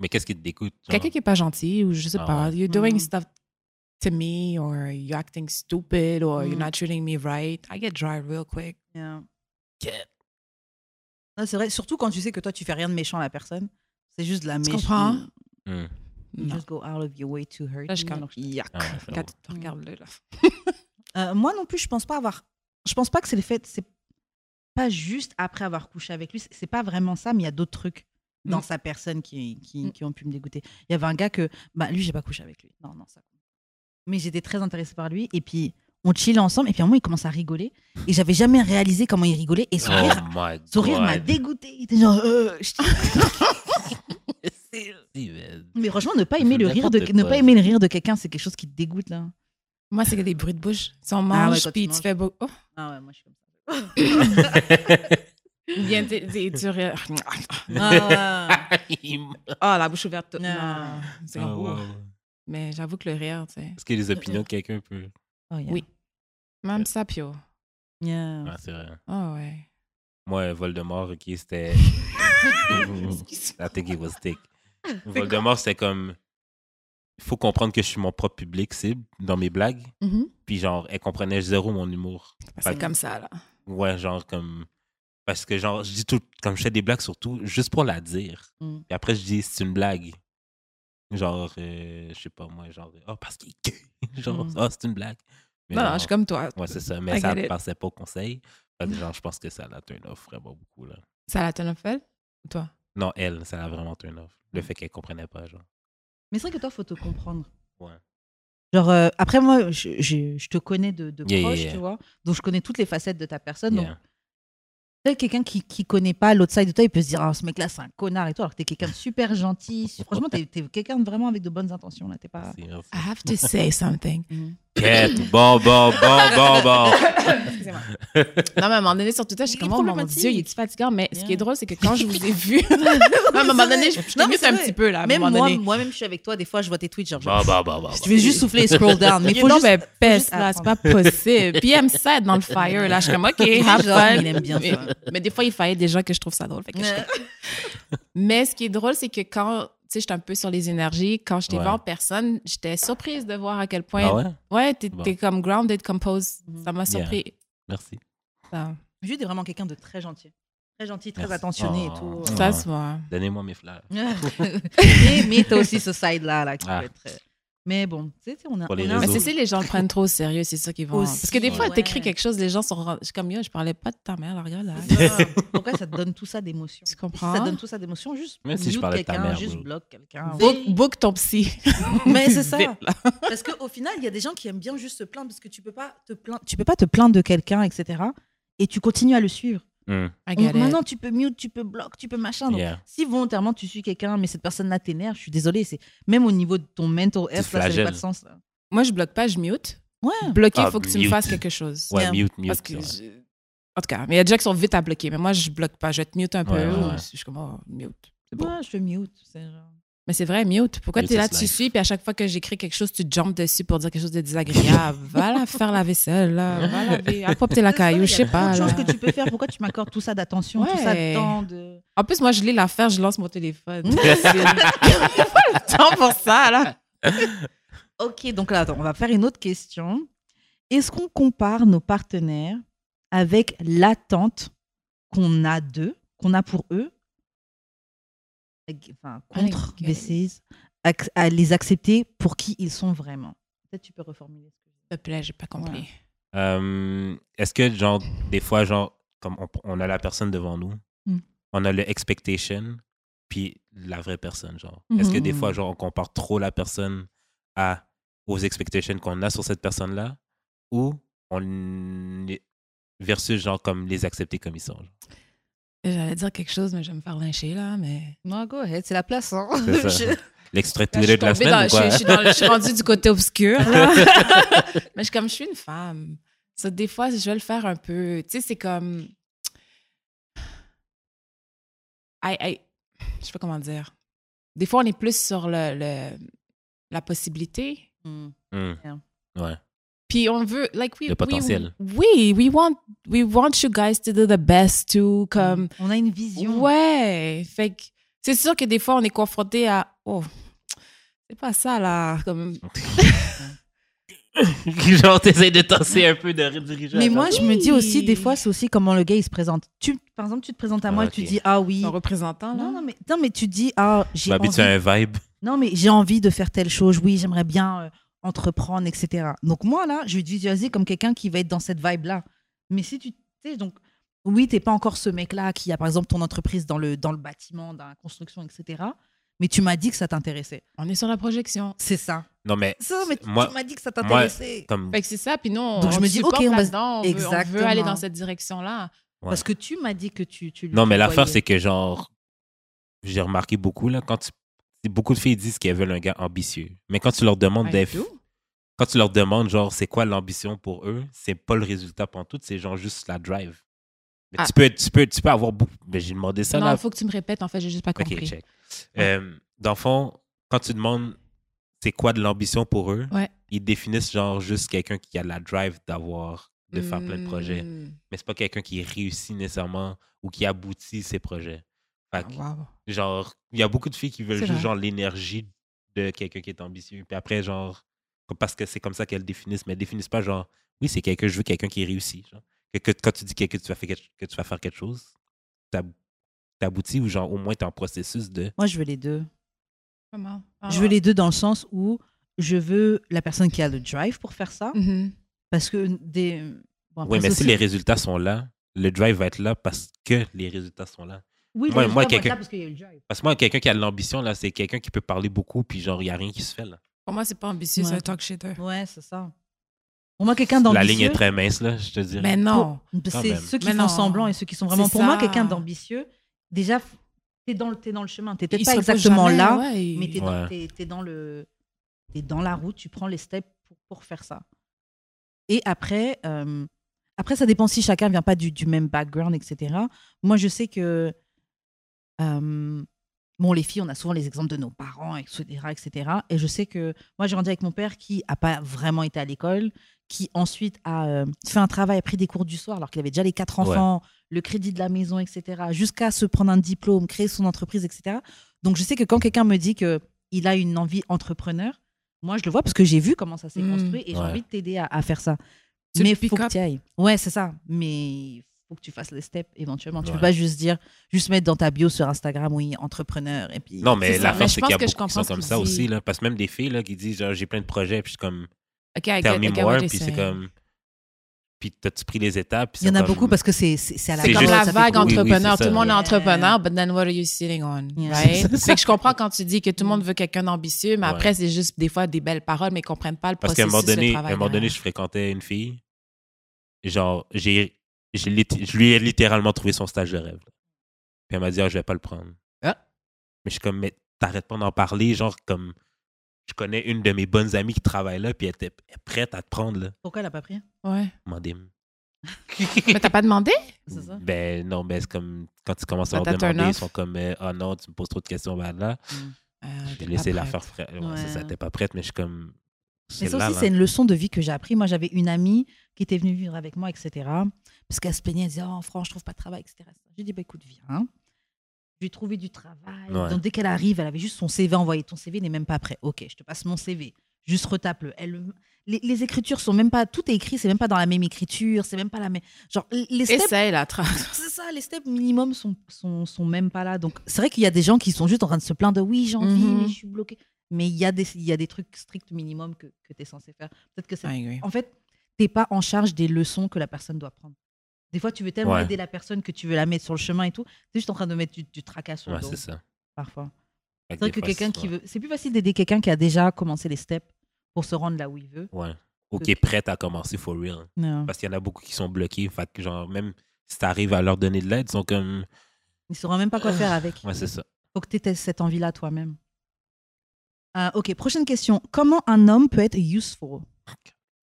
Mais qu'est-ce qui te dégoûte? genre? Quelqu'un qui est pas gentil ou je sais Ah pas, ouais. you're doing Mm. stuff to me or you're acting stupid or you're Mm. not treating me right. I get dry real quick. Yeah. Yeah. Non, C'est vrai, surtout quand tu sais que toi, tu fais rien de méchant à la personne. C'est juste de la Tu méchante. comprends? Hmm. You Non. just go out of your way to hurt. Là, je suis me. comme, yuck. Ah ouais, Quand tu Mm. regardes là. Euh, moi non plus, je pense pas avoir. Je pense pas que c'est le fait. C'est pas juste après avoir couché avec lui. c'est- C'est pas vraiment ça, mais il y a d'autres trucs dans Mm. sa personne qui, qui, Mm. qui ont pu me dégoûter. Il y avait un gars que. Bah, lui, j'ai pas couché avec lui. Non, non, ça. Mais j'étais très intéressée par lui. Et puis, on chillait ensemble. Et puis, à un moment, il commence à rigoler. Et j'avais jamais réalisé comment il rigolait. Et son Oh rire, my god! son rire m'a dégoûté. Il était genre. euh, je- Mais franchement, ne pas Ça aimer fait le rire de n'importe ne quoi. pas aimer le rire de quelqu'un, c'est quelque chose qui te dégoûte là. Moi, c'est que des bruits de bouche. Si on Ah ouais, mange, quand tu puis tu manges. fais beau. Oh. Ah ouais, moi je suis comme ça. Ou bien t'es- t'es- tu rires. Ah, la bouche ouverte. toute. Non. Ah. C'est Euh, comme, ouh. Mais j'avoue que le rire, tu sais. Est-ce que les opinions de quelqu'un peut. euh. Oh, Oui. Même Sapio. Yeah. Ah, c'est vrai. Ah ouais. Moi, Voldemort, ok, c'était. Excuse-moi. I think it was dick. Voldemort, c'était comme. Il faut comprendre que je suis mon propre public cible dans mes blagues. Mhm. Puis, genre, elle comprenait zéro mon humour. C'est comme ça, là. Ouais, genre comme. Parce que, genre, je dis tout. Comme je fais des blagues, surtout, juste pour la dire. Mm. Et après, je dis, c'est une blague. Genre, euh, je sais pas moi, genre, oh, parce qu'il est gay. genre, Mm. oh, c'est une blague. Mais Non, non, genre, je suis comme toi. Ouais, c'est ça. Mais I ça get ne it. Mm. passait pas au conseil. Fait que, genre, je pense que ça la turn off vraiment beaucoup, là. Ça la tonne fait? Ou toi? Non, elle, ça l'a vraiment turn off. Le Mm. fait qu'elle comprenait pas, genre. Mais c'est vrai que toi, faut te comprendre. Ouais. Genre, euh, après, moi, je, je- je te connais de, de Yeah, yeah, proche, yeah. tu vois. Donc, je connais toutes les facettes de ta personne. Donc, Yeah. peut-être quelqu'un qui, qui connaît pas l'autre side de toi, il peut se dire, ah, ce mec-là, c'est un connard et tout. Alors que t'es quelqu'un de super gentil. Franchement, t'es t'es quelqu'un de vraiment avec de bonnes intentions, là. T'es pas. C'est- I have to say something. Quête, bon, bon, bon, bon, bon. Excusez-moi. Non, mais à un moment donné, sur Twitter, je suis Il comme, est oh mon problématique. dieu, il est fatigant. Mais ce qui est Yeah. drôle, c'est que quand je vous ai vu, à un moment donné, je, je Non, mais mute c'est un vrai. petit peu, là. À un Même moment moi, donné. moi-même, je suis avec toi. Des fois, je vois tes tweets, genre. Bon, je- bon, bon, bon. Je vais juste souffler et scroll down. Mais Il il est faut donc juste. ben peste, juste là, c'est pas possible. Puis il aime ça être dans le fire, là. Je suis comme, OK, have Genre, fun. il aime bien mais, ça. mais des fois, il fallait des gens que je trouve ça drôle. Fait que je suis comme- Mais ce qui est drôle, c'est que quand, tu sais, j'étais un peu sur les énergies, quand je t'ai Ouais. vu en personne, j'étais surprise de voir à quel point. Ah ouais? Ouais, t'es Bon. t'es comme grounded, composed. Mhm. Ça m'a Yeah. Ah surpris. Merci. Ça, Jude est vraiment quelqu'un de très gentil. Très gentil, très Merci. attentionné et Oh. tout. Ouais. ça c'est moi. Donnez-moi mes fleurs. mais mais t'as aussi ce side-là là, qui Ah. peut être. euh, Mais bon, tu sais, tu sais, on a. Pour les on a un- Mais réseaux. c'est si les gens le prennent trop au sérieux, c'est ça qu'ils vont. Aussi, Parce que des fois, ouais. t'écris quelque chose, les gens sont. ren- Je suis comme, yo, je parlais pas de ta mère, là, regarde là. Ah, Pourquoi ça te donne tout ça d'émotion Tu Si comprends? ça donne tout ça d'émotion, juste Même si je mute parlais de ta quelqu'un, mère, juste bro. bloque quelqu'un. Book, book ton psy. Mais c'est ça. Vite, là. Parce qu'au final, il y a des gens qui aiment bien juste se plaindre parce que tu peux pas te plaindre, tu peux pas te plaindre de quelqu'un, etc. Et tu continues à le suivre. Mm. I On- get it. maintenant, tu peux mute, tu peux bloquer, tu peux machin. Donc, Yeah. Si volontairement tu suis quelqu'un, mais cette personne-là t'énerve, je suis désolée. C'est même au niveau de ton mental health, là, ça n'a flagelles. pas de sens. là. Moi, je bloque pas, je mute. Ouais. Bloquer, Ah, faut que tu me mute. fasses quelque chose. Ouais, Yeah. mute, mute. Parce que. ouais. je- En tout cas, mais il y a des gens qui sont vite à bloquer. Mais moi, je bloque pas. Je vais te mute un peu. Ouais, ouais, ou ouais. Je suis comme, oh, mute. C'est bon. Moi, je mute. c'est genre- Mais c'est vrai, mute. Pourquoi Mute t'es là, is tu life. suis, puis à chaque fois que j'écris quelque chose, tu jumps dessus pour dire quelque chose de désagréable. va la faire la vaisselle, là. Va laver. Apporter la C'est ça, caillou, je sais Il y pas. a trop de là. choses que tu peux faire. Pourquoi tu m'accordes tout ça d'attention, tout ça Ouais. de temps de... En plus, moi, je lis l'affaire, je lance mon téléphone. C'est pas le temps pour ça, là. Ok, donc là, attends, on va faire une autre question. Est-ce qu'on compare nos partenaires avec l'attente qu'on a d'eux, qu'on a pour eux, enfin, contre Ok. BCIS, ac- à les accepter pour qui ils sont vraiment Peut-être tu peux reformuler. S'il te plaît, j'ai pas compris. Euh, Est-ce que, genre, des fois, genre, comme on, on a la personne devant nous, Mm. on a le expectation, puis la vraie personne, genre. Est-ce que des Mhm. fois, genre, on compare trop la personne à, aux expectations qu'on a sur cette personne-là, ou on est- versus, genre, comme les accepter comme ils sont. genre. J'allais dire quelque chose, mais je vais me faire lyncher là, mais. Non, go ahead, c'est la place. hein. C'est ça. Ben, Je- L'extrait Là, je Twitter de la tombée semaine, dans- ou quoi? je- je suis dans- je suis rendue du côté obscur, là. mais je suis comme, je suis une femme. Ça, des fois, je vais le faire un peu. Tu sais, c'est comme. I- I- Je sais pas comment dire. Des fois, on est plus sur le, le- la possibilité. Mm. Mm. Ouais. Puis on veut, like, we, Le potentiel. We, we, we want, we want you guys to do the best too. Comme, On a une vision. Ouais. Fait que c'est sûr que des fois, on est confronté à Oh, c'est pas ça là. Comme... Hmm. genre, t'essayes de tasser un peu, de rediriger. Mais la moi, personne. je me dis aussi, des Oui. fois, c'est aussi comment le gars, il se présente. Tu, par exemple, tu te présentes à Ah, moi ok. et tu dis, ah oui. Ton représentant là. Non, non, mais, non, mais tu dis, ah, je j'ai m'habitue envie, à un vibe. non, mais j'ai envie de faire telle chose. Oui, j'aimerais bien euh, entreprendre, etc. Donc, moi, là, je vais te visualiser comme quelqu'un qui va être dans cette vibe-là. Mais si tu, tu sais, donc, oui, t'es pas encore ce mec-là qui a, par exemple, ton entreprise dans le, dans le bâtiment, dans la construction, etc. Mais tu m'as dit que ça t'intéressait. On est sur la projection. C'est ça. Non, mais Ça, mais tu- Moi- tu m'as dit que ça t'intéressait. comme Fait que c'est ça. Puis nous, on, Donc, je on me te dis, supporte OK, on va- là-dedans, on, veut- on veut Exactement. aller dans cette direction là. Ouais. Parce que tu m'as dit que tu, tu lui Mm-hmm. Non, mais l'affaire, voyais. c'est que genre, j'ai remarqué beaucoup, là, quand tu- beaucoup de filles disent qu'elles veulent un gars ambitieux. Mais quand tu leur demandes, des- quand tu leur demandes, genre, c'est quoi l'ambition pour eux, c'est pas le résultat pour tout, c'est genre juste la drive. Mais Ah. tu, peux, être- tu, peux, tu peux avoir beaucoup. Mais j'ai demandé ça, Non, là. il faut que tu me répètes. En fait, j'ai juste pas Ok, compris. check. Euh, dans le fond, quand tu demandes c'est quoi de l'ambition pour eux, Ouais. ils définissent genre juste quelqu'un qui a la drive d'avoir, de faire plein de projets. Mm. Mais c'est pas quelqu'un qui réussit nécessairement ou qui aboutit ses projets. Fait Ah, que- Ah, Wow. Genre, il y a beaucoup de filles qui veulent C'est juste vrai. genre l'énergie de quelqu'un qui est ambitieux. Puis après, genre, comme- parce que c'est comme ça qu'elles définissent, mais elles définissent pas genre, oui, c'est quelqu'un, je veux quelqu'un qui réussit. Genre. Que, que- quand tu dis que, que tu vas faire quelque- que tu vas faire quelque chose, t'ab- t'aboutis ou genre au moins t'es en processus de. Moi, je veux les deux. Comment Ah, Je veux les deux dans le sens où je veux la personne qui a le drive pour faire ça. Mhm. Parce que des. euh, bon, après, oui, mais c'est si aussi- les résultats sont là, le drive va être là parce que les résultats sont là. Oui, moi- les moi, résultats vont être quelqu'un- là parce qu'il y a eu le drive. Parce que moi, quelqu'un qui a de l'ambition, là, c'est quelqu'un qui peut parler beaucoup, puis genre, il n'y a rien qui se fait là. Pour moi, c'est pas ambitieux, Ouais. c'est un talk shitter. Ouais, c'est ça. Pour moi, quelqu'un d'ambitieux. La ligne est très mince, là, je te dis. Mais non. Quand C'est même. ceux qui Mais font non. semblant et ceux qui sont vraiment. C'est Pour moi, ça. quelqu'un d'ambitieux, déjà, f- t'es dans, le- t'es dans le chemin. T'es Il peut-être pas se repose exactement jamais, là, ouais, il- mais t'es Ouais. dans, t'es- t'es dans le. T'es dans la route, tu prends les steps pour, pour faire ça. Et après, euh, après, ça dépend si chacun vient pas du, du même background, etc. Moi, je sais que. euh, bon, les filles, on a souvent les exemples de nos parents, etc. etc. Et je sais que moi, j'ai grandi avec mon père qui n'a pas vraiment été à l'école, qui ensuite a euh, fait un travail, a pris des cours du soir, alors qu'il avait déjà les quatre Ouais. enfants, le crédit de la maison, etc. Jusqu'à se prendre un diplôme, créer son entreprise, etc. Donc, je sais que quand quelqu'un me dit que il a une envie entrepreneur, moi, je le vois parce que j'ai vu comment ça s'est Mm. construit et j'ai Ouais. envie de t'aider à, à faire ça. Tu mais le faut pick que up. tu ailles. Ouais, c'est ça. Mais faut que tu fasses les steps éventuellement. Tu Ouais. peux pas juste dire, juste mettre dans ta bio sur Instagram, oui, entrepreneur. Et puis. Non, mais C'est ça. l'affaire, Mais je c'est pense qu'il y a que beaucoup je qui comprends sont ce comme qu'il ça dit. aussi, là. Parce que même des filles, là, qui disent, genre, j'ai plein de projets, puis je suis comme, OK, I get- tell I me get more, what you're puis c'est saying. comme, puis t'as-tu pris les étapes? Puis Il y en c'est a comme- beaucoup parce que c'est c'est- c'est à la C'est C'est mode, comme juste- la ça fait vague Oui, oui, beaucoup. entrepreneur. c'est tout le ça. monde est Yeah. entrepreneur, but then what are you sitting on? Yeah. Right? c'est que je comprends quand tu dis que tout le monde veut quelqu'un d'ambitieux, mais Ouais. après, c'est juste des fois des belles paroles, mais ils ne comprennent pas le Parce qu'à un processus moment le donné, à travail un moment donné, derrière. je fréquentais une fille. Genre, j'ai, j'ai litt- je lui ai littéralement trouvé son stage de rêve. là. Puis elle m'a dit, ah, je vais pas le prendre. Ah. Mais je suis comme, mais t'arrêtes pas d'en parler. Genre, comme, je connais une de mes bonnes amies qui travaille là, puis elle était prête à te prendre, là. Pourquoi elle a pas pris Ouais. Demandez-moi. Mais t'as pas demandé? C'est ça. Ben non, mais c'est comme quand tu commences à Ben, leur t'as turn demander, ils off. sont comme euh, Ah non, tu me poses trop de questions, ben là. Ah, Euh, t'es J'ai pas laissé prête. l'affaire frère. Ouais, Ouais. C'est ça, t'es pas prête, mais je suis comme. Mais ça là, aussi, là. c'est une leçon de vie que j'ai appris. Moi, j'avais une amie qui était venue vivre avec moi, etc. Parce qu'elle se plaignait, elle disait, oh, en France, je trouve pas de travail, etc. J'ai dit, bah, écoute, viens. Je lui ai trouvé du travail. Ouais. Donc, dès qu'elle arrive, elle avait juste son CV envoyé. Ton CV n'est même pas prêt. OK, je te passe mon CV. Juste retape-le. Elle, le- les, les écritures sont même pas. Tout est écrit, c'est même pas dans la même écriture, c'est même pas la même. Genre, les steps. Essaye la trace. C'est ça, les steps minimum sont, sont, sont même pas là. Donc, c'est vrai qu'il y a des gens qui sont juste en train de se plaindre de oui, j'en vis, Mhm. mais je suis bloqué. Mais il y, a des- il y a des trucs stricts minimum que, que tu es censé faire. Peut-être que c'est. En fait, t'es pas en charge des leçons que la personne doit prendre. Des fois, tu veux tellement Ouais. aider la personne que tu veux la mettre sur le chemin et tout. T'es juste en train de mettre du, du tracas sur le Ouais, dos, c'est ça. parfois. Fait C'est vrai des que fois, quelqu'un qui ouais. veut. C'est plus facile d'aider quelqu'un qui a déjà commencé les steps pour se rendre là où il veut. Ouais. Ou qui est prête à commencer for real. hein, Non. Parce qu'il y en a beaucoup qui sont bloqués. Fait que, genre, même si t'arrives à leur donner de l'aide, ils sont comme. Il saura même pas quoi faire avec. Ouais, c'est ça. Faut que tu aies cette envie-là toi-même. Euh, ok, prochaine question. Comment un homme peut être useful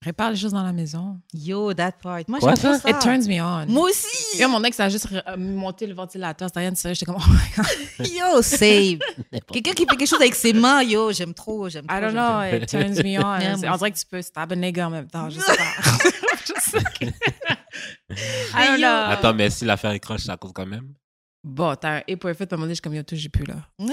Répare les choses dans la maison. Yo, that part. Moi, Quoi, j'aime trop ça ça. It turns me on. Moi aussi. Yo, mon ex a juste re- euh, monté le ventilateur. C'était rien de sérieux. J'étais comme, oh my god. Yo, save. Quelqu'un qui fait quelque chose avec ses mains, yo, j'aime trop. J'aime trop. I don't j'aime trop. know, it turns me on. Yeah, moi on dirait que tu peux stab un nigga en même temps. Je sais pas. je sais que- I don't yo. know. Attends, mais si l'affaire est croche, ça compte quand même. Bon, t'as un et perfect. À un moment donné, je suis comme, yo, tout, j'ai plus là.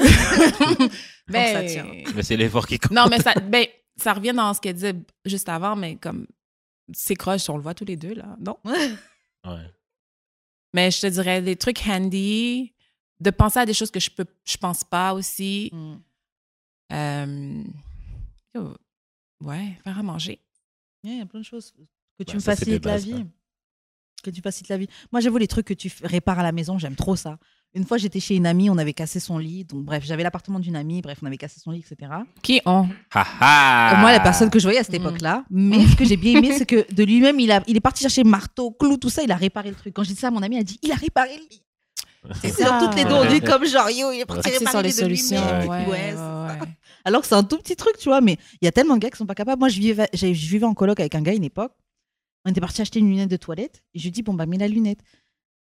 Ben, Comme ça tient. Mais c'est l'effort qui compte. Non, mais ça, ben, ça revient dans ce qu'elle disait juste avant, mais comme c'est croche, on le voit tous les deux, là. Non? Ouais. Mais je te dirais des trucs handy, de penser à des choses que je peux, je pense pas aussi. Mm. Euh, yo, ouais, faire à manger. Ouais, Il y a plein de choses. Que tu Ouais, me ça, c'est des facilites la bases, vie. là. Que tu facilites la vie. Moi, j'avoue, les trucs que tu f- répares à la maison, j'aime trop ça. Une fois, j'étais chez une amie, on avait cassé son lit. Donc, bref, j'avais l'appartement d'une amie, bref, on avait cassé son lit, etc. Qui ont? Ha ha! Moi, la personne que je voyais à cette Mm. époque-là. Mais ce que j'ai bien aimé, c'est que de lui-même, il, a- il est parti chercher marteau, clou, tout ça, il a réparé le truc. Quand j'ai dit ça à mon ami, elle a dit il a réparé le lit. C'est C'est genre, toutes les deux ont dû comme genre, yo, il est parti axés réparer sur le les lit de lui-même. solutions. Ouais, Ouais, ouais, c'est ouais. Alors que c'est un tout petit truc, tu vois, mais il y a tellement de gars qui sont pas capables. Moi, je vivais, j'ai- je vivais en coloc avec un gars à une époque. On était parti acheter une lunette de toilette. Et je lui dis, bon, bah, mets la lunette.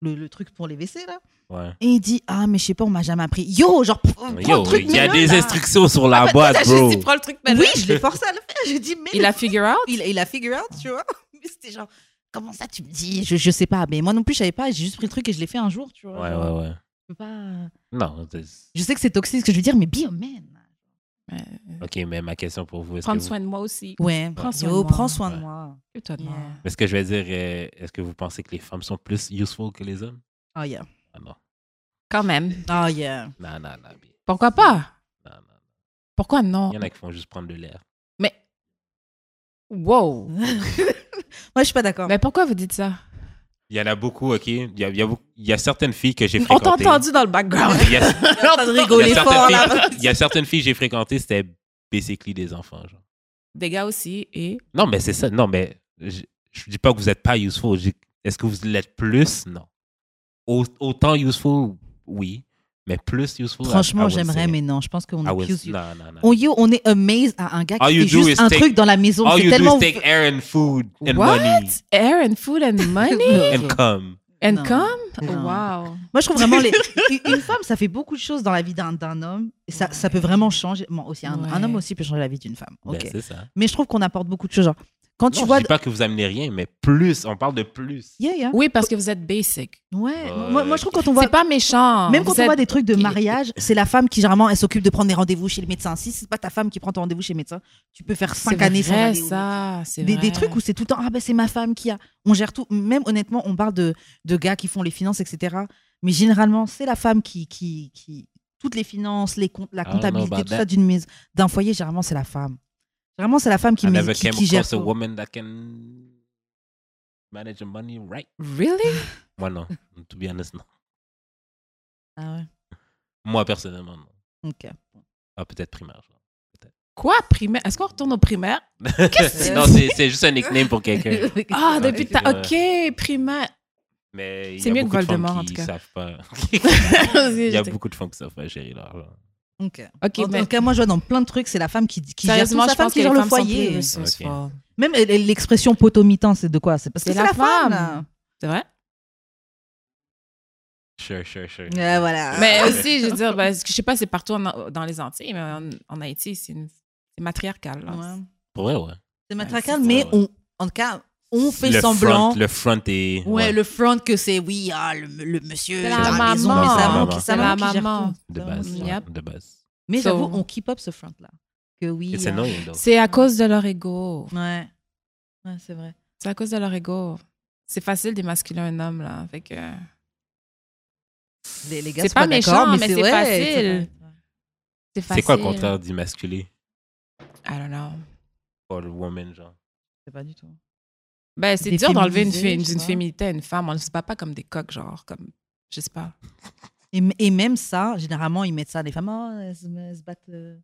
Le, le truc pour les WC, là. Ouais. Et il dit, ah, mais je sais pas, on m'a jamais appris. Yo, genre, pr- prends le Yo, truc, il y a mets-le, des là. instructions sur la Toi, t'as boîte, bro. juste dit, prends le truc, mets-le. Oui, je l'ai forcé à le faire. Je lui ai dit, mais Il a figure out? il, il a figure out, tu vois. Mais c'était genre, comment ça, tu me dis je, je sais pas. Mais moi non plus, je savais pas. J'ai juste pris le truc et je l'ai fait un jour, tu vois. Ouais, Genre, ouais, ouais. je peux pas- Non, c'est- Je sais que c'est toxique ce que je veux dire, mais be a man. ok, mais ma question pour vous, est-ce que, Prendre vous... soin de moi aussi. Ouais, Prends soin yo, de moi. prends soin de Ouais. moi. Occupe-toi de moi. Yeah. est-ce que je vais dire, euh, est-ce que vous pensez que les femmes sont plus useful que les hommes? Oh yeah. Ah non. Quand même. Oh yeah. Non, non, non. mais- Pourquoi pas? non, non. Pourquoi non? Il y en a qui font juste prendre de l'air. Mais. Wow! Moi, je suis Bah, pas d'accord. Mais pourquoi vous dites ça? Il y en a beaucoup, ok? Il y a, il y a beaucoup- il y a certaines filles que j'ai On t'a fréquentées. entendu dans le background. Il y a- On est en train de rigoler Il y a fort, certaines là. Il y a certaines filles que j'ai fréquentées, c'était basically des enfants. Genre. Des gars aussi et. Non, mais c'est ça. Non, mais je ne dis pas que vous n'êtes pas useful. Je dis, Est-ce que vous l'êtes plus? Non. Au- autant useful, oui. Mais plus useful, I- I Franchement, wouldn't say. j'aimerais, mais non, je pense qu'on I wouldn't- accuse you. Non, non, non. On, yo, on est amazed à un gars All qui you fait do juste is un take- truc dans la maison. All C'est you do tellement. is take air and food and What? money Air and food and money and come. and Non. come? Non. Wow! Moi, je trouve vraiment les... une- une femme, ça fait beaucoup de choses dans la vie d'un d'un homme. Et ça, ça peut vraiment changer. Bon, aussi, un, un Ouais. homme aussi peut changer la vie d'une femme. Ben, Ok. c'est ça. mais je trouve qu'on apporte beaucoup de choses. Genre, quand tu Non, vois. je dis pas que vous amenez rien, mais plus. On parle de plus. Yeah, yeah. Oui, parce que vous êtes basic. Ouais. Ouais. Moi, moi, je trouve quand on voit. C'est pas méchant. Même quand Vous on voit êtes- des trucs de qui- mariage, c'est la femme qui généralement elle s'occupe de prendre des rendez-vous chez le médecin. Si c'est pas ta femme qui prend ton rendez-vous chez le médecin, tu peux faire C'est cinq années sans vrai, aller au ça. C'est des, vrai. des trucs où c'est tout le temps ah ben c'est ma femme qui a on gère tout même honnêtement on parle de, de gars qui font les finances etc mais généralement c'est la femme qui qui, qui toutes les finances les comptes la don't know comptabilité about tout that. ça d'une mise d'un foyer généralement c'est la femme généralement c'est la femme qui I met- never qui, came qui gère across a tout. woman that can manage the money right. Really? Moi, non. To be honest, non. Ah ouais, Moi, personnellement, non. ok. Ah, peut-être primaire. genre. Quoi, primaire? Est-ce qu'on retourne au primaire? Ah, Qu'est-ce que tu Euh, non, dis? c'est, c'est juste un nickname pour quelqu'un. Ah, Ouais, depuis c'est ta. vrai. Ok, primaire. Mais il y C'est a mieux que beaucoup de femmes Voldemort, en qui tout cas. savent pas. il y a J'étais- beaucoup de femmes qui savent pas gérer leur argent. Ok. Ok, en, en mais- tout cas, moi, je vois dans plein de trucs, c'est la femme qui, qui gère tout, Sérieusement, c'est la je femme pense qui que gère les le femmes sont plus foyer. resourceful. Même elle- elle- l'expression potomitant, c'est de quoi C'est parce que c'est la, femme. là. C'est vrai? Sure, sure, sure. Ouais, voilà. Mais Ah, ouais. aussi, je veux dire, ben, je sais pas, c'est partout en- dans les Antilles, mais en, en Haïti, c'est une- c'est matriarcal. là. Ouais. Pour vrai, ouais. C'est c'est matraquable, ça, mais ouais. on, en tout cas, on fait le semblant. Front, le front est. Ouais, le front que c'est oui, ah, le, le monsieur, C'est dans la la maison, maman. mais sa maman, C'est qui, sa la maman qui gère maman. tout. De Sa base. maman qui ouais, gère tout. Yep. De base. Mais j'avoue, So- on keep up ce front là. Que oui. It's euh, annoying, though. C'est à cause de leur ego. Ouais. Ouais, c'est vrai. C'est à cause de leur ego. C'est facile d'émasculer un homme, là. Fait que... Les, les gars C'est sont pas d'accord, méchant, mais c'est vrai, facile. vrai. C'est C'est quoi le facile. contraire d'immasculer I don't know. Pour le woman, genre. C'est pas du tout. Ben, c'est dur Déféminiser, d'enlever une, fé- je sais une pas. féminité à une femme. On ne se bat pas comme des coqs, genre, comme. Je sais pas. Et, m- et même ça, généralement, ils mettent ça. Les femmes, oh, elles, se- elles se battent. euh,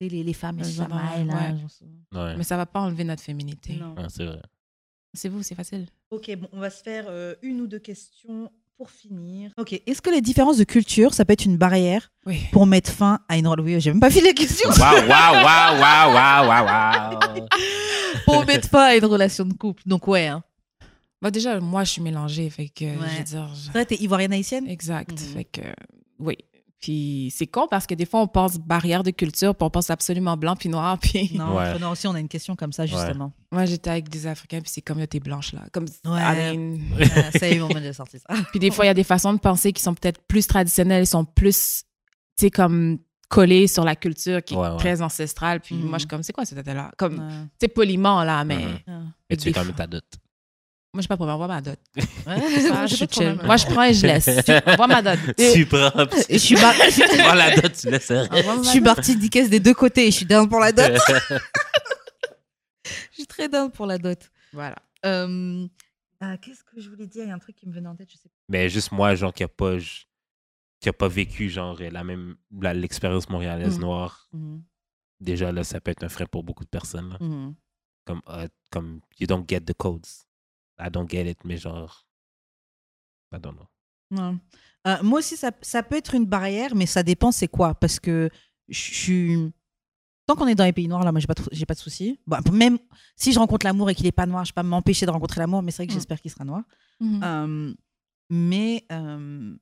tu sais, les, les femmes, elles se hein, Elles en ont- chamaillent. là, ouais. j'en sais- Ouais, Mais ça va pas enlever notre féminité. Ouais, c'est vrai. C'est vous, c'est facile. Ok, bon, on va se faire euh, une ou deux questions pour finir. Ok, est-ce que les différences de culture, ça peut être une barrière Oui. pour mettre fin à une... Oui, j'ai même pas fini la question Waouh, waouh, waouh, waouh, waouh, waouh, waouh. Pour mettre fin à une relation de couple. Donc, ouais. Hein. Bah, déjà, moi, je suis mélangée. Fait que, Ouais. je veux dire. je- Toi, t'es ivoirienne haïtienne Exact. Mhm. Fait que, oui. Puis c'est con parce que des fois, on pense barrière de culture, puis on pense absolument blanc puis noir. Puis Non, Ouais. entre nous aussi, on a une question comme ça, justement. moi, j'étais avec des Africains, puis c'est communauté blanche, là. Comme, Ouais. I mean, Ah, ça y est, mon moment de sortir ça. Puis des fois, il y a des façons de penser qui sont peut-être plus traditionnelles, ils sont plus, tu sais, comme collées sur la culture qui Ouais, est ouais. très ancestrale. Puis Mhm. moi, je suis comme, c'est quoi cette là Comme, tu Ouais. sais, poliment, là, mais Mhm. Ah. Et tu es Des quand fois. même ta dot. moi, je suis pas pour avoir ma dot. Ouais, Ah, je j'ai suis pas de problème. chill. Moi, je prends et je laisse. Envoie ma dot. Tu prends, puis Et je suis, bar... tu prends la dot, tu laisses rien. Envoie ma je suis dot. Barty Dickens des deux côtés. Je suis down pour la dot. je suis très down pour la dot. Voilà. Euh, ah, Qu'est-ce que je voulais dire Il y a un truc qui me venait en tête, je sais Mais juste moi, genre, qui a pas, qui a pas vécu, genre, la même, la- l'expérience montréalaise Mhm. noire, pas. déjà, là, ça peut être un frein pour beaucoup de personnes, là. mmh Comme, ah, comme, you don't get the codes. I don't get it, mais genre, I don't know. Ouais. Euh, moi aussi, ça, ça peut être une barrière, mais ça dépend c'est quoi. Parce que je suis. Tant qu'on est dans les pays noirs, là, moi, j'ai pas, de- j'ai pas de soucis. Bon, même si je rencontre l'amour et qu'il est pas noir, je peux pas m'empêcher de rencontrer l'amour, mais c'est vrai que Mm. j'espère qu'il sera noir. Mhm. Euh, mais euh,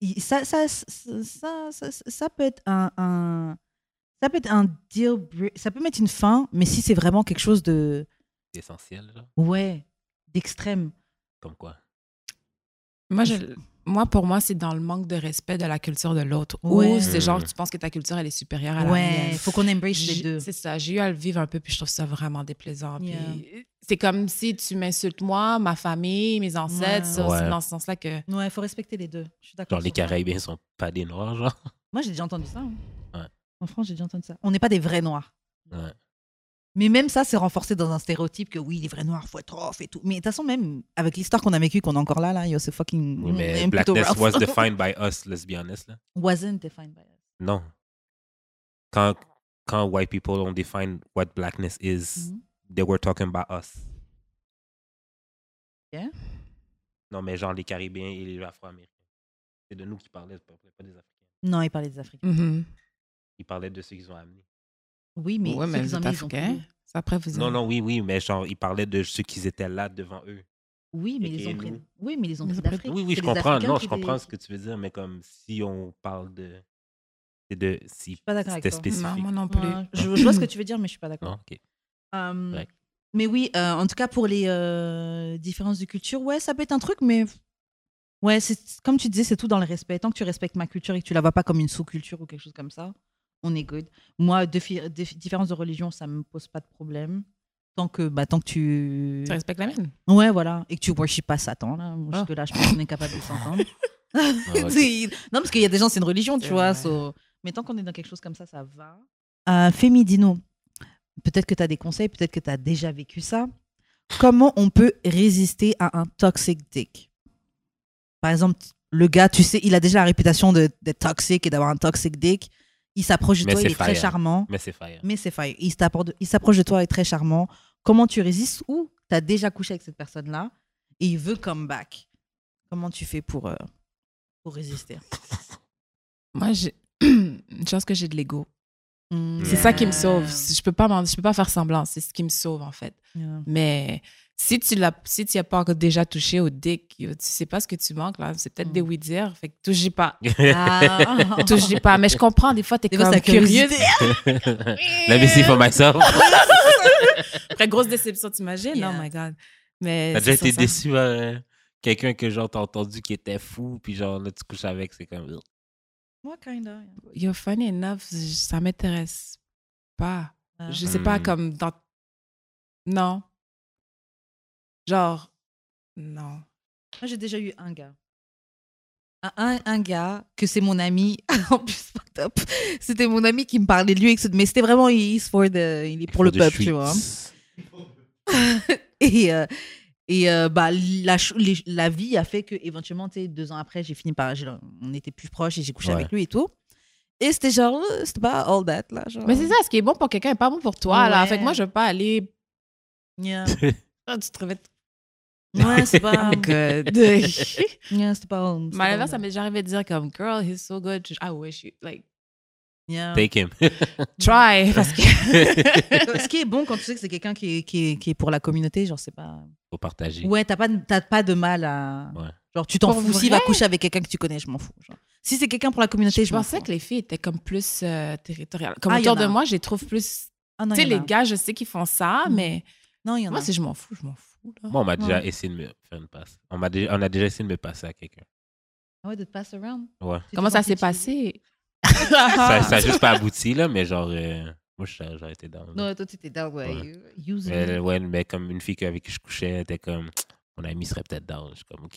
il- ça, ça, ça, ça, ça, ça peut être un, un- ça peut être un deal break- ça peut mettre une fin, mais si c'est vraiment quelque chose de C'est essentiel, genre. ouais d'extrême. Comme quoi. Moi, je- moi, pour moi, c'est dans le manque de respect de la culture de l'autre. Ouais. Ou c'est genre, Mhm. tu penses que ta culture, elle est supérieure à la Ouais, mienne. faut qu'on embrace les J'ai- deux. C'est ça, j'ai eu à le vivre un peu, puis je trouve ça vraiment déplaisant. puis Yeah. C'est comme si tu m'insultes moi, ma famille, mes ancêtres. Ouais. ça, Ouais. C'est dans ce sens-là que. Ouais, faut respecter les deux. Je suis d'accord. Genre, les sur ça. Caraïbes sont pas des noirs, genre. Moi, j'ai déjà entendu ça. hein. Ouais. En France, j'ai déjà entendu ça. On n'est pas des vrais noirs. Ouais. Mais même ça, c'est renforcé dans un stéréotype que oui, les vrais noirs, faut être off et tout. Mais de toute façon, même avec l'histoire qu'on a vécue, qu'on est encore là, là, yo, c'est fucking. Oui, on mais aime Mm, plutôt blackness Ralph. was defined by us, let's be honest, là. Wasn't defined by us. Non. Quand, quand white people ont defined what blackness is, Mhm. they were talking about us. Yeah. Non, mais genre les Caribéens et les Afro-Américains. C'est de nous qui parlaient, ils parlaient pas des Africains. Non, il parlait des Africains. mm-hmm. Ils parlaient de ceux qu'ils ont amenés. Oui, mais Ouais, ceux mais qu'ils vous ont êtes mis, ils ont africains. pris. Après, vous Non, avez- non, oui, oui, mais genre, ils parlaient de ceux qui étaient là devant eux. Oui, mais Et ils ont nous. pris. Oui, mais ils ont Ils pris ont pris- d'Afrique. Oui, oui, je C'est les comprends. Africains Non, qui je comprends les- ce que tu veux dire, mais comme si on parle de. C'est de. Si pas d'accord avec c'était toi. spécifique. Non, moi non plus. Ouais, je, je vois ce que tu veux dire, mais je suis pas d'accord. Non, ok. Euh, Ouais. Mais oui, euh, en tout cas pour les euh, différences de culture, ouais, ça peut être un truc, mais ouais, c'est comme tu disais, c'est tout dans le respect. Tant que tu respectes ma culture et que tu la vois pas comme une sous-culture ou quelque chose comme ça, on est good. Moi, des différences de religion, ça me pose pas de problème. Tant que, bah, tant que tu. Tu respectes la mienne. Ouais, voilà. Et que tu worship pas Satan, là. Moi, Ah. Jusque là, je pense qu'on est capable de s'entendre. Ah, ok. C'est- Non, parce qu'il y a des gens, c'est une religion, tu C'est vois. vrai. so- Mais tant qu'on est dans quelque chose comme ça, ça va. Euh, Femi, dis-nous, peut-être que tu as des conseils, peut-être que tu as déjà vécu ça. Comment on peut résister à un toxic dick Par exemple, le gars, tu sais, il a déjà la réputation de- d'être toxique et d'avoir un toxic dick. Il s'approche de Mais toi, il c'est est très fire. charmant, Mais c'est fire. mais c'est fire. Il s'apporte- il s'approche de toi, il est très charmant. Comment tu résistes ou tu as déjà couché avec cette personne-là et il veut come back Comment tu fais pour, euh, pour résister Moi, j'ai une chance que j'ai de l'ego. C'est ça qui me sauve. Je peux pas, m'en- je peux pas faire semblant. C'est ce qui me sauve, en fait. Mais si tu l'as, si tu n'y as pas encore déjà touché au dick, yo, tu sais pas ce que tu manques, là. C'est peut-être Mm. des oui-dire. Fait que touche pas. Ah. Touche pas. Mais je comprends, des fois, t'es Des fois, comme ça curieuse. curiosité. Ah. Let me see for myself. Après, grosse déception, t'imagines? Yeah. Oh my God. Mais T'as déjà c'est été ça. déçu par euh, quelqu'un que genre t'as entendu qui était fou, puis genre là tu couches avec, c'est comme. euh, Ugh. Moi, kinda. Yo, funny enough, Ah. Ah. j- ça m'intéresse pas. Je sais pas, Mm. comme dans. Non. Genre, non. Moi, j'ai déjà eu un gars. Un, un, un gars que c'est mon ami. en plus, fucked up. C'était mon ami qui me parlait de lui. etc. Mais c'était vraiment, he's for the- il est pour le Faut du peuple, streets. tu vois. Et, euh, et euh, bah, la, ch- les- la vie a fait que éventuellement, tu sais, deux ans après, j'ai fini par. j'ai- On était plus proches et j'ai couché Ouais. avec lui et tout. Et c'était genre, euh, c'était pas all that, là. Genre, Mais c'est ça, ce qui est bon pour quelqu'un est pas bon pour toi. Là. Ouais. Fait que moi, je veux pas aller. Yeah. Ah, tu te réveilles. Ouais, c'est pas. God. yeah, c'était pas. c'était Mais à pas l'inverse, all ça m'est déjà arrivé de dire comme Girl, he's so good. I wish you. Like, that. Yeah. Take him. try. Parce que. Ce qui est bon quand tu sais que c'est quelqu'un qui est, qui, est, qui est pour la communauté, genre, c'est pas. Faut partager. Ouais, t'as pas, de- t'as pas de mal à. Ouais. Genre, tu t'en Pour fous. S'il va vrai coucher avec quelqu'un que tu connais, je m'en fous. genre. Si c'est quelqu'un pour la communauté, je, je m'en pensais fous. que les filles étaient comme plus euh, territoriales. Comme Ah, y en autour de a. moi, je les trouve plus. Ah non, tu sais, y en les a. gars, je sais qu'ils font ça, Mm. mais Non, il y en moi, a. si je m'en fous, je m'en fous. là. Moi, on m'a déjà Ouais. essayé de me faire une passe. On, m'a déjà- on a déjà essayé de me passer à quelqu'un. Ah ouais, de te pass around. Ouais. Tu Comment t'es ça senti s'est utilisée. passé? Ah. Ça ça a juste pas abouti, là, mais genre, euh, moi, j'aurais j'aurais été dans. Non, toi, t'étais down, ouais. Ouais. You- use Mais, me. ouais, mais comme une fille que- avec qui je couchais était comme mon ami serait peut-être down. Je suis comme ok.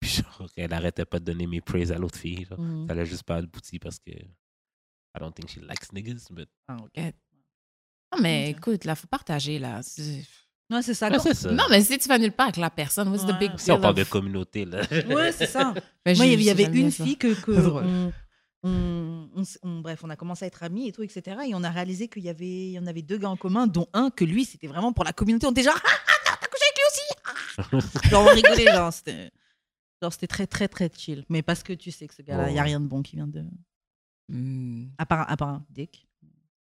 Puis genre, elle arrêtait pas de donner mes praises à l'autre fille. genre. Mm. Ça l'a juste pas abouti parce que I don't think she likes niggas, but Ah, ok. Non, Ah, mais Ok. écoute, là, faut partager, là. C'est- Ouais, c'est ça. Ouais, quand- c'est ça. Non, mais si tu vas nulle part avec la personne, what's the Ouais. big si on deal parle de of- communauté là. Ouais, c'est ça. Mais Moi, j'ai- il y j'ai avait jamais une fait ça. fille que. que C'est drôle. on, on- on s- on- bref, on a commencé à être amis et tout, etc. Et on a réalisé qu'il y avait, il y en avait deux gars en commun, dont un que lui, c'était vraiment pour la communauté. On était genre, ah, ah, non, t'as couché avec lui aussi Ah Genre, on rigolait, genre, c'était. Genre, c'était très, très, très chill. Mais parce que tu sais que ce gars-là, il n'y a Ouais. rien de bon qui vient de. Hmm. À part, à part un dick.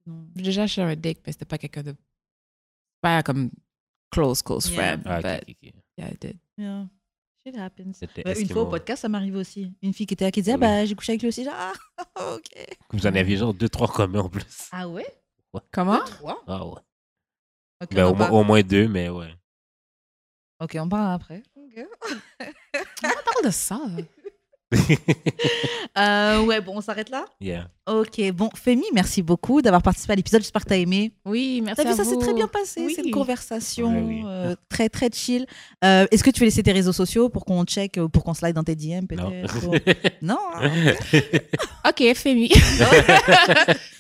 Non. J'ai déjà acheté un dick, mais c'était pas quelqu'un de. Pas comme close, close Yeah. friend. Ah, ok, but ok, ok. yeah, I did. Yeah. Shit happens. C'était Ouais, ben, Bah, une Eskimo. fois au podcast, ça m'arrive aussi. Une fille qui était là qui disait ah, Oui. bah j'ai couché avec lui aussi. Genre, ah, ok. Vous en aviez genre deux, trois communs en plus. Ah ouais Comment? Trois Ah ouais. Ok, Ben, au, on, en moins- parle. au moins deux, mais ouais. Ok, on parle après. On parle de ça. Euh, ouais, bon, on s'arrête là. yeah. Ok, bon, Femi, merci beaucoup d'avoir participé à l'épisode. J'espère que t'as aimé. Oui, merci. T'as vu, à ça s'est vous. très bien passé. Oui. C'est une conversation Ouais, Ah, oui. euh, très, très chill. Euh, Est-ce que tu veux laisser tes réseaux sociaux pour qu'on check, euh, pour qu'on slide dans tes Non. DM peut-être ou- Non. hein. Ok, Femi. Ceux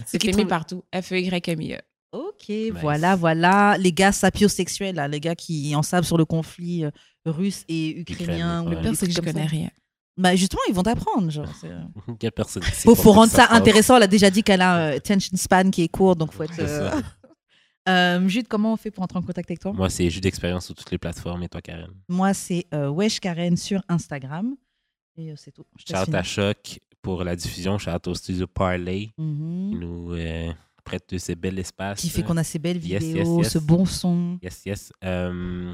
C'est qui Femi trouvent- partout. F-E-Y-M-I-E. Ok, voilà, voilà. Les gars sapiosexuels, là, les gars qui en savent sur le conflit euh, russe et ukrainien. Ukraine, ou ouais. des Le pire, c'est que trucs je comme ça. connais rien. Bah justement, ils vont t'apprendre. Genre, c'est- euh. Quelle personne ici faut, pour faut que rendre ça sorte? intéressant. Elle a déjà dit qu'elle a un euh, attention span qui est court, donc faut être. C'est euh, ça. euh, Jude, comment on fait pour entrer en contact avec toi Moi, c'est juste d'expérience sur toutes les plateformes et toi, Karen. Moi, c'est euh, Wesh Karen sur Instagram. Et euh, c'est tout. Je te laisse Shout à finir. Choc pour la diffusion. Shout au studio Parley qui Mhm. nous euh, prête de ce bel espace. Qui fait qu'on a ces belles euh, Yes, yes, vidéos, yes. ce bon son. Yes, yes. Euh,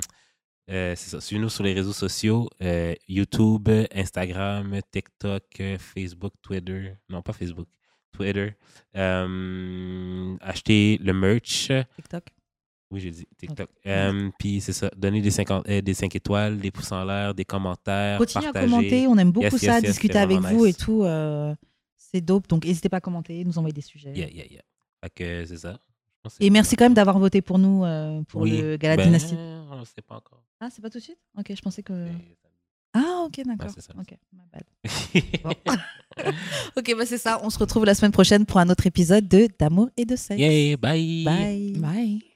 euh, c'est ça. Suivez-nous sur les réseaux sociaux euh, YouTube, Instagram, TikTok, euh, Facebook, Twitter. Non, pas Facebook. Twitter. Euh, achetez le merch. TikTok. Oui, j'ai dit TikTok. Euh, Puis c'est ça. Donnez des 5 des cinq étoiles, des pouces en l'air, des commentaires. Continuez à partagez. commenter. On aime beaucoup Yes, ça, yes, yes, discuter c'est avec vraiment vous nice. et tout. euh, c'est dope. Donc, n'hésitez pas à commenter, nous envoyer des sujets. Yeah, yeah, yeah. Fait que c'est ça. Je pense que c'est Et merci tout. quand même d'avoir voté pour nous euh, pour Oui, le Gala ben, Dynastie. Euh. On ne sait pas encore. Ah, c'est pas tout de suite Ok, je pensais que. Mais- Ah, ok, d'accord. Ouais, c'est ça. ok, my bad. ok, bah c'est ça. On se retrouve la semaine prochaine pour un autre épisode de D'amour et de sexe. Yay, bye. Bye. Bye.